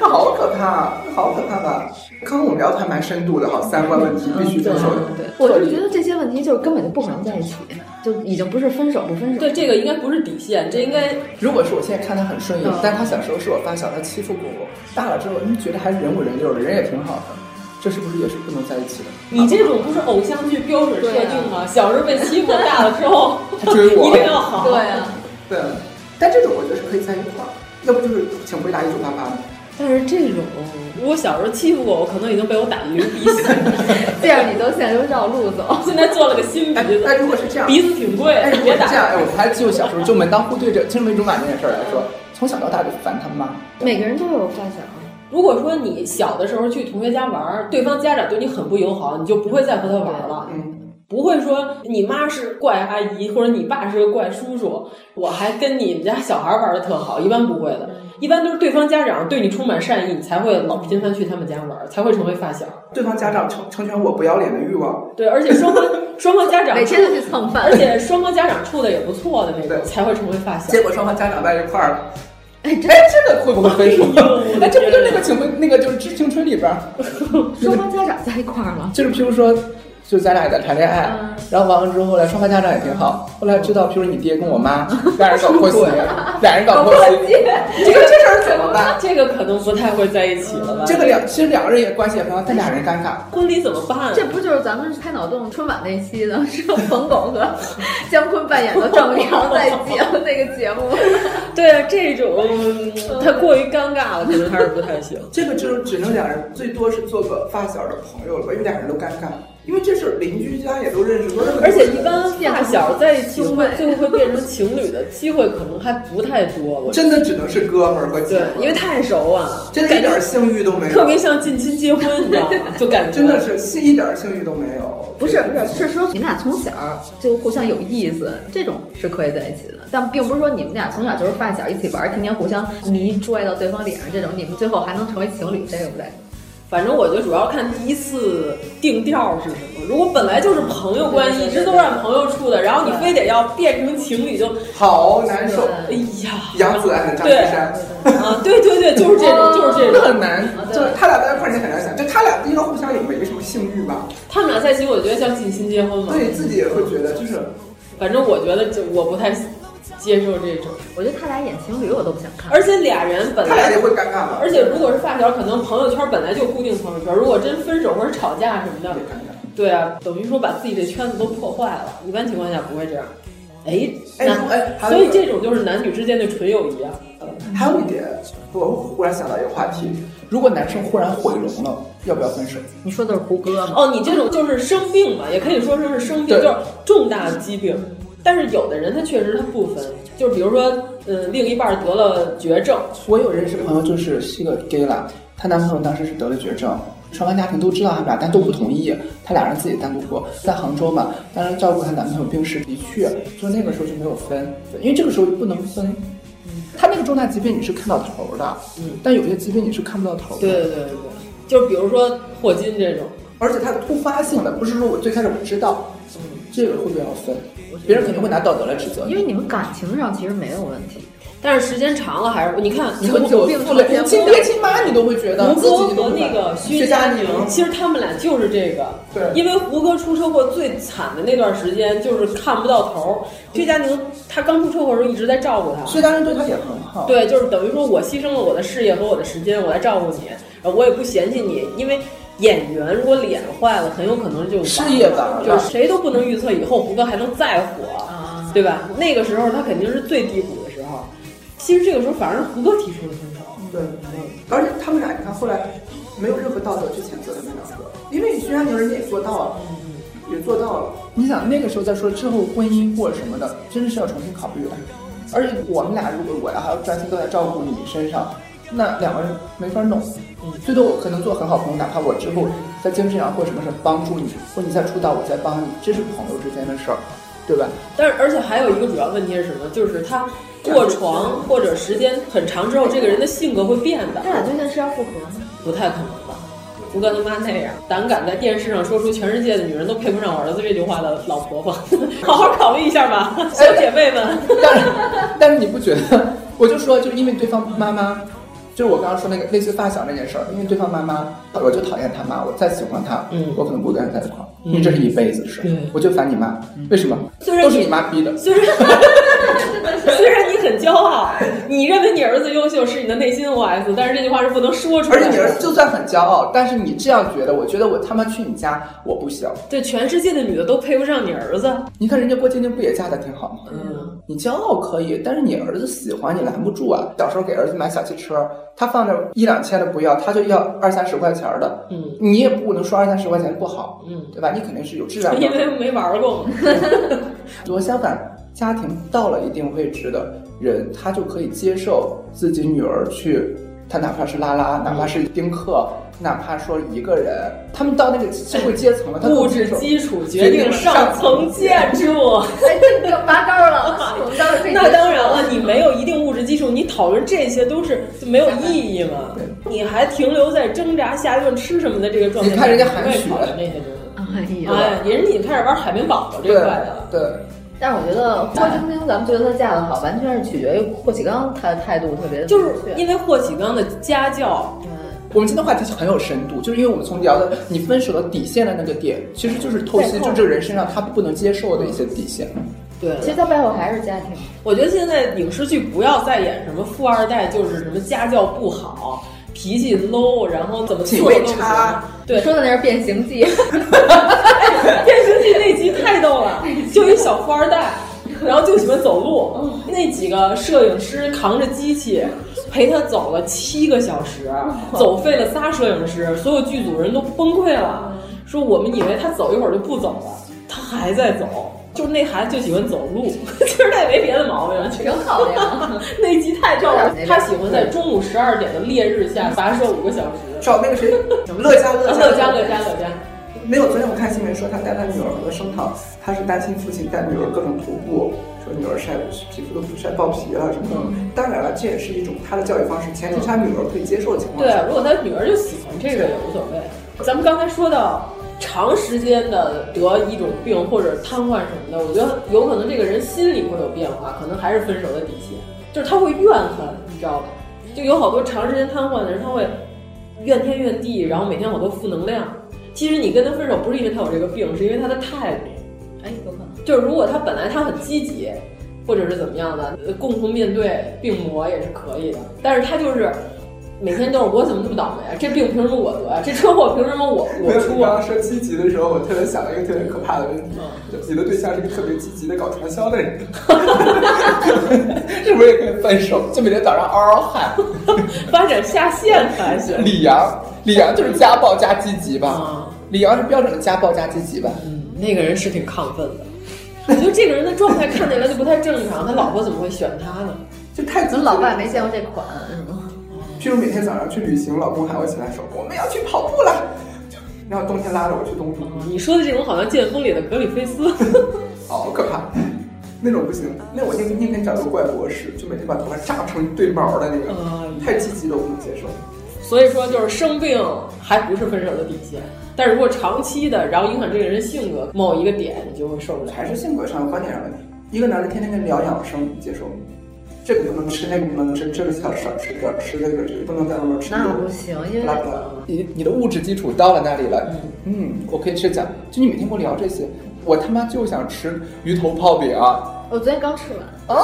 那好可怕，好可怕吧？刚刚我们聊的还蛮深度的哈，三观问题必须分手的。
对，我就是觉得这些问题就是根本就不可能在一起，就已经不是分手不分 手。
对，这个应该不是底线，这应该
如果是我现在看他很顺眼，
嗯
但他小时候是我发小，他欺负过我，大了之后你觉得还是人五人六的，人也挺好的。这是不是也是不能在一起的？
你这种不是偶像剧标准设定吗？小时候被欺负，大了之后
他追我，
一定要好。
对啊，
对。但这种我觉得是可以在一块儿，要不就是请回答一九八八。
但是这种，如果小时候欺负过我，可能已经被我打的流鼻血。
这样你都现在就绕路走，
现在做了个新鼻子。
哎那如果是这样，
鼻子挺贵，
哎，如果
别
是
打。
这样，哎，我还记得小时候就门当户对这青梅竹马这件事儿来说，从小到大就烦他妈。
每个人都有发啊小。
如果说你小的时候去同学家玩儿，对方家长对你很不友好，你就不会再和他玩儿了。
嗯，
不会说你妈是怪阿姨，或者你爸是个怪叔叔，我还跟你们家小孩玩的特好，一般不会的。一般都是对方家长对你充满善意，你才会老频繁去他们家玩儿，才会成为发小。
对方家长成成全我不要脸的欲望。
对，而且双方双方家长
每天都去蹭 饭，
而且双方家长处的也不错的那种，才会成为发小。
结果双方家长在一块儿了。
哎，真
哎，这个会不会分手？哎，这不就那个请问那个就是《致青春》里边儿，
双方家长在一块儿了。
就是譬如说，就咱俩在谈恋爱，然后完了之后，后来双方家长也挺好，后来知道，譬如你爹跟我妈，俩人搞破鞋，俩人搞破鞋，这个这事儿怎么办？
这个可能不太会在一起了吧？
这个两其实两个人也关系也很好，但俩人尴尬。
婚礼怎么办？啊
这不就是咱们拍脑洞春晚那期的，是冯巩和姜昆扮演的丈母娘 在结婚那个节目？
对啊，这种
嗯
他过于尴尬了，可能还是不太 行。
这个就是只能两人最多是做个发小的朋友了吧，因为俩人都尴尬，因为这是邻居家也都认识，
而且一般发小在一起会最后会变成情侣的机会可能还不太多，我
真的只能是哥们儿和姐
对，因为太熟啊，
真的一点性欲都没有，
特别像近亲结婚，你知道吗？就感觉
真的是是一点性欲都没有。
不是不是，是说你们俩从小就互相有意思，这种是可以在一起的，但并不是说你们俩从小就是发小一起玩，天天互相泥拽到对方脸上这种，你们最后还能成为情侣，这个不太。
反正我就主要看第一次定调是什么。如果本来就是朋友关系，一直都让朋友处的，然后你非得要变成情侣，就
好难受。
哎呀，
杨子安的张一山，
啊，对对对，就是这
哦
种，就是这种，
很难。就是他俩在一块儿，你很难想，就他俩应该互相也没什么性欲吧？
他们俩在一起，我觉得像近亲结婚嘛。
对自己也会觉得，就是，
反正我觉得就我不太接受这种。
我觉得他俩演情侣，我都不想看。
而且俩人本来
嗯他俩也会尴尬嘛。
而且如果是发小，可能朋友圈本来就固定朋友圈，如果真分手或者吵架什么的，对啊，等于说把自己的圈子都破坏了。一般情况下不会这样。哎，
哎哎还
所
有
以这种就是男女之间的纯友谊啊。
还有一点，我忽然想到一个话题：如果男生忽然毁容了，要不要分手？
你说的是胡歌吗？
哦，你这种就是生病嘛，也可以说是生病，
对
就是重大疾病。但是有的人他确实他不分，就是比如说，嗯，另一半得了绝症，
我有认识朋友，就是是一个 gay 啦，她男朋友当时是得了绝症，双方家庭都知道他们俩，但都不同意，他俩人自己单独过，在杭州嘛，当时照顾她男朋友病逝，的确，就那个时候就没有分，对因为这个时候不能分。他那个重大疾病你是看到头儿的，
嗯，
但有些疾病你是看不到头儿的。
对对对对，就是比如说霍金这种，
而且它是突发性的，不是说我最开始我知道，
嗯
这个会不会要分？别人肯定会拿道德来指责你
因。为你们感情上其实没有问题。
但是时间长了还是你看
你
我
会
我
久病了，你亲爹亲妈你都会觉得
胡
自
歌和
己都
那个
薛
薛
佳
佳
凝
凝，，其实他们俩就是这个。
对
因为胡歌出车祸最惨的那段时间，就是看不到头儿。薛佳凝她刚出车祸的时候一直在照顾他，
薛佳凝对他也很好。
对，就是等于说我牺牲了我的事业和我的时间，我来照顾你，呃我也不嫌弃你，因为演员如果脸坏了，很有可能就完了
事业完了
就是谁都不能预测以后胡歌还能再火，对吧？那个时候他肯定是最低谷的时候。其实这个时候反而是胡歌提出了分手，
对，嗯而且他们俩你看后来没有任何道德去谴责他们两个，因为薛佳凝人家也做到了，也做到了。嗯你想那个时候再说之后婚姻或者什么的，真的是要重新考虑的。而且我们俩如果我要还要专心都在照顾你身上，那两个人没法弄。最多我可能做很好朋友，哪怕我之后在精神上或者什么事帮助你，或你再出道我再帮你，这是朋友之间的事儿，对吧？
但是而且还有一个主要问题是什么？就是他卧床或者时间很长之后，这个人的性格会变的，
他俩最近是要复合吗？
不太可能吧？不跟他妈那样，胆敢在电视上说出全世界的女人都配不上我儿子这句话的老婆 婆，好好考虑一下吧，
哎
小姐妹们。
但是但是你不觉得？我就说，就是因为对方妈妈，就是我刚刚说那个类似发小那件事儿，因为对方妈妈，我就讨厌他妈，我再喜欢他，嗯，我可能不会跟他在一块儿，因为这是一辈子的事儿，我就烦你妈，为什么？都嗯是你妈逼的，
虽然 虽然你很骄傲，你认为你儿子优秀是你的内心 OS，但是这句话是不能说出来
而
的。
且你儿子就算很骄傲，但是你这样觉得，我觉得我他妈去你家，我不行。
对全世界的女的都配不上你儿子，
你看人家郭晶晶不也嫁的挺好吗？嗯，你骄傲可以，但是你儿子喜欢你拦不住啊。小时候给儿子买小汽车，他放着一两千的不要，他就要二三十块钱的。嗯，你也不能说二三十块钱不好，嗯，对吧？你肯定是有啊质量的。
因为没玩过嘛。
我相反，家庭到了一定位置的人，他就可以接受自己女儿去，他哪怕是拉拉，哪怕是丁克，哪怕说一个人，他们到那个社会阶层了，啊他
物质基础决定上层建筑。
哎，这个拔高了，我们当时可以。
那当然了，你没有一定物质基础，你讨论这些都是就没有意义嘛？你还停留在挣扎下顿吃什么的这个状态，
你看人家
不
韩
会
雪
讨论这些东西。
哎呀
哎，人家已经开始玩海绵宝宝这块了。
对，
但是我觉得郭晶晶，咱们觉得她嫁得好，完全是取决于霍启刚他的态度特别，
就是因为霍启刚的家教。
我们今天话题就很有深度，就是因为我们从聊的你分手的底线的那个点，其实就是透析，就这个人身上他不能接受的一些底线。
对，
其实他背后还是家庭。
我觉得现在影视剧不要再演什么富二代就是什么家教不好、脾气 low，然后怎么做都不行。对，
说的那是《变形记》
哎，《变形记》那集嗯太逗了，就一小富二代，然后就喜欢走路，那几个摄影师扛着机器。陪他走了七个小时，走废了仨摄影师，所有剧组人都崩溃了，说我们以为他走一会儿就不走了，他还在走，就是那孩子就喜欢走路， 其实他也没别的毛病，
挺好的呀。
那集太逗了，他喜欢在中午十二点的烈日下跋涉五个小时。啊
找那个谁，乐嘉乐
乐嘉乐嘉乐嘉。
没有，昨天我看新闻说他带他女儿和升堂，他是担心父亲带女儿各种徒步，说女儿晒皮肤都晒爆皮了什么的。当然了，这也是一种他的教育方式，前提是他女儿可以接受的情况
对
下。，
如果他女儿就喜欢这个也无所谓。咱们刚才说到长时间的得一种病或者瘫痪什么的，我觉得有可能这个人心理会有变化，可能还是分手的底线，就是他会怨恨，你知道吧？就有好多长时间瘫痪的人，他会怨天怨地，然后每天好多负能量。其实你跟他分手不是因为他有这个病，是因为他的态度。
哎，有可能。
就是如果他本来他很积极，或者是怎么样的，呃共同面对病魔也是可以的。但是他就是每天都是我怎么这么倒霉啊？这病凭什么我得啊？这车祸凭什么我我
没有，
出
你 刚
啊
刚？说积极的时候，我特别想到一个特别可怕的问题，就你的对象是个特别积极的搞传销的人， 是不是也可以分手？就每天早上嗷嗷喊。
发展下线可还行？
李阳，李阳就是家暴加积极吧？李阳是标准的家暴加积极吧？
嗯
那个人是挺亢奋的。 我觉得这个人的状态看起来就不太正常，他老婆怎么会选他呢？
就太
咱老外没见过这款，是吗？
譬如每天早上去旅行，老公喊我起来说我们要去跑步了，然后冬天拉着我去东城，
嗯你说的这种好像《剑锋》里的格里菲 斯，
好可怕。那种不行，那我宁宁肯找个怪博士，就每天把头发扎成一对毛的那个，
啊嗯
太积极了，我不能接受。
所以说就是生病还不是分手的底线，但是如果长期的，然后影响这个人性格某一个点，你就会受不了。
还是性格上、观点上的问题。一个男的天天跟你聊养生，你接受吗？这个不能吃，那个不能吃，这个要少吃点，吃这个这个不能在外面吃。
那不行，因为
拉不拉你你的物质基础到了那里了，嗯，我可以吃讲，就你每天跟我聊这些，我他妈就想吃鱼头泡饼、啊。
我昨天刚吃完。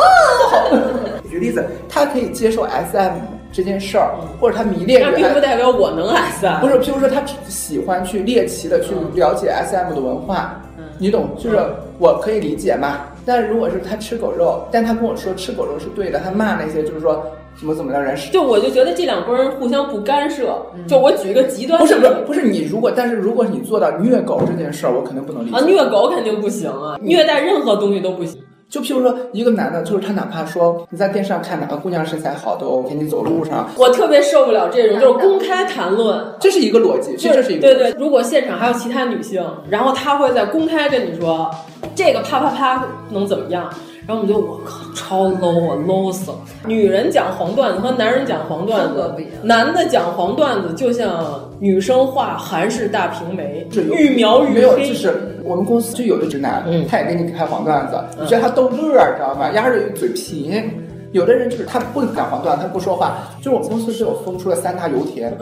举例子，他可以接受 SM 这件事儿，或者他迷恋
嗯那
于
并不代表我能 S 啊。
不是，譬如说他喜欢去猎奇的去了
嗯
解 SM 的文化，你懂？就是我可以理解嘛。但如果是他吃狗肉，但他跟我说吃狗肉是对的，他骂那些就是说什么怎么让人
就我就觉得这两拨人互相不干涉。就我举一个极端
嗯不
的
是
例
不是
子，
不是你如果，但是如果你做到虐狗这件事儿，我可能不能理解
啊，虐狗肯定不行啊，
嗯
虐待任何东西都不行。
就譬如说，一个男的，就是他哪怕说你在电视上看哪啊个姑娘身材好的，我给你走路上，
我特别受不了这种，就是公开谈论。
这是一个逻辑，
就
这这是一个
对对，如果现场还有其他女性，然后她会在公开跟你说这个啪啪啪能怎么样？然后我们就我靠，超 low 啊，low 死了！女人讲黄段子和男人讲黄段子，男的讲黄段子就像女生画韩式大平眉，愈描愈
没有，
黑。嗯
就是我们公司就有的直男，他也给你开黄段子，你觉得他逗乐儿，知道吧？压着一嘴贫。有的人就是他不讲黄段，他不说话。就是我们公司就有分出了三大油田，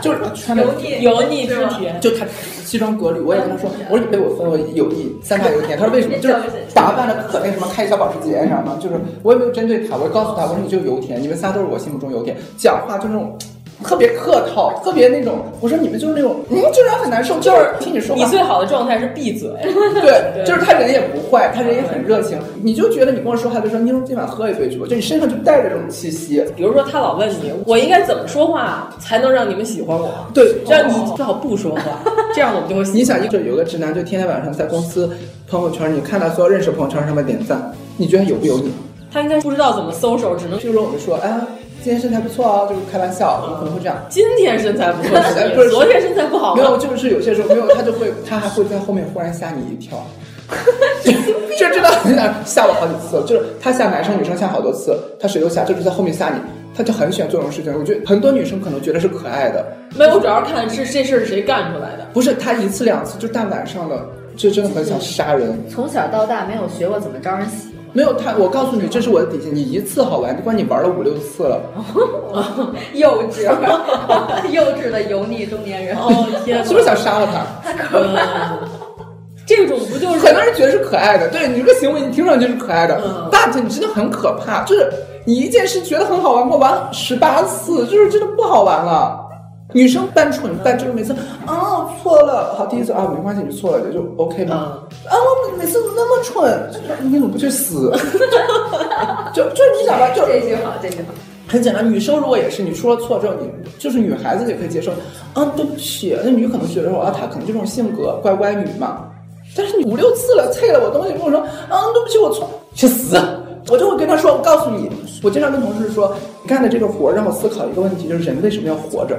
就是他穿的
嗯油腻之田，
就他西装革履。我也跟他说，我说你被哎我分为油腻三大油田，他说为什么？就是打扮的可那什么，开一小保时捷，你知道吗？就是我也没有针对他，我告诉他，我说你就油田，你们仨都是我心目中油田，讲话就那种。特别客套，特别那种，我说你们就是那种，嗯，就让很难受，就是听你说话。
你最好的状态是闭 嘴，
对，就是他人也不坏，他人也很热情，你就觉得你跟我说话就说，你今晚喝一杯去吧，就你身上就带着这种气息。
比如说他老问你，我应该怎么说话才能让你们喜欢我？
对，
让你最好不说话，这样我们就会。
你想，就有个直男，就天天晚上在公司朋友圈，你看他所有认识朋友圈上面点赞，你觉得有不有你？
他应该不知道怎么搜手，只能
譬如说我们说，哎，今天身材不错哦，就是开玩笑，我们可能会这样。
今天身材 不错，
哎不是
昨天身材不好吗
没有，就是有些时候没有，他就会，他还会在后面忽然吓你一跳。就真的很想吓我好几次，就是他吓男生女生吓好多次，他谁都吓，就是在后面吓你，他就很喜欢做这种事情。我觉得很多女生可能觉得是可爱的，
没有，我主要是看是这事儿是谁干出来的。
不是他一次两次，就大晚上的，这真的很想杀人。
从小到大没有学过怎么招人喜欢。
没有他，我告诉你，这是我的底线。你一次好玩，不管你玩了五六次了，
幼 稚，幼稚的油腻中年人。
哦天哪，
是不是想杀了他？
太可怕了。
这种不就是
很多人觉得是可爱的？对你这个行为，你听上去是可爱的，但是你真的很可怕。就是你一件事觉得很好玩，我玩十八次，就是真的不好玩了。女生扮蠢扮就是每次啊错了，好第一次啊没关系，你错了也就 OK 嘛。啊我每次怎么那么蠢？你怎么不去死？ 就就你想吧，就
这句好，这句好。
很简单，女生如果也是，你说了错之后，你就是女孩子也可以接受。啊，对不起，那女可能觉得说啊，她可能就这种性格，乖乖女嘛。但是你五六次了，啐了我东西，跟我说啊，对不起，我错，去死！啊我就会跟他说，我告诉你，我经常跟同事说，你干的这个活儿让我思考一个问题，就是人为什么要活着？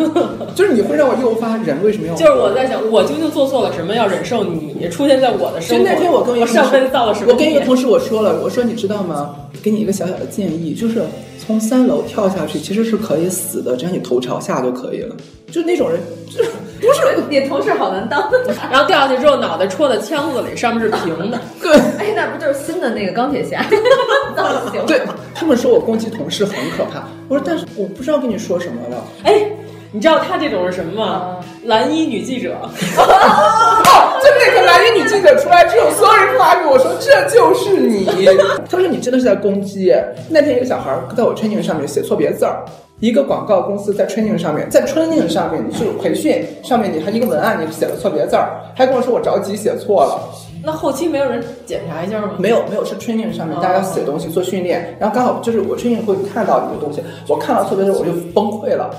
就是你会让我诱发人为什么要活
就
着？
是我在想，我究竟做错了什么，要忍受你出现在我的
其
生
实
活？
那天我跟
我
一个
上
同
辈
事
子造了什么孽？
我跟一个同事我说了，我说你知道吗？给你一个小小的建议，就是从三楼跳下去其实是可以死的，只要你头朝下就可以了。就那种人，就是 不是
你同事好难当。
然后掉下去之后，脑袋戳在枪子里，上面是平 的。
对，
哎，那不就是新的那个钢铁侠 造型？
对，他们说我攻击同事很可怕，我说但是我不知道跟你说什么了。
哎，你知道他这种是什么
啊
吗？蓝衣女记者。
哦，就那个蓝衣女记者出来之后，所有人发给我说这就是你。 他说你真的是在攻击。那天一个小孩在我 training 上面写错别字儿。一个广告公司在 training 上面，在 training 上面你是培训上面，你还一个文案你写了错别字儿，还跟我说我着急写错了。
那后期没有人检查一下吗？
没有没有，是 training 上面大家写东西做训练，然后刚好就是我 training 会看到你的东西，我看到错别字我就崩溃了。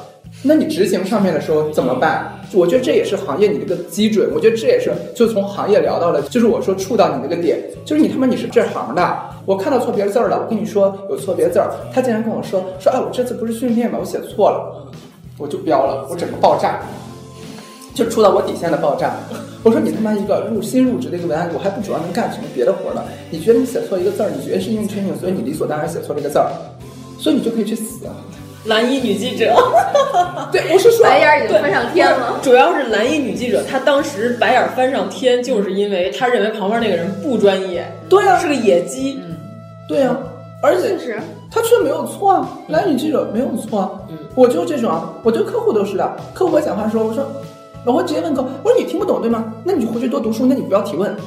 那你执行上面的时候怎么办？我觉得这也是行业你这个基准，我觉得这也是就从行业聊到了，就是我说触到你那个点，就是你他妈你是这行的，我看到错别字儿了，我跟你说有错别字儿，他竟然跟我说说哎我这次不是训练吧，我写错了，我就飙了，我整个爆炸。就触到我底线的爆炸。我说你他妈一个入新入职的一个文案，我还不指望能干什么别的活呢？你觉得你写错一个字儿，你觉得是因为 training，所以你理所当然写错这个字儿，所以你就可以去死啊！
蓝衣女记 者，
对，我是说
白眼儿已经翻上天了
对主要是蓝衣女记者，她当时白眼儿翻上天，就是因为她认为旁边那个人不专业，
对啊，
是个野鸡。
嗯
对啊，而且他却没有错啊，男女记者没有错啊。我就这种啊，我对客户都是的。客户跟我讲话的时候，我说，我会直接问客户，我说你听不懂对吗？那你就回去多读书，那你不要提问。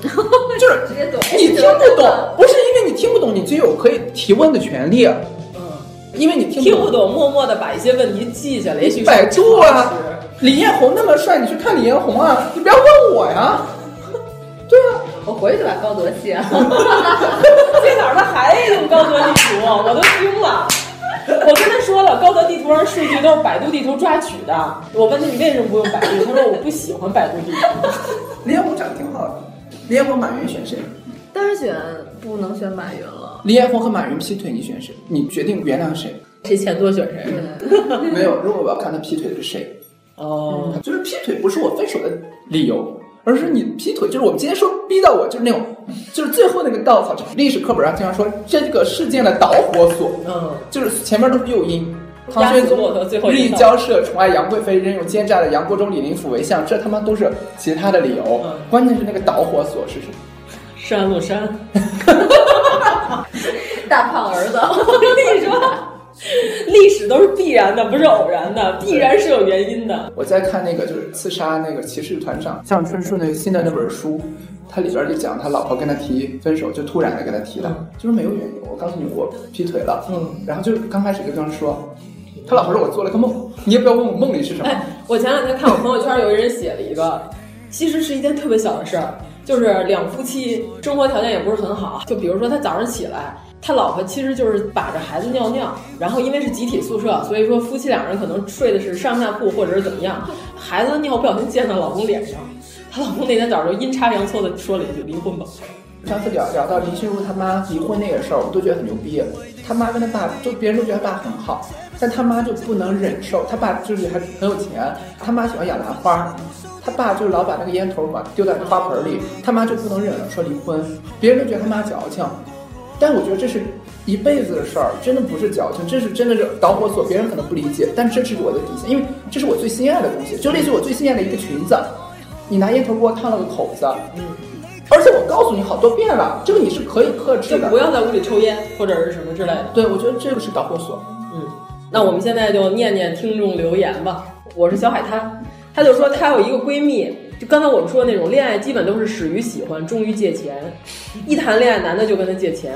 就是
直接躲
你听不懂，不是因为你听不懂，你就有可以提问的权利。嗯，因为你听
听不懂，默默的把一些问题记下来，也许
百度啊，李彦宏那么帅，你去看李彦宏啊，你不要问我呀。对啊，
我回去把高德卸了。
这哪儿的还用高德地图？我都惊了。我跟他说了，高德地图上数据都是百度地图抓取的。我问他你为什么不用百度，他说我不喜欢百度地图。
李彦宏长得挺好的，李彦宏、马云选谁？
当然选不能选马云了，
李彦宏和马云劈腿，你选谁？你决定原谅谁？
谁钱多选谁。
没有，如果我要看他劈腿的是谁，
哦，
就是劈腿不是我分手的理由，而是你劈腿，就是我们今天说逼到我，就是那种，就是最后那个稻草，就是历史课本上经常说这个事件的导火索，
嗯，
就是前面都是诱因。唐玄宗立交涉宠爱杨贵妃，仍有奸诈的杨国忠、李林甫为相，这他妈都是其他的理由，关键是那个导火索是什么？
山路山，
大胖儿子，
我跟你说，历史都是必然的，不是偶然的，必然是有原因的。
我在看那个就是刺杀那个骑士团长向春树那个新的那本书，它里边就讲他老婆跟他提分手，就突然的跟他提了，就是没有原因。我告诉你，我劈腿了。嗯，然后就是刚开始跟对方说，他老婆说我做了个梦，你也不要问我梦里是什 么。
哎，我前两天看我朋友圈有一人写了一个，其实是一件特别小的事儿，就是两夫妻生活条件也不是很好，就比如说他早上起来。他老婆其实就是把着孩子尿尿，然后因为是集体宿舍，所以说夫妻两人可能睡的是上下铺或者是怎么样，孩子的尿不小心溅到老公脸上，她老公那天早上就阴差阳错的说了一句离婚吧。
上次聊聊到林心如他妈离婚那个事儿，我们都觉得很牛逼。他妈跟他爸，就别人都觉得他爸很好，但他妈就不能忍受，他爸就是还很有钱，他妈喜欢养兰花，他爸就是老把那个烟头嘛丢在那花盆里，他妈就不能忍了，说离婚，别人都觉得他妈矫情。但我觉得这是一辈子的事儿，真的不是矫情，这是真的是导火索，别人可能不理解，但这是我的底线，因为这是我最心爱的东西，就类似于我最心爱的一个裙子，你拿烟头给我烫了个口子，嗯，而且我告诉你好多遍了，这个你是可以克制的，
不要在屋里抽烟或者是什么之类的。
对，我觉得这个是导火索。
嗯，那我们现在就念念听众留言吧。我是小海滩，她就说她有一个闺蜜。就刚才我们说的那种恋爱，基本都是始于喜欢，终于借钱。一谈恋爱，男的就跟他借钱，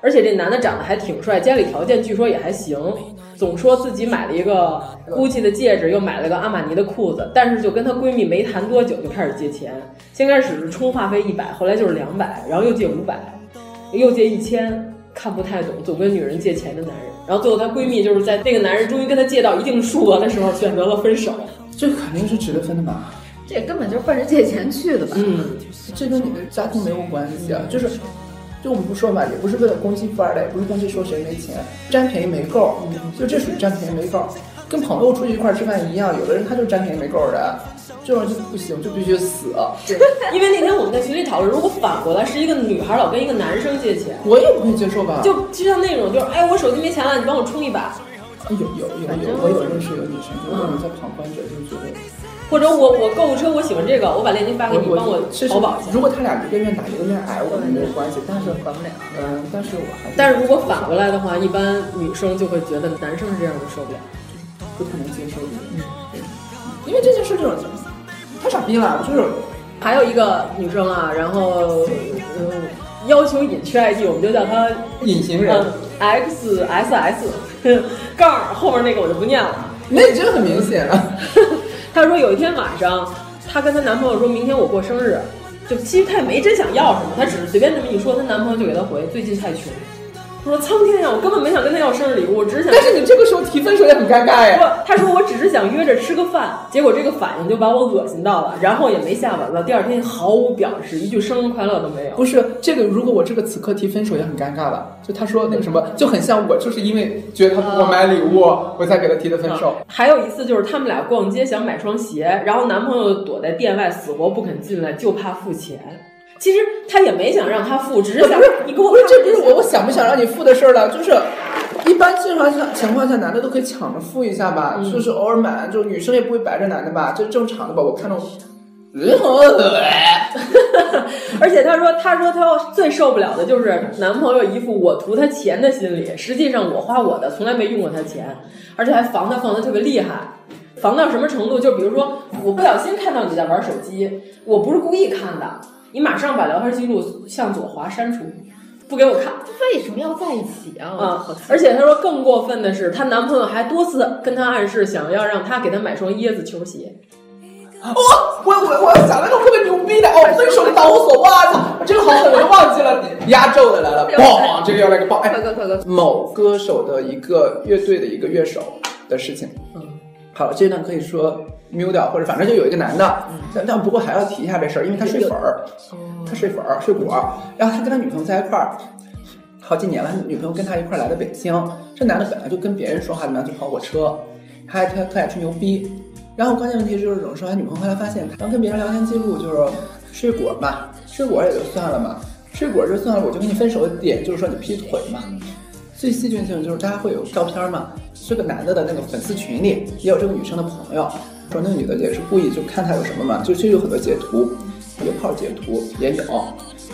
而且这男的长得还挺帅，家里条件据说也还行。总说自己买了一个 GUCCI 的戒指，又买了个阿玛尼的裤子，但是就跟她闺蜜没谈多久就开始借钱。先开始是充话费一百，后来就是两百，然后又借五百，又借一千。看不太懂总跟女人借钱的男人，然后最后她闺蜜就是在那个男人终于跟她借到一定数额的时候，选择了分手。
这肯定是值得分的吧？
这根本就是奔着借钱去的吧？
嗯，
这跟你的家庭没有关系啊，就是，就我们不说嘛，也不是为了攻击富二代，也不是攻击说谁没钱，占便宜没够，就这属于占便宜没够，跟朋友出去一块吃饭一样，有的人他就占便宜没够的，这种就不行，就必须死。啊
对，因为那天我们在群里讨论，如果反过来是一个女孩老跟一个男生借钱，
我也不会接受吧？
就就像那种就是，哎，我手机没钱了，你帮我充一把。
有有有有，我有认识有女生，
嗯
就是我们在旁观者就觉得。
或者我我购物车我喜欢这个，我把链接发给哎你，
我
帮我淘宝一下。
如果他俩一个愿打一个愿挨，我们没有关系，但是
管不了。
嗯，但是我还是。
但是如果反过来的话，一般女生就会觉得男生是这样就受不了，
不可能接受的。嗯，因为这件事就是太傻逼了，就是
还有一个女生啊，然后嗯、呃、要求隐去 ID，我们就叫她
隐形人、
呃、X S S 杠后面那个我就不念了，
那已经很明显啊了。
她说有一天晚上，她跟她男朋友说明天我过生日，就其实她也没真想要什么，她只是随便这么一说，她男朋友就给她回最近太穷。她说苍天呀，我根本没想跟他要生日礼物，我只是想。
但是你这个时候提分手也很尴尬呀。
不，她说我只是想约着吃个饭，结果这个反应就把我恶心到了，然后也没下文了，第二天毫无表示，一句生日快乐都没有。
不是这个，如果我这个此刻提分手也很尴尬了。就她说那个什么，就很像我，就是因为觉得他不给我买礼物，我才给他提的分手。
嗯还有一次就是他们俩逛街想买双鞋，然后男朋友躲在店外死活不肯进来，就怕付钱。其实他也没想让他付，只是想你嗯给我
不是这不是我我想不想让你付的事儿了，就是一般正常下情况下，男的都可以抢着付一下吧，嗯、就是偶尔买，就女生也不会白着男的吧，这正常的吧？我呃看到。
而且她说，她说她最受不了的就是男朋友一副我图他钱的心理，实际上我花我的，从来没用过他钱，而且还防他防的特别厉害。防到什么程度？就比如说，我不小心看到你在玩手机，我不是故意看的。你马上把聊天记录向左滑删除，不给我看。
为什么要在一起啊？
啊、嗯！而且她说更过分的是，她男朋友还多次跟她暗示，想要让她给她买双椰子球鞋。
哦、我我我我想了个特别牛逼的哦，分手的导火索，我操！这个好狠，我忘记了，压轴的来了，嘣！这个要来个爆！哎，
快哥快哥，
某歌手的一个乐队的一个乐手的事情。嗯，好了，这段可以说。mute 掉，或者反正就有一个男的，但但不过还要提一下这事儿，因为他睡粉儿，他睡粉儿睡果，然后他跟他女朋友在一块儿好几年了，女朋友跟他一块儿来的北京，这男的本来就跟别人说话，里面就跑火车，他还特特爱吹牛逼，然后关键问题就是怎么说，他女朋友后来发现，然后跟别人聊天记录就是睡果嘛，睡果也就算了嘛，睡果就算了，我就跟你分手的点就是说你劈腿嘛。最戏剧性的就是大家会有照片嘛，这个男的的那个粉丝群里也有这个女生的朋友，说那个女的也是故意就看他有什么嘛，就就有很多截图，有炮截图也有，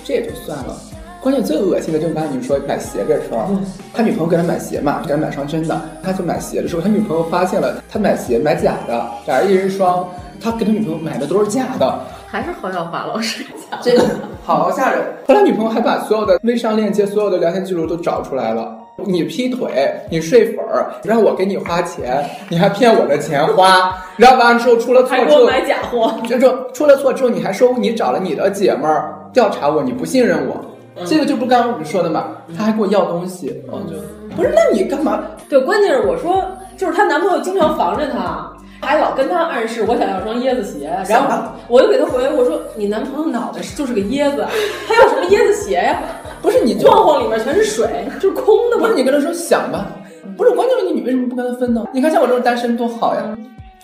这也就算了。关键最恶心的就是刚才你说买鞋这事儿，他女朋友给他买鞋嘛，给他买双真的，他就买鞋的时候，他女朋友发现了他买鞋买假的，俩人一人一双，他给他女朋友买的都是假的，
还是侯耀华老师讲
这个好吓人。后来女朋友还把所有的微商链接、所有的聊天记录都找出来了。你劈腿，你睡粉儿，让我给你花钱，你还骗我的钱花，然后完了之后出了错
还
之
给我
后，
买假货，
就说出了错之后，你还说你找了你的姐们儿调查我，你不信任我，
嗯
这个就不刚刚你说的嘛，他还给我要东西，我就不是，那你干嘛？
对，关键是我说，就是她男朋友经常防着她，还老跟她暗示我想要双椰子鞋，然后我就给她回我说你男朋友脑袋就是个椰子，他要什么椰子鞋呀？
不是你就
晃晃里面全是水，就是空的
不是你跟他说想吧，
嗯
不是关键问题，你为什么不跟他分呢？你看像我这种单身多好呀，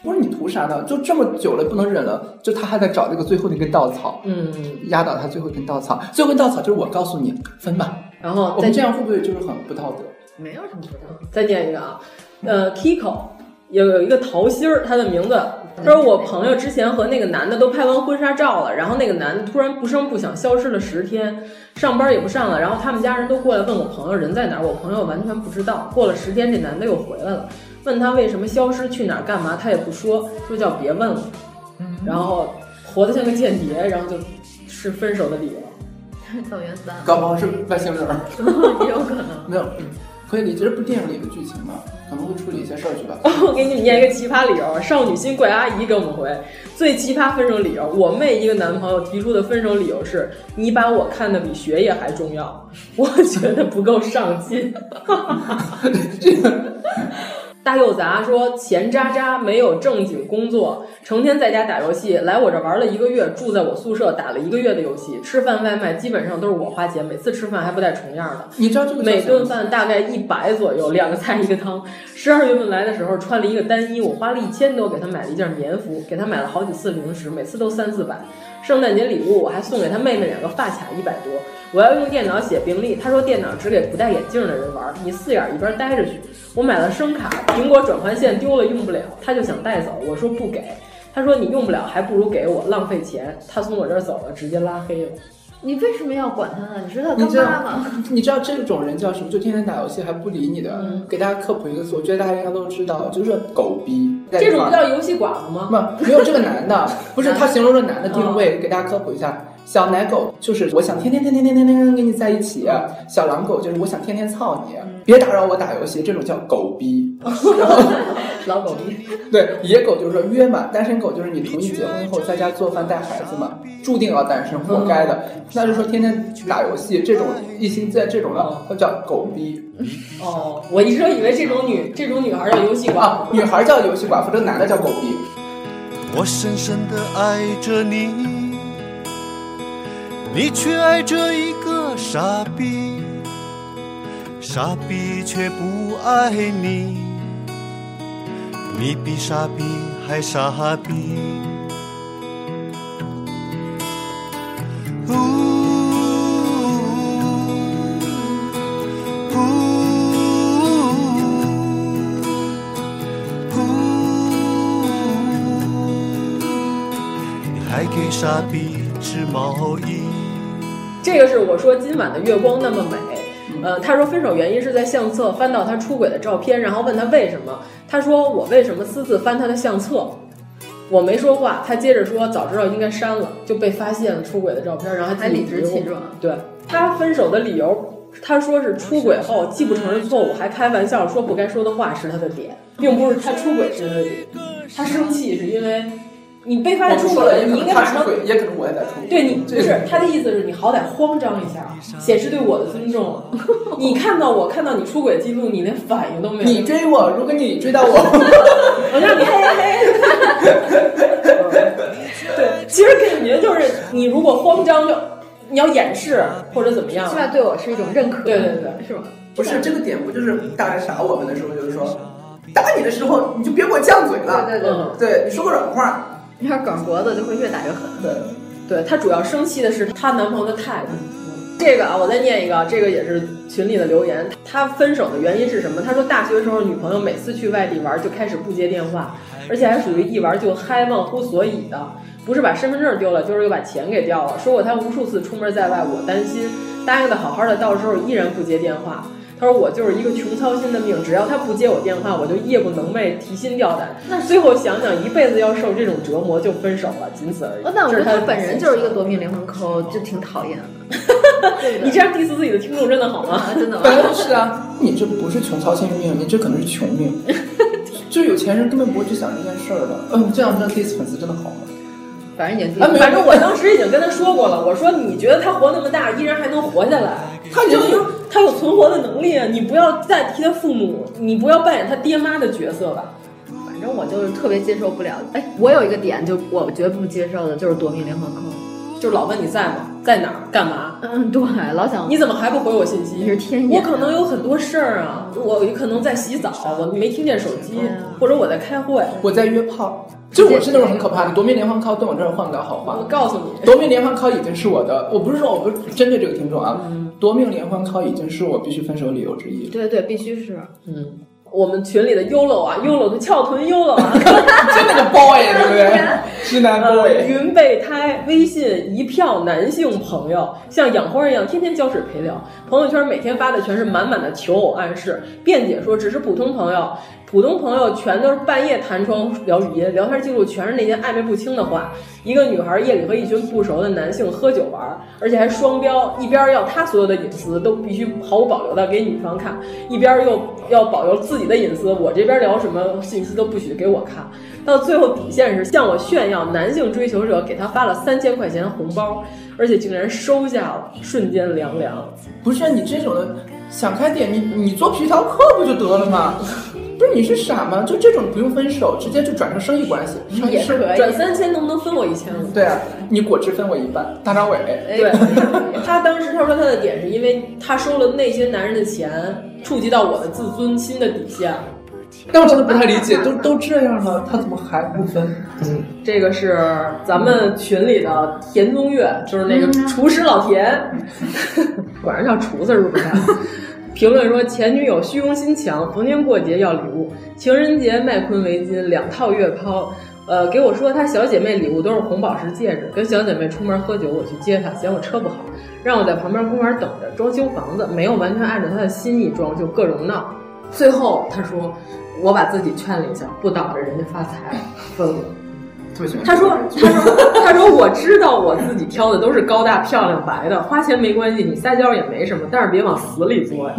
不是你图啥呢？就这么久了不能忍了，就他还在找那个最后那根稻草，
嗯，
压倒他最后一根稻草，最后一根稻草就是我告诉你分吧，
然后
我
再
们这样会不会就是很不道德？
没有什么不道德。再念一个啊，呃，Kiko 有有一个桃心儿，他的名字。他说我朋友之前和那个男的都拍完婚纱照了，然后那个男的突然不声不响消失了十天，上班也不上了，然后他们家人都过来问我朋友人在哪儿，我朋友完全不知道。过了十天，这男的又回来了，问他为什么消失，去哪儿干嘛，他也不说，说叫别问了，然后活得像个间谍，然后就是分手的理由。
草原三，
搞不好是外星人儿，
也有可能。
没有，嗯可以理解，这不是电影里的剧情吗？可能会处理一些事儿去吧。
我给你们念一个奇葩理由，少女心怪阿姨给我们回最奇葩分手理由。我妹一个男朋友提出的分手理由是：你把我看得比学业还重要，我觉得不够上进。 大右杂说钱渣渣没有正经工作，成天在家打游戏，来我这玩了一个月，住在我宿舍打了一个月的游戏，吃饭外卖基本上都是我花钱，每次吃饭还不带重样的。
你知道这个
每顿饭大概一百左右，两个菜一个汤。十二月份来的时候穿了一个单衣，我花了一千多给他买了一件棉服，给他买了好几次零食，每次都三四百。圣诞节礼物我还送给他妹妹两个发卡一百多。我要用电脑写病历，他说电脑只给不戴眼镜的人玩，你四眼一边待着去。我买了声卡，苹果转换线丢了用不了，他就想带走，我说不给，他说你用不了还不如给我，浪费钱。他从我这儿走了，直接拉黑了。
你为什么要管他呢？你是他
你
干
知道
妈吗？
你知道这种人叫什么？就天天打游戏还不理你的。
嗯
给大家科普一个词，我觉得大家应该都知道，就是狗逼。
这种不叫游戏寡妇吗？
不没有这个男的，不是他形容这男的定位，给大家科普一下。小奶狗就是我想天天天天天天天跟你在一起，小狼狗就是我想天天操你，别打扰我打游戏，这种叫狗逼。
老狗逼。
对，野狗就是说约嘛，单身狗就是你同意结婚后在家做饭带孩子嘛，注定要单身，活该的。那就说天天打游戏这种一心在这种的，它叫狗逼。
哦，我一直以为这种
嗯
女这种女孩叫游戏寡
啊妇，女孩叫游戏寡妇，这男的叫狗逼。
我深深的爱着你，你却爱着一个傻逼，傻逼却不爱你，你比傻逼还傻逼。你还给傻逼织毛衣。
这个是我说今晚的月光那么美。
嗯
呃，他说分手原因是在相册翻到他出轨的照片，然后问他为什么。他说我为什么私自翻他的相册？我没说话，他接着说早知道应该删了，就被发现了出轨的照片，然后
还理直气壮。
对他分手的理由，他说是出轨后既不承认错误，还开玩笑说不该说的话是他的点，并不是他出轨是他的点。他生气是因为你被发现出轨了，你应该马上
对，也可能我也在出轨。
对你不是他的意思是你好歹慌张一下，显示对我的尊重。你看到我看到你出轨记录，你连反应都没有。
你追我，如果你追到我，
我 让你嘿嘿 嘿。对，其实感觉就是你如果慌张就你要掩饰或者怎么样，
起码对我是一种认可。
对对对，
是吧？
不是这个点，不就是大家傻我们的时候，就是说打你的时候，你就别给我犟嘴了。
对对对
对，你说个软话，
你要是梗脖子就会越打越狠。
对，
对她主要生气的是她男朋友的态度。这个啊，我再念一个啊，这个也是群里的留言。她分手的原因是什么？她说大学时候女朋友每次去外地玩就开始不接电话，
哎
而且还属于一玩就嗨、忘乎所以的，不是把身份证丢了，就是又把钱给掉了。说过她无数次出门在外，我担心，答应的好好的，到时候依然不接电话。她说我就是一个穷操心的命，只要他不接我电话，我就夜不能寐，提心吊胆。那最后想想一辈子要受这种折磨，就分手了，仅此而已。
哦，那我觉
这是
得
她
他
的
本人就是一个夺命灵魂抠，就挺讨厌的。对不对
你这样 diss 自己的听众真的好吗？
真的吗
本来就是啊，你这不是穷操心命，你这可能是穷 命。就有钱人根本不会去想这件事儿的。嗯，这样真的 diss 粉丝真的好吗？
反正也
啊，反正我当时已经跟他说过了，我说你觉得他活那么大，依然还能活下来，他证明他有存活的能力啊！你不要再提他父母，你不要扮演他爹妈的角色吧。
反正我就是特别接受不了。哎，我有一个点，就我绝不接受的，就是夺命连环扣。
就是老问你在吗？在哪儿？干嘛？
嗯，对，老想
你怎么还不回我信息？你
是天
我
眼啊
可能有很多事儿啊，我可能在洗澡，我没听见手机，或者我在开会。
我在约炮，就是我是那种很可怕的夺命连环 call，跟我这儿换不了好话。
我告诉你，
夺命连环 call 已经是我的，我不是说我不是针对这个听众啊，夺命连环 call 已经是我必须分手理由之 一。
对对，必须是。
嗯，我们群里的 YOLO 啊，YOLO 就翘臀 YOLO 啊，
真的就 boy 对不 对？直男 boy。
呃云备胎微信一票男性朋友，像养花一样天天浇水陪聊，朋友圈每天发的全是满满的求偶暗示，辩解说只是普通朋友，普通朋友全都是半夜弹窗聊语音，聊天记录全是那些暧昧不清的话。一个女孩夜里和一群不熟的男性喝酒玩，而且还双标，一边要他所有的隐私都必须毫无保留的给女方看，一边又要保留自己的隐私，我这边聊什么信息都不许给我看。到最后底线是向我炫耀男性追求者给他发了三千块钱红包，而且竟然收下了，瞬间凉凉。
不是你这种的，想开点，你你做皮条客不就得了吗？ 不是你是傻吗？就这种不用分手，直接就转成生意关系，商业
也是
生意
转三千能不能分我一千五？
对啊，你果汁分我一半，大张伟。
对，他当时他说他的点是因为他收了那些男人的钱，触及到我的自尊心的底线。
但我真的不太理解，都都这样了，他怎么还不分？嗯，
这个是咱们群里的田宗岳，就是那个厨师老田， 管人叫厨子是 不是？评论说前女友虚荣心强，逢年过节要礼物，情人节麦昆围巾两套月抛。呃，给我说她小姐妹礼物都是红宝石戒指，跟小姐妹出门喝酒，我去接她，嫌我车不好，让我在旁边公园等着。装修房子没有完全按照她的心意装，就各种闹。最后她说，我把自己劝了一下，不挡着人家发财，分了。
特别喜欢。
他说：“他说，他说，我知道我自己挑的都是高大、漂亮、白的，花钱没关系，你撒娇也没什么，但是别往死里作呀。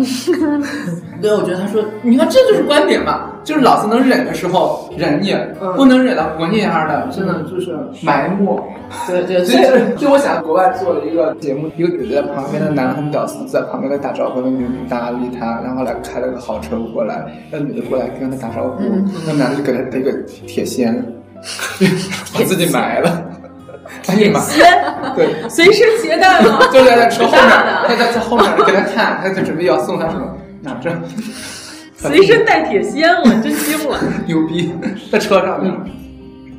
对，我觉得他说，你看这就是观点嘛，就是老子能忍的时候忍你，不能忍了我那样的，嗯真的就是埋没。
对对
所以就我想，国外做了一个节目，一个姐姐在旁边，那男的很屌丝，在旁边跟他打招呼，那女的不搭理他，然后后来开了个豪车过来，那女的过来跟他打招呼，那男的就给他逮个铁锨， 把自己埋了， 把你埋， 对，
随身携带吗？
就在他车后面
挺大，
他
的
在车后面给他看，他就准备要送他什么，拿 着。
随身带铁锨，我真惊了。
牛逼，在车上面，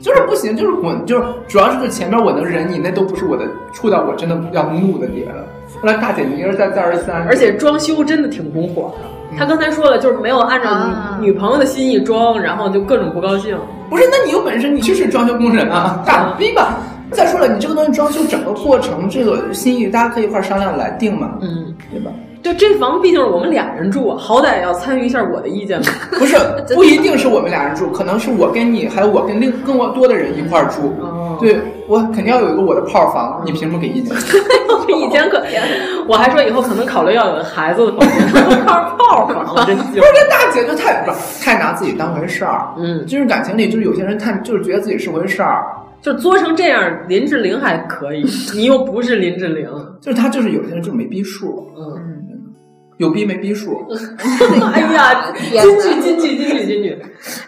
就是不行，就是滚，就是主要是就是前面我能忍你，那都不是我的触到我真的要怒的点了。后来大姐你一而再再而三，
而且装修真的挺红火的。他刚才说了，就是没有按照女女朋友的心意装，然后就各种不高兴。
不是，那你有本事你就是装修工人啊，大逼吧！再说了，你这个东西装修整个过程这个心意，大家可以一块儿商量来定嘛，
嗯，
对吧？
就这房毕竟是我们俩人住啊，好歹要参与一下我的意见吧。
不是，不一定是我们俩人住，可能是我跟你，还有我跟另更多的人一块儿住。对我肯定要有一个我的炮房，你凭什么给意见？
以前可，我还说以后可能考虑要有孩子的 房间，泡泡房，我真
不
惊
是。这大姐就太不是太拿自己当回事儿，
嗯，
就是感情里就是有些人太就是觉得自己是回事儿，
就作成这样，林志玲还可以，你又不是林志玲，
就是他就是有些人就是没逼数，
嗯，
有逼没逼数，
哎呀，金句金句金句金句。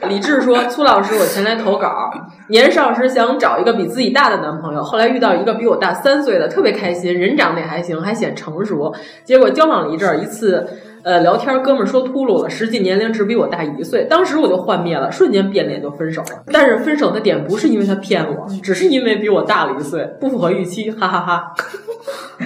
李志说：“苏老师，我前来投稿，年少时想找一个比自己大的男朋友，后来遇到一个比我大三岁的，特别开心，人长得也还行，还显成熟。结果交往了一阵儿，一次呃，聊天哥们儿说秃噜了，实际年龄只比我大一岁，当时我就幻灭了，瞬间变脸就分手了。但是分手的点不是因为他骗我，只是因为比我大了一岁，不符合预期，哈哈哈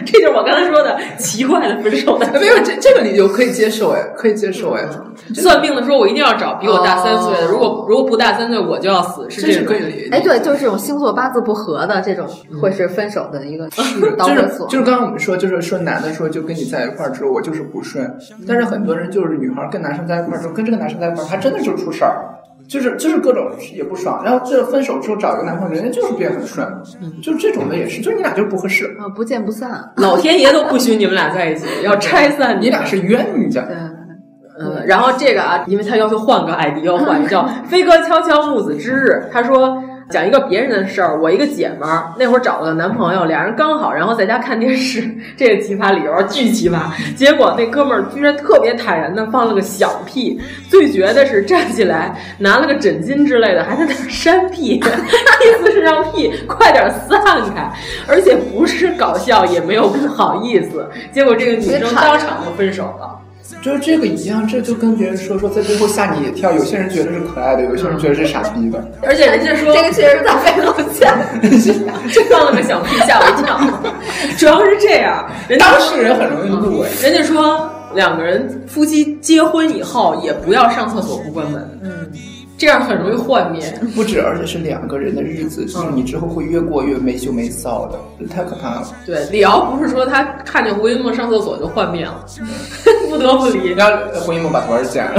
这就是我刚才说的奇怪的分手的。
哎没有这这个理由可以接受哎，可以接受哎。
算命的说我一定要找比我大三岁的，如果如果不大三岁我就要死，是
这哦是
种
可以理解
哎，对，就是这种星座八字不合的这种，会是分手的一个导
就是
火索。
就是刚刚我们说，就是说男的说就跟你在一块儿之后我就是不顺，但是很多人就是女孩儿跟男生在一块儿之后跟这个男生在一块儿，他真的就出事儿，就是就是各种也不爽，然后这分手之后找一个男朋友，人家就是变很顺，
嗯
就这种的也是，就是你俩就是不合适，
啊，不见不散。
老天爷都不许你们俩在一起，要拆散
你俩是冤家。
嗯，然后这个啊，因为他要求换个 ID，要换叫《飞哥悄悄木子之日》。他说讲一个别人的事儿，我一个姐们儿那会儿找了个男朋友，俩人刚好，然后在家看电视， 这个奇葩理由巨奇葩。结果那哥们儿居然特别坦然的放了个响屁，最绝的是站起来拿了个枕巾之类的，还在那儿扇屁， 意思是让屁 快点散开，而且不是搞笑，也没有不好意思。结果这个女生当场就分手了。
就是这个一样，这就跟别人说说在最后吓你一跳，有些人觉得是可爱的，有些人觉得是傻逼的。
而且人家说
这个确实在背后 下，
放了个小屁吓我一跳。 主要是这样，人家
当事人很容易入围。
人家说两个人夫妻结婚以后也不要上厕所不关门，嗯，这样很容易幻灭。
嗯
不止，而且是两个人的日子，就是你之后会越过越没羞没臊的，太可怕了。
对，李敖不是说他看见胡一梦上厕所就幻灭了， 不得不离。
然后胡一梦把头发剪了。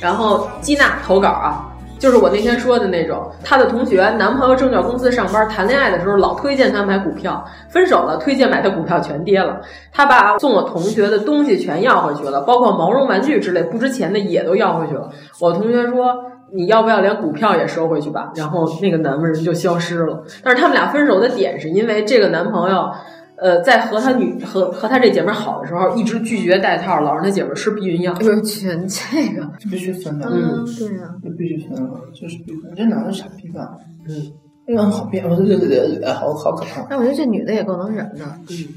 然后基娜投稿啊，就是我那天说的那种，她的同学男朋友证券公司上班，谈恋爱的时候老推荐她买股票，分手了推荐买的股票全跌了，她把送我同学的东西全要回去了，包括毛绒玩具之类不值钱的也都要回去了。我同学说。你要不要连股票也收回去吧？然后那个男人就消失了。但是他们俩分手的点是因为这个男朋友呃，在和他女和和他这姐们儿好的时候，一直拒绝戴套，老让他姐们儿吃避孕药。
我去，这个
必须分的，
嗯，对呀、
这必须分了，就是必须分。这男的傻逼吧？嗯，嗯，好变，我对对对对，好好可怕。
那我觉得这女的也够能忍的。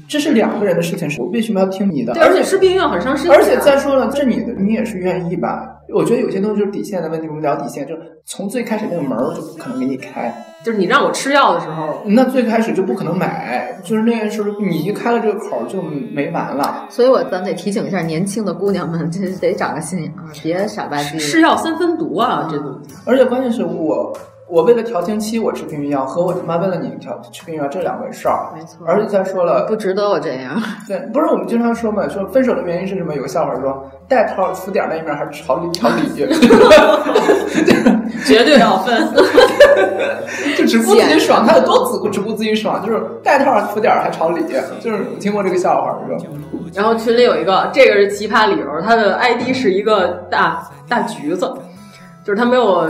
这是两个人的事情，我为什么要听你的？
对，而且吃避孕药很伤身体啊。
而且再说了，这你的你也是愿意吧？我觉得有些东西就是底线的问题，我们聊底线，就是从最开始那个门儿就不可能给你开，
就是你让我吃药的时候，
那最开始就不可能买，就是那个时候你一开了这个口儿就没完了。
所以我咱得提醒一下年轻的姑娘们， 这得长个心眼儿，别傻吧唧。
吃药三分毒啊，这种。
而且关键是我，我为了调经期我吃避孕药，和我他妈为了你调吃避孕药这两回事儿。
没错
而且再说了，
不值得我这样。
对，不是我们经常说嘛，说分手的原因是什么？有个笑话说，带套儿服点儿那一面还是朝里朝里，
绝对要分。
就只顾自己爽，他有多只顾只顾自己爽，就是带套儿服点儿还朝里，就是你听过这个笑话是吧？
然后群里有一个，这个是奇葩理由，他的 ID 是一个大大橘子，就是他没有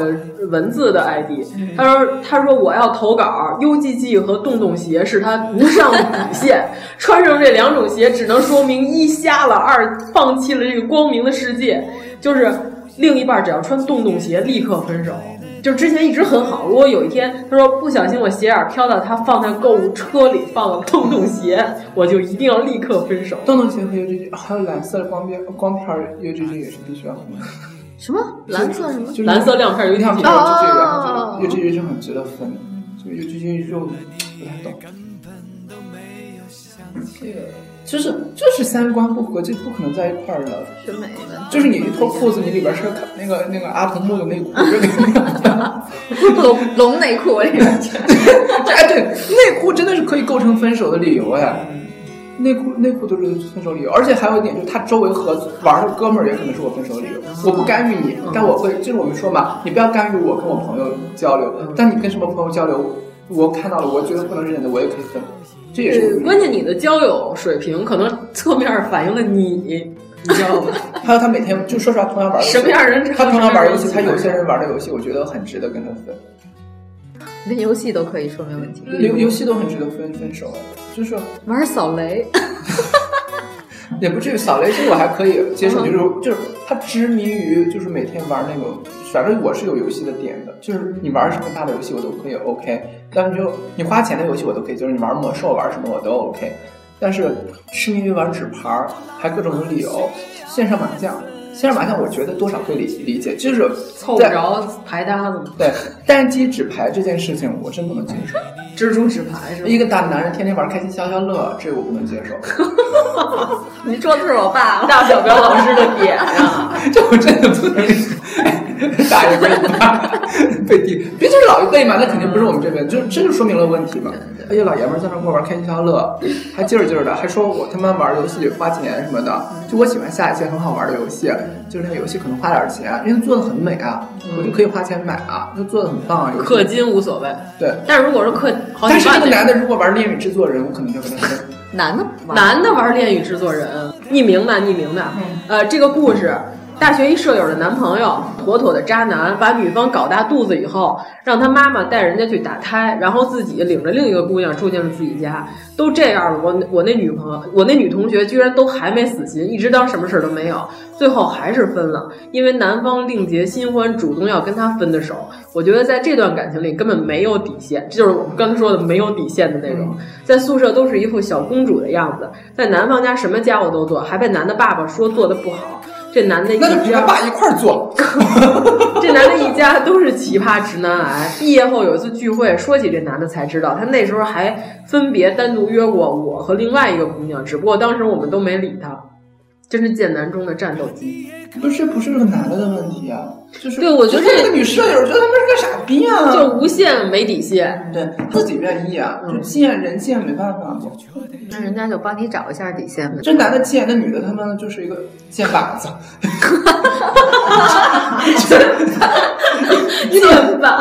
文字的 ID。他说他说我要投稿，UGG 和洞洞鞋是他无上底线，穿上这两种鞋只能说明一瞎了，二放弃了这个光明的世界，就是另一半只要穿洞洞鞋立刻分手。就是之前一直很好，如果有一天他说不小心我鞋眼儿飘到他放在购物车里放了洞洞鞋，我就一定要立刻分手。
洞洞鞋和 UGG 还有蓝色的光片光片 UGG 也是必须要红 的，
什么
啊
蓝色什么？
就是
蓝色亮片 UGG
亮片
哦
UGG，然后就 UGG 是很值得分的，就 UGG 就不太懂。这个就是就是三观不合，就不可能在一块儿的。
是美的，
就是你一脱裤子，你里边是个那个那个阿童木的内 裤，就那个
啊
龙龙内裤里 面。
哎对，内裤真的是可以构成分手的理由哎。
嗯
内裤内裤都是分手理由，而且还有一点就是他周围合玩的哥们儿也可能是我分手的理由。
嗯
我不干预你，但我会就是我们说嘛，你不要干预我跟我朋友交流。
嗯
但你跟什么朋友交流，我看到了，我觉得不能忍的，我也可以分。这也是
对，呃关键你的交友水平可能侧面反映了你，你知道 吗？
还有他每天就说实话，同样玩儿游戏
什么样人
他同样玩儿游
什
戏，
么
他
样人
有些人玩的游戏，我觉得很值得跟他分。
连游戏都可以说没问题，
嗯
游游戏都很值得分分手，就是
玩扫雷，
也不至于扫雷，其实我还可以接受，就是
嗯
就是他执迷于就是每天玩那个，反正我是有游戏的点的，就是你玩什么大的游戏我都可以 OK，但是就你花钱的游戏我都可以，就是你玩魔兽玩什么我都 OK。但是痴迷于玩纸牌儿，还各种有理由，线上麻将。线上麻将我觉得多少可以理理解，就是
凑不着牌搭子嘛。
对，单机纸牌这件事情我真不能接受。
蜘蛛纸牌是吧？
一个大男人天天玩开心消消乐，这个我不能接受。
你说的是我
啊
爸，
大小彪老师的点 啊，
这我真的不能接受。 大一辈被地，别就是老一辈嘛，那肯定不是我们这辈，就这就说明了问题嘛。哎呀，老爷们儿在那跟我玩开心消乐，还劲儿劲儿的，还说我他妈玩游戏花钱什么的。
嗯
就我喜欢下一些很好玩的游戏，就是那游戏可能花点钱，因为做的很美啊，我就可以花钱买啊，就做的很棒啊。
氪金无所谓，
对。
但如果说氪，
但是这个男的如果玩《恋与制作人》，我可能就跟他分。
男的，
男的玩《恋与制作人》，匿名的，匿名的。呃，这个故事。大学一舍友的男朋友，妥妥的渣男，把女方搞大肚子以后，让他妈妈带人家去打胎，然后自己领着另一个姑娘住进了自己家。都这样了，我我那女朋友，我那女同学居然都还没死心，一直当什么事儿都没有，最后还是分了，因为男方另结新欢，主动要跟她分的手。我觉得在这段感情里根本没有底线，这就是我们刚才说的没有底线的那种。在宿舍都是一副小公主的样子，在男方家什么家伙都做，还被男的爸爸说做的不好。这男的一
那就跟他爸一块儿做。
这男的一家都是奇葩直男癌。毕业后有一次聚会，说起这男的才知道，他那时候还分别单独约过我和另外一个姑娘，只不过当时我们都没理他。真是贱男中的战斗机。
不是，不是个男的的问题啊，就是
对我觉得
这个女舍友觉得他们是个傻逼啊，
就无限没底 线，
对自己愿意啊，就贱人贱没办法嘛。
那人家就帮你找一下底线呗。
这男的贱，那女的他妈就是一个贱靶子。
你怎么办？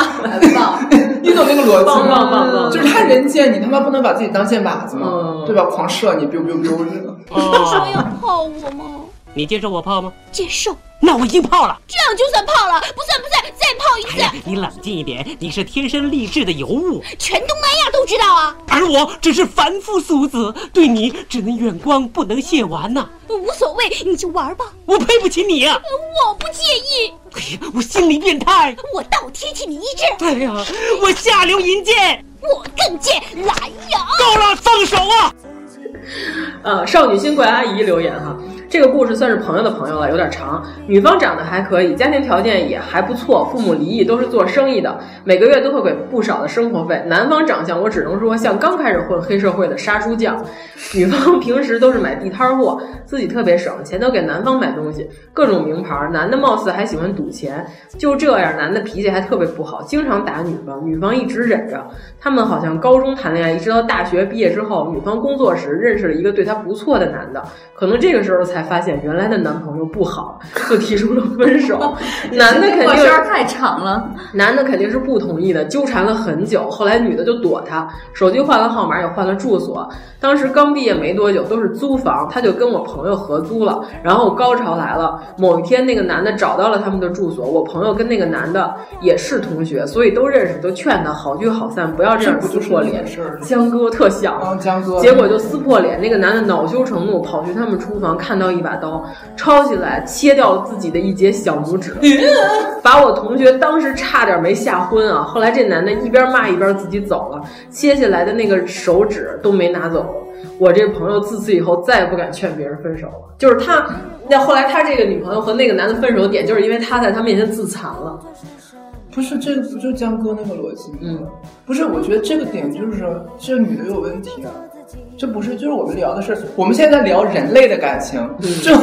你懂那个逻辑
棒棒棒棒
吗？就是他人贱，你他妈不能把自己当箭靶子嘛，对吧？狂射你，biu biu biu
哦
说要泡我吗？
你接受我泡吗？
接受，
那我已经泡了。
这样就算泡了，不算不算，再泡一次。
你冷静一点，你是天生丽质的尤物，
全东南亚都知道啊，
而我只是凡夫俗子，对你只能远观不能亵玩呐、
无所谓，你就玩吧，呃
我配不起你呀、
我不介意。
我心理变态。
我倒贴近你一掷，
哎呀，我下流淫贱，
我更贱，来呀！
够了，放手啊！
呃，少女心怪阿姨留言哈，这个故事算是朋友的朋友了，有点长。女方长得还可以，家庭条件也还不错，父母离异都是做生意的，每个月都会给不少的生活费。男方长相，我只能说像刚开始混黑社会的杀猪匠。女方平时都是买地摊货，自己特别省，钱都给男方买东西，各种名牌。男的貌似还喜欢赌钱，就这样，男的脾气还特别不好，经常打女方，女方一直忍着。他们好像高中谈恋爱，一直到大学毕业之后，女方工作时认识了一个对她不错的男的，可能这个时候才发现原来的男朋友不好，就提出了分手。男的肯定
这个太长了，
男的肯定是不同意的，纠缠了很久。后来女的就躲他，手机换了号码，也换了住所。当时刚毕业没多久，都是租房，他就跟我朋友合租了。然后高潮来了，某一天那个男的找到了他们的住所，我朋友跟那个男的也是同学，所以都认识，都劝他好聚好散，不要这样撕破脸。江哥特像，
嗯江哥
结果就撕破脸。那个男的恼羞成怒，跑去他们厨房，看到一把刀，抄起来切掉了自己的一截小拇指。 把我同学当时差点没吓昏啊！后来这男的一边骂一边自己走了，切下来的那个手指都没拿走。我这朋友自此以后再也不敢劝别人分手了。就是他，那后来他这个女朋友和那个男的分手的点，就是因为他在他面前自残了。
不是这个，不就江哥那个逻辑吗？
嗯，
不是，我觉得这个点就是这女的有问题啊。这不是，就是我们聊的是，我们现在在聊人类的感情，就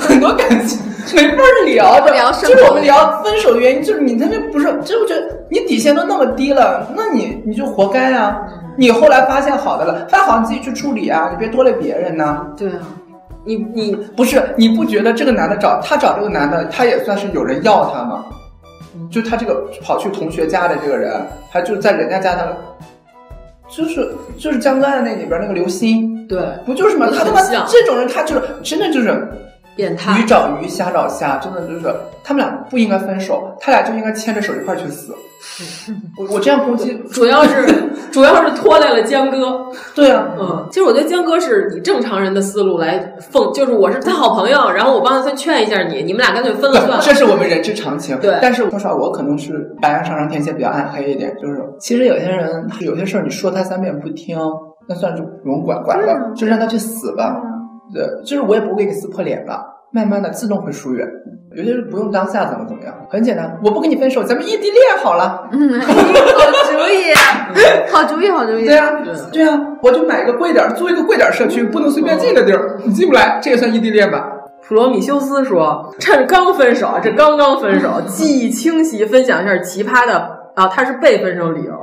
很多感情没法聊的，
聊生活
就是我们聊分手的原因，就是你那边不是，就是我觉得你底线都那么低了，那你你就活该啊！你后来发现好的了，发现好你自己去处理啊，你别拖累别人呐、
对啊，你你
不是，你不觉得这个男的找他找这个男的，他也算是有人要他吗？
嗯
就他这个跑去同学家的这个人，他就在人家家的，就是就是江歌案那里边那个刘鑫，
对，
不就是吗？他他妈
很像
这种人，他就是真的就是
变
鱼
态。
找鱼，虾找虾，真的就是他们俩不应该分手，他俩就应该牵着手一块儿 去死。我我这样抨击，
主要是主要是拖累了江哥，
对啊，
嗯，其实我觉得江哥是以正常人的思路来奉，就是我是他好朋友，然后我帮他算劝一下你，你们俩干脆分了算了。
这是我们人之常情。
对
但是说实话，我可能是白羊上升天蝎比较暗黑一点，就是其实有些人有些事儿你说他三遍不听，那算是不用管，管了就让他去死吧。对，就是我也不会给撕破脸吧，慢慢的自动会疏远。有些人不用当下怎么怎么样，很简单，我不跟你分手，咱们异地恋好了。
嗯，好主意，好主意，好主意。
对啊，对啊，我就买一个贵点儿，租一个贵点儿社区，不能随便进的地儿，你进不来，这也算异地恋吧？
普罗米修斯说：“趁刚分手，这刚刚分手，记忆清晰，分享一下奇葩的啊，他是被分手理由。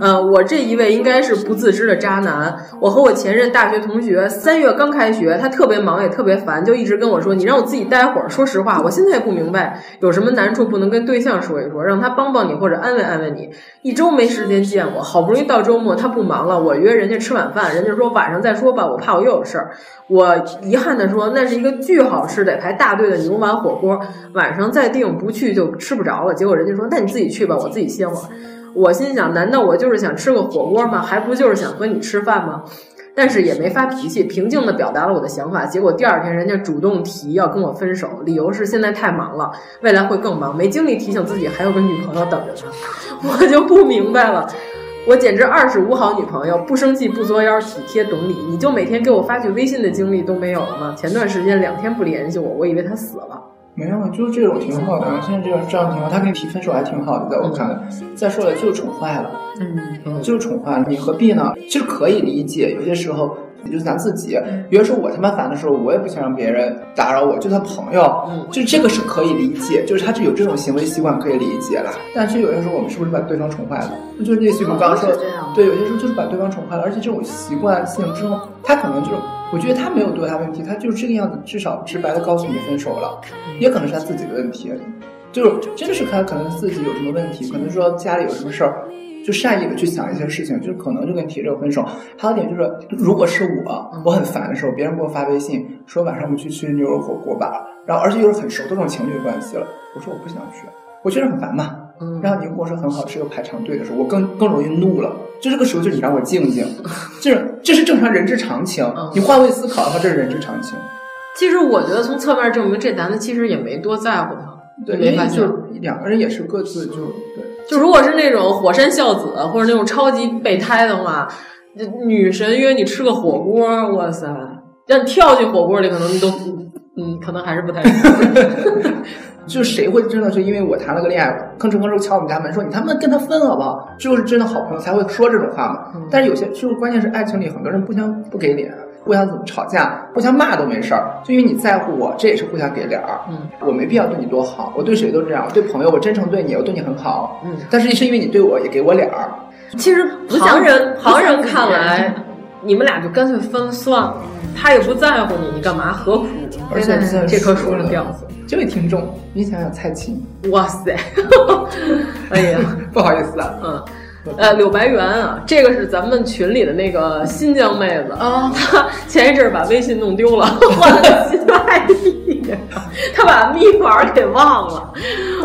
嗯、我这一位应该是不自知的渣男。我和我前任大学同学，三月刚开学，他特别忙也特别烦，就一直跟我说：‘你让我自己待会儿。’说实话，我现在也不明白有什么难处不能跟对象说一说，让他帮帮你或者安慰安慰你。一周没时间见我，好不容易到周末，他不忙了，我约人家吃晚饭，人家说晚上再说吧，我怕我又有事儿。我遗憾的说，那是一个巨好吃得排大队的牛丸火锅，晚上再订不去就吃不着了。结果人家说，那你自己去吧，我自己歇会儿。我心想，难道我就是想吃个火锅吗？还不就是想和你吃饭吗？但是也没发脾气，平静的表达了我的想法。结果第二天，人家主动提要跟我分手，理由是现在太忙了，未来会更忙，没精力提醒自己还有个女朋友等着他。 我就不明白了。我简直二十五好女朋友，不生气不作妖，体贴懂礼。你就每天给我发句微信的精力都没有了吗？前段时间两天不联系我，我以为他死了。
没有，就是这种挺好的，现在这样这样挺好。他跟你提分手还挺好的，在我看来。再说了，就是宠坏了，嗯，就是宠坏了，你何必呢？其实可以理解，有些时候也就是咱自己。
嗯
有些时候我他妈烦的时候，我也不想让别人打扰我，就算朋友，
嗯
就是这个是可以理解，就是他是有这种行为习惯可以理解了。但是有些时候我们是不是把对方宠坏了？就是类似于我刚刚说，
好像
的
哦是这样，啊
对，有些时候就是把对方宠坏了，而且这种习惯性之后，他可能就是。我觉得他没有多大问题，他就是这个样子，至少直白的告诉你分手了，
嗯
也可能是他自己的问题，就是真的是他可能自己有什么问题，可能说家里有什么事儿，就善意的去想一些事情，就是可能就跟提这个分手。还有一点就是，如果是我，我很烦的时候，别人给我发微信说晚上我们去吃牛肉火锅吧，然后而且又是很熟的这种情侣关系了，我说我不想去，我觉得很烦嘛。然
嗯
后你又跟我说很好吃又排长队的时候，我更更容易怒了。就这个时候，就你让我静静，就是这是正常人之常情。你换位思考的话，这是人之常情。
其实我觉得从侧面证明，这男的其实也没多在 乎他。
对，
没
因
发
为
现
就。是两个人也是各自就对。
就如果是那种火山孝子或者那种超级备胎的话，女神约你吃个火锅，哇塞，让你跳进火锅里，可能你都嗯，可能还是不太行。
就是谁会真的是因为我谈了个恋爱，吭哧吭哧敲我们家门说你他妈跟他分好不好？只有是真的好朋友才会说这种话嘛。
嗯
但是有些就是关键是爱情里很多人不相不给脸，互相怎么吵架，互相骂都没事儿，就因为你在乎我，这也是互相给脸儿。
嗯，
我没必要对你多好，我对谁都这样，我对朋友我真诚对你，我对你很好。
嗯，
但是是因为你对我也给我脸儿。
其实
不像
旁人
不像
旁人
自己
看
人
来，你们俩就干脆分了算了，他也不在乎你，你干嘛何苦？
而且现在
这棵树
说
上
了
吊死。
这位听众，你想想蔡琴，
哇塞， 哎呀，
不好意思啊，
嗯。呃，柳白猿啊，这个是咱们群里的那个新疆妹子
哦
啊，她前一阵儿把微信弄丢了，换了个新的 ID，她把密码给忘了，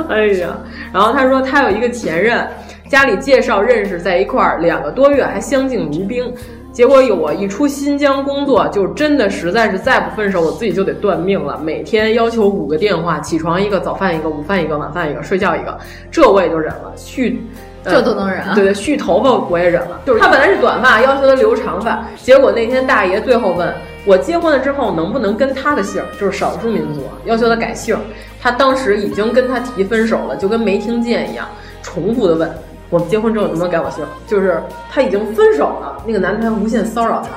哎呀，然后她说她有一个前任，家里介绍认识在一块儿，两个多月还相敬如宾，结果有我一出新疆工作，就真的实在是再不分手，我自己就得断命了。每天要求五个电话，起床一个，早饭一个，午饭一个，晚饭一个，睡觉一个，这我也就忍了。续。呃
这都能忍啊
对对，蓄头发我也忍了。就是他本来是短发，要求他留长发，结果那天大爷最后问我结婚了之后能不能跟他的姓儿，就是少数民族，啊要求他改姓儿。他当时已经跟他提分手了，就跟没听见一样，重复的问我们结婚之后能不能改我姓儿，就是他已经分手了，那个男的还无限骚扰他。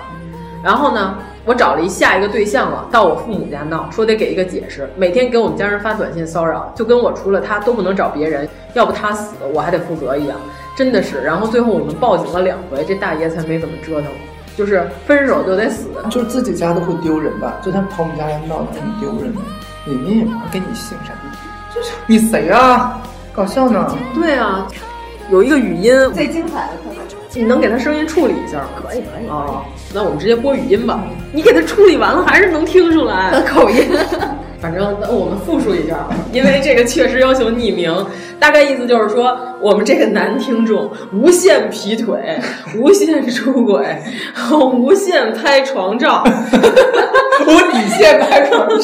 然后呢，我找了一下一个对象了，到我父母家闹，说得给一个解释，每天给我们家人发短信骚扰，就跟我除了他都不能找别人，要不他死我还得负责一样，真的是。然后最后我们报警了两回，这大爷才没怎么折腾我，就是分手就得死。
就是自己家都会丢人吧？就他跑我们家来闹，他很丢人的。里面也不跟你姓啥逼，就是你谁啊？搞笑呢？
对啊，有一个语音
最精彩的可能
你能给他声音处理一下吗？可以可以哦，那我们直接播语音吧。你给他处理完了，还是能听出来口音。反正我们复述一下，啊因为这个确实要求匿名。大概意思就是说，我们这个男听众无限劈腿，无限出轨， 无限拍床照，
无底线拍床照。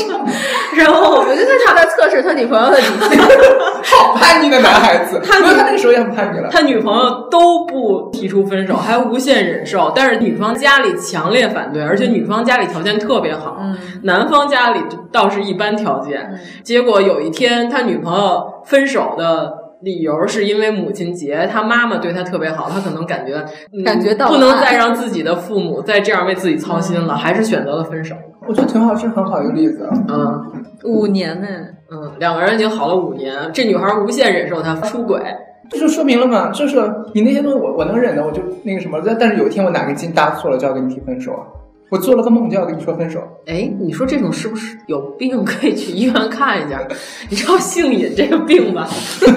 然后
我觉得他是在测试他女朋友的底线，
好拍叛逆的男孩子，
他
因为他那个时候也很叛逆 了。
他女朋友都不提出分手，还无限忍受，但是女方家里强烈反对，而且女方家里条件特别好，
嗯
男方家里倒是一般条件。结果有一天，他女朋友分手的。理由是因为母亲节，他妈妈对他特别好，他可能感觉、嗯
感觉到嗯了
不能再让自己的父母再这样为自己操心了，还是选择了分手。
我觉得挺好，是很好一个例子。啊
嗯
五年呢、
嗯，两个人已经好了五年，这女孩无限忍受他出轨，
这就说明了嘛，就是你那些东西我我能忍的，我就那个什么。但但是有一天我哪根筋搭错了，就要跟你提分手啊！我做了个梦，就要跟你说分手。
哎，你说这种是不是有病？ 可以去医院看一下。你知道性瘾这个病 吧？就是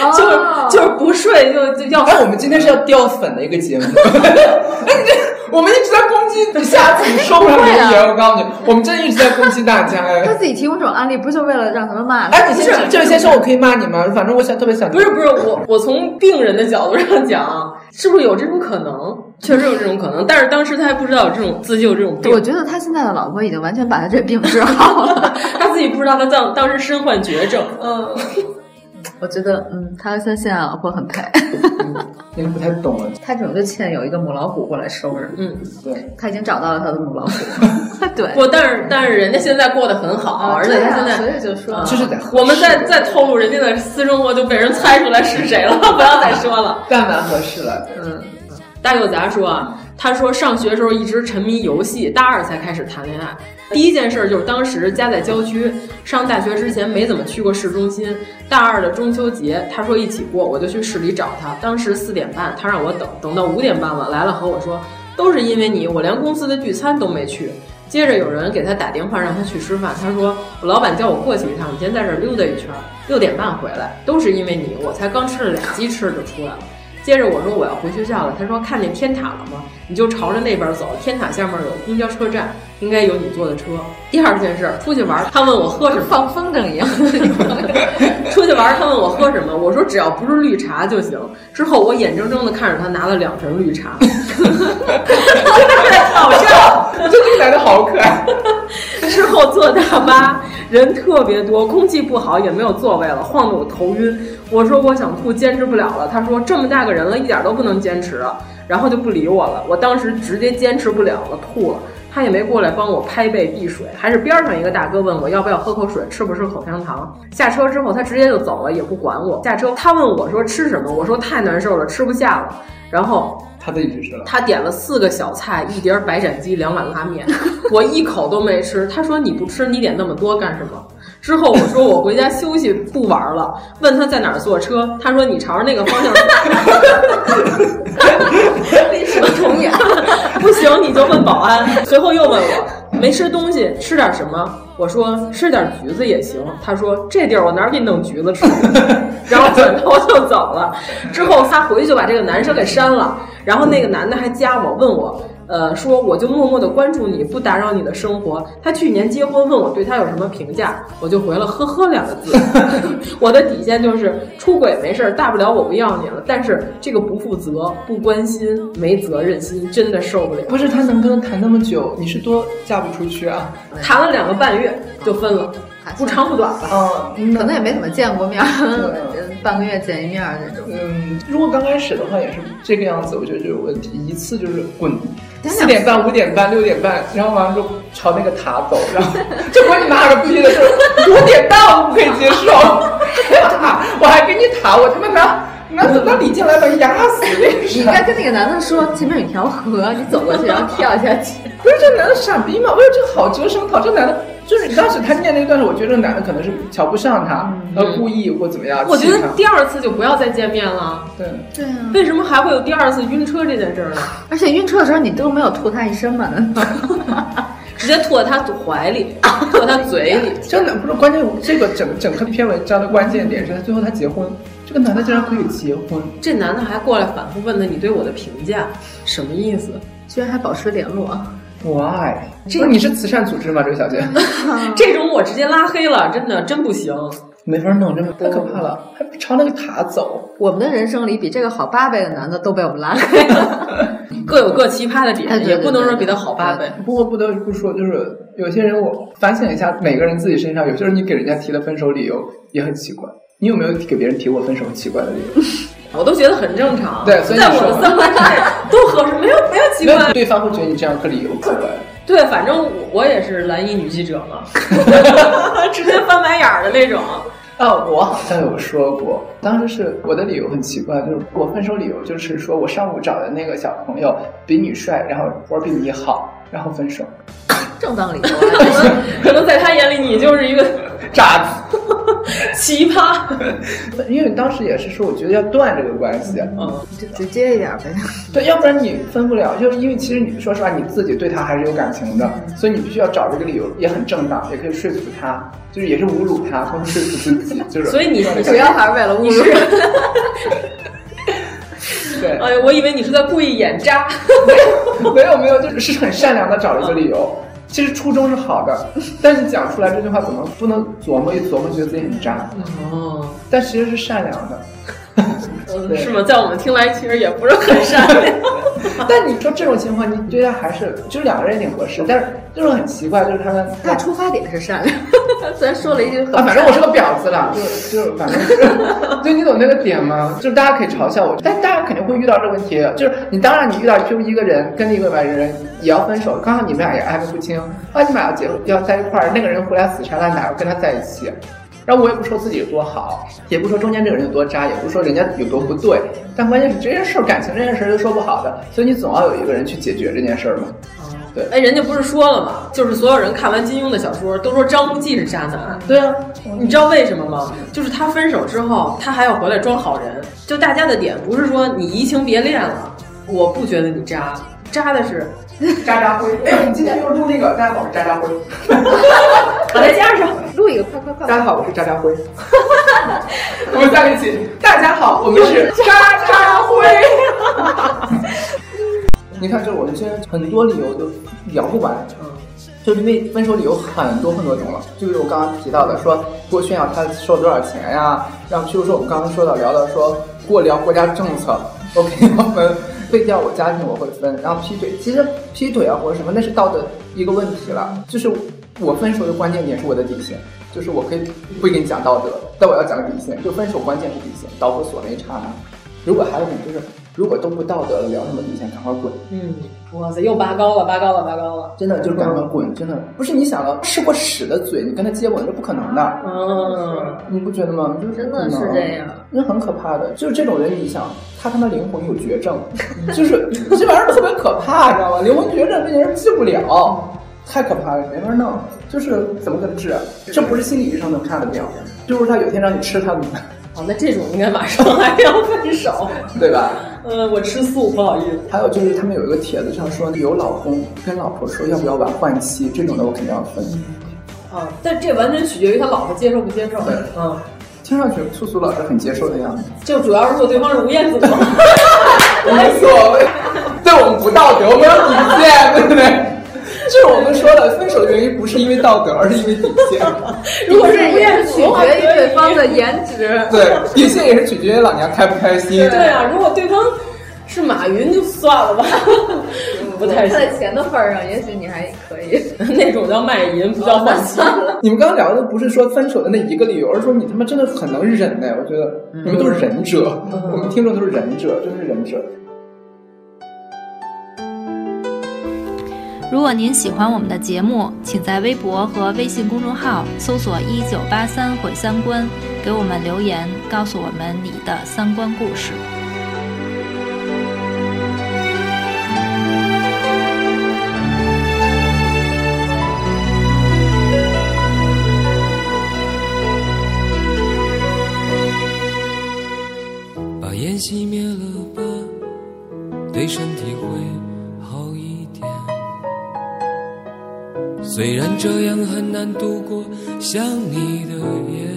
哦
就是不睡就就要。
哎，我们今天是要掉粉的一个节 目。哎，你这我们一直在攻击下次你说不上留言，
啊
我告诉你，我们真的一直在攻击大家哎
他。自己提供这种案例，不是就为了让咱们骂他？
哎，你先这位先生，我可以骂你吗？反正我想特别想
不是不是，我我从病人的角度上讲，是不是有这种可能？确实有这种可能，但是当时他还不知道有这种自己有这种病，
我觉得他现在的老婆已经完全把他这病治好了。
他自己不知道他当当时身患绝症。
嗯，我觉得，嗯，他他现在老婆很配，
那个不太懂啊了。
他这种就欠有一个母老虎过来收拾。
嗯，
对，
他已经找到了他的母老虎。 对，
不，但是但是人家现在过得很好，
啊
而且他现
对
在
啊所以就说
啊
就是得
我们再再透露人家的私生活，就被人猜出来是谁了， 不要再说了。
但蛮合适了。
嗯，大佑杂说啊，他说上学时候一直沉迷游戏，大二才开始谈恋爱。第一件事就是当时家在郊区，上大学之前没怎么去过市中心。大二的中秋节，他说一起过，我就去市里找他。当时四点半，他让我等，等到五点半了来了和我说，都是因为你，我连公司的聚餐都没去。接着有人给他打电话让他去吃饭，他说我老板叫我过去一趟，我今天在这儿溜达一圈，六点半回来，都是因为你，我才刚吃了俩鸡翅就出来了。接着我说我要回学校了，他说看见天塔了吗？你就朝着那边走，天塔下面有公交车站，应该有你坐的车。第二件事，出去玩，他问我喝什么，
放风筝一样。
出去玩，他问我喝什么，我说只要不是绿茶就行。之后我眼睁睁的看着他拿了两瓶绿茶，在挑战。
我觉得这个男的好可爱。
之后坐大巴，人特别多，空气不好，也没有座位了，晃得我头晕。我说我想吐，坚持不了了。他说这么大个人了，一点都不能坚持啊。然后就不理我了。我当时直接坚持不了了，吐了。他也没过来帮我拍背避水，还是边上一个大哥问我要不要喝口水，吃不吃口香糖。下车之后，他直接就走了，也不管我。下车他问我说吃什么，我说太难受了，吃不下了。然后
他自己支持了。
他点了四个小菜，一碟白斩鸡，两碗拉面，我一口都没吃。他说你不吃，你点那么多干什么？之后我说我回家休息，不玩了。问他在哪儿坐车，他说你朝着那个方向 坐。历史重演，不行你就问保安。随后又问我没吃东西，吃点什么？我说吃点橘子也行。他说这地儿我哪儿给你弄橘 子吃？然后转头就走了。之后他回去就把这个男生给删了，然后那个男的还加我，问我，呃，说我就默默的关注你，不打扰你的生活。他去年结婚，问我对他有什么评价，我就回了呵呵两个字。我的底线就是出轨没事儿，大不了我不要你了，但是这个不负责、不关心、没责任心，真的受不了。
不是他能跟他谈那么久，你是多嫁不出去啊？
谈了两个半月就分了，不长不短吧。
嗯
可能也没怎么见过面儿
对，
半个月见一面儿那种。
嗯，如果刚开始的话也是这个样子，我觉得就有问题。一次就是滚，
等等
四点半、五点半、六点半，然后完了之后朝那个塔 走，然后这不是你妈个逼的事儿，五点半我不可以接受， 塔我还给你塔，我他妈拿拿拿李静来把你压死，真
你
是
应该跟那个男的说，前面有一条河，你走过去，然后跳下去。
不是这男的傻逼吗？为了这个好折生讨，这男的就是当时他念那段时候，我觉得这个男的可能是瞧不上他，然后故意或怎么样。
我觉
气
得
他
第二次就不要再见面了。
对，
对啊，
为什么还会有第二次晕车这件事儿呢？
而且晕车的时候你都没有吐他一身嘛。
直接吐到他怀里，吐到他嘴里。
真的不是关键。这个整整个篇文章的关键点是他最后他结婚，这个男的竟然可以结婚，
这男的还过来反复问他你对我的评价，什么意思？
居然还保持联络，
why？不是你是慈善组织吗，这位小姐？
这种我直接拉黑了，真的真不行。
没法弄，真的太可怕了，还朝那个塔走。
我们的人生里比这个好八倍的男的都被我们拉黑了。
各有各奇葩的点，
哎对
也
对
不能说比他好八倍。
不过不得不说，就是有些人我反省一下，每个人自己身上，有些人你给人家提的分手理由也很奇怪。你有没有给别人提过分手奇怪的理由？
我都觉得很正常。
对，所以
在我们三观之 内都合适，没有没有奇
没有
怪。
对方会觉得你这样个理由奇怪。
对，反正我我也是蓝衣女记者 嘛，直接翻白眼儿的那种。
啊，我好像有说过，当时是我的理由很奇怪，就是我分手理由就是说我上午找的那个小朋友比你帅，然后我比你好，然后分手，
正当理由啊
可能在他眼里，你就是一个
渣子。
奇葩。
因为当时也是说，我觉得要断这个关系，啊
嗯，就直接一点呗。
对，要不然你分不了，就是因为其实你说实话，你自己对他还是有感情的，所以你必须要找这个理由，也很正当，也可以说服他，就是也是侮辱他，或者说服自己， 就是。
所以你
主要还是为了侮辱。
对，
哎呀，我以为你是在故意演渣。
没有没有，就是是很善良的找了一个理由。其实初衷是好的，但是讲出来这句话怎么不能琢磨一琢磨，觉得自己很渣？
哦，
但其实是善良的。对
是吗？在我们听来，其实也不是很善良。
但你说这种情况，你对他还是就是两个人也挺合适，但是就是很奇怪，就是他们
他出发点是善良，虽然说了一句很
啊，反正我是个婊子了，就就是反正就是，就你懂那个点吗？就是大家可以嘲笑我，但大家肯定会遇到这个问题。就是你当然你遇到就是一个人跟另外一个人也要分手，刚好你们俩也暧昧不清，啊，你们俩要结婚要在一块儿，那个人回来死缠烂打要跟他在一起。然后我也不说自己有多好，也不说中间这个人有多渣，也不说人家有多不对，但关键是这件事儿，感情这件事儿是说不好的，所以你总要有一个人去解决这件事儿嘛。对，
哎，人家不是说了吗？就是所有人看完金庸的小说，都说张无忌是渣男。
对啊，
你知道为什么吗？就是他分手之后，他还要回来装好人。就大家的点不是说你移情别恋了，我不觉得你渣，渣的 是
渣渣辉，哎，我们今天又录那个，大家好，我是渣渣辉。
我
哎
再加上
录一个，快快快！
大家好，我是渣渣辉。 我们三个一起， 大家好，我们是渣渣辉。 你看，就是我们现在很多理由都聊不完，就是因为分手理由很多很多种了，就是我刚刚提到的，说多炫耀他收了多少钱呀、然后譬如说我们刚刚说到聊到说过聊国家政策，OK，我 们废掉我家庭我会分，然后劈腿，其实劈腿啊或者什么那是道德一个问题了，就是我分手的关键点是我的底线，就是我可以不跟你讲道德，但我要讲底线，就分手关键是底线，导火索那一刹那。如果还有你就是如果都不道德了，聊什么底线，赶快滚。
嗯，哇塞，又拔高了，拔高了，拔高了。
真的就是赶快滚，真的不是你想的吃过屎的嘴，你跟他接吻是不可能的，
嗯，
你不觉得吗？就是
真的是这样，
那很可怕的。就是这种人，你想他他妈灵魂有绝症， 就是这玩意儿特别可怕，你知道吗？灵魂绝症这人治不了，太可怕了，没法弄。就是怎么给他治？啊这不是心理医生能看得了，就是他有一天让你吃他怎么办？
好，那这种应该马上还要分手。
对吧？
呃，我吃素，不好意思。
还有就是他们有一个帖子上说，有老公跟老婆说要不要晚换妻，这种的我肯定要分。
啊，但这完全取决于他老婆接受不接受。
对
嗯，
听上去苏苏老师很接受的样子，
就主要是如果对方是吴彦祖，
无所谓，对我们不道德，我们有底线，对不对？ 这是我们说的，分手的原因不是因为道德，而是因为底线。
如果是吴
也
彦
取
祖，
决于对方的颜值。
对，底线也是取决于老娘开不开心。
对啊，如果对方是马云就算了吧， 不太行。
他在钱的份儿上，也许你还可以。
那种叫卖淫，不叫换妻。
你们刚刚聊的不是说分手的那一个理由，而是说你他妈真的很能忍呢。我觉得你们都是忍者，我们听众都是忍者，真的是忍者。
如果您喜欢我们的节目，请在微博和微信公众号搜索“一九八三毁三观”，给我们留言，告诉我们你的三观故事。
把烟熄灭了吧，对身体会好一点。虽然这样很难度过想你的夜，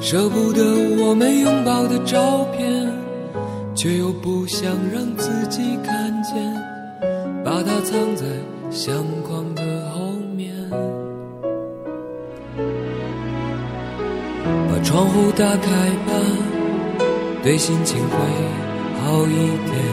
舍不得我们拥抱的照片，却又不想让自己看见，把它藏在相框的后面。把窗户打开吧，对心情会好一点。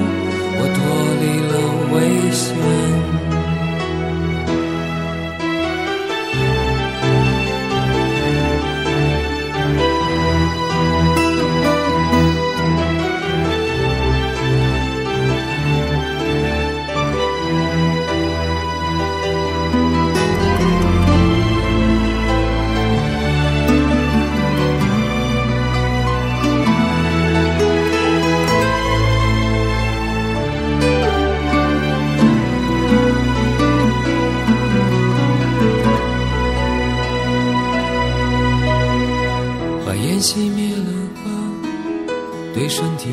我脱离了危险。把烟熄灭了吧，对身体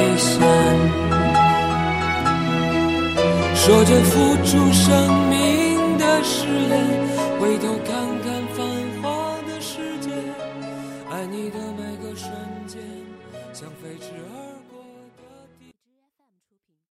险。说着付出生命的誓言，回头看看繁华的世界，爱你的每个瞬间，像飞驰而过。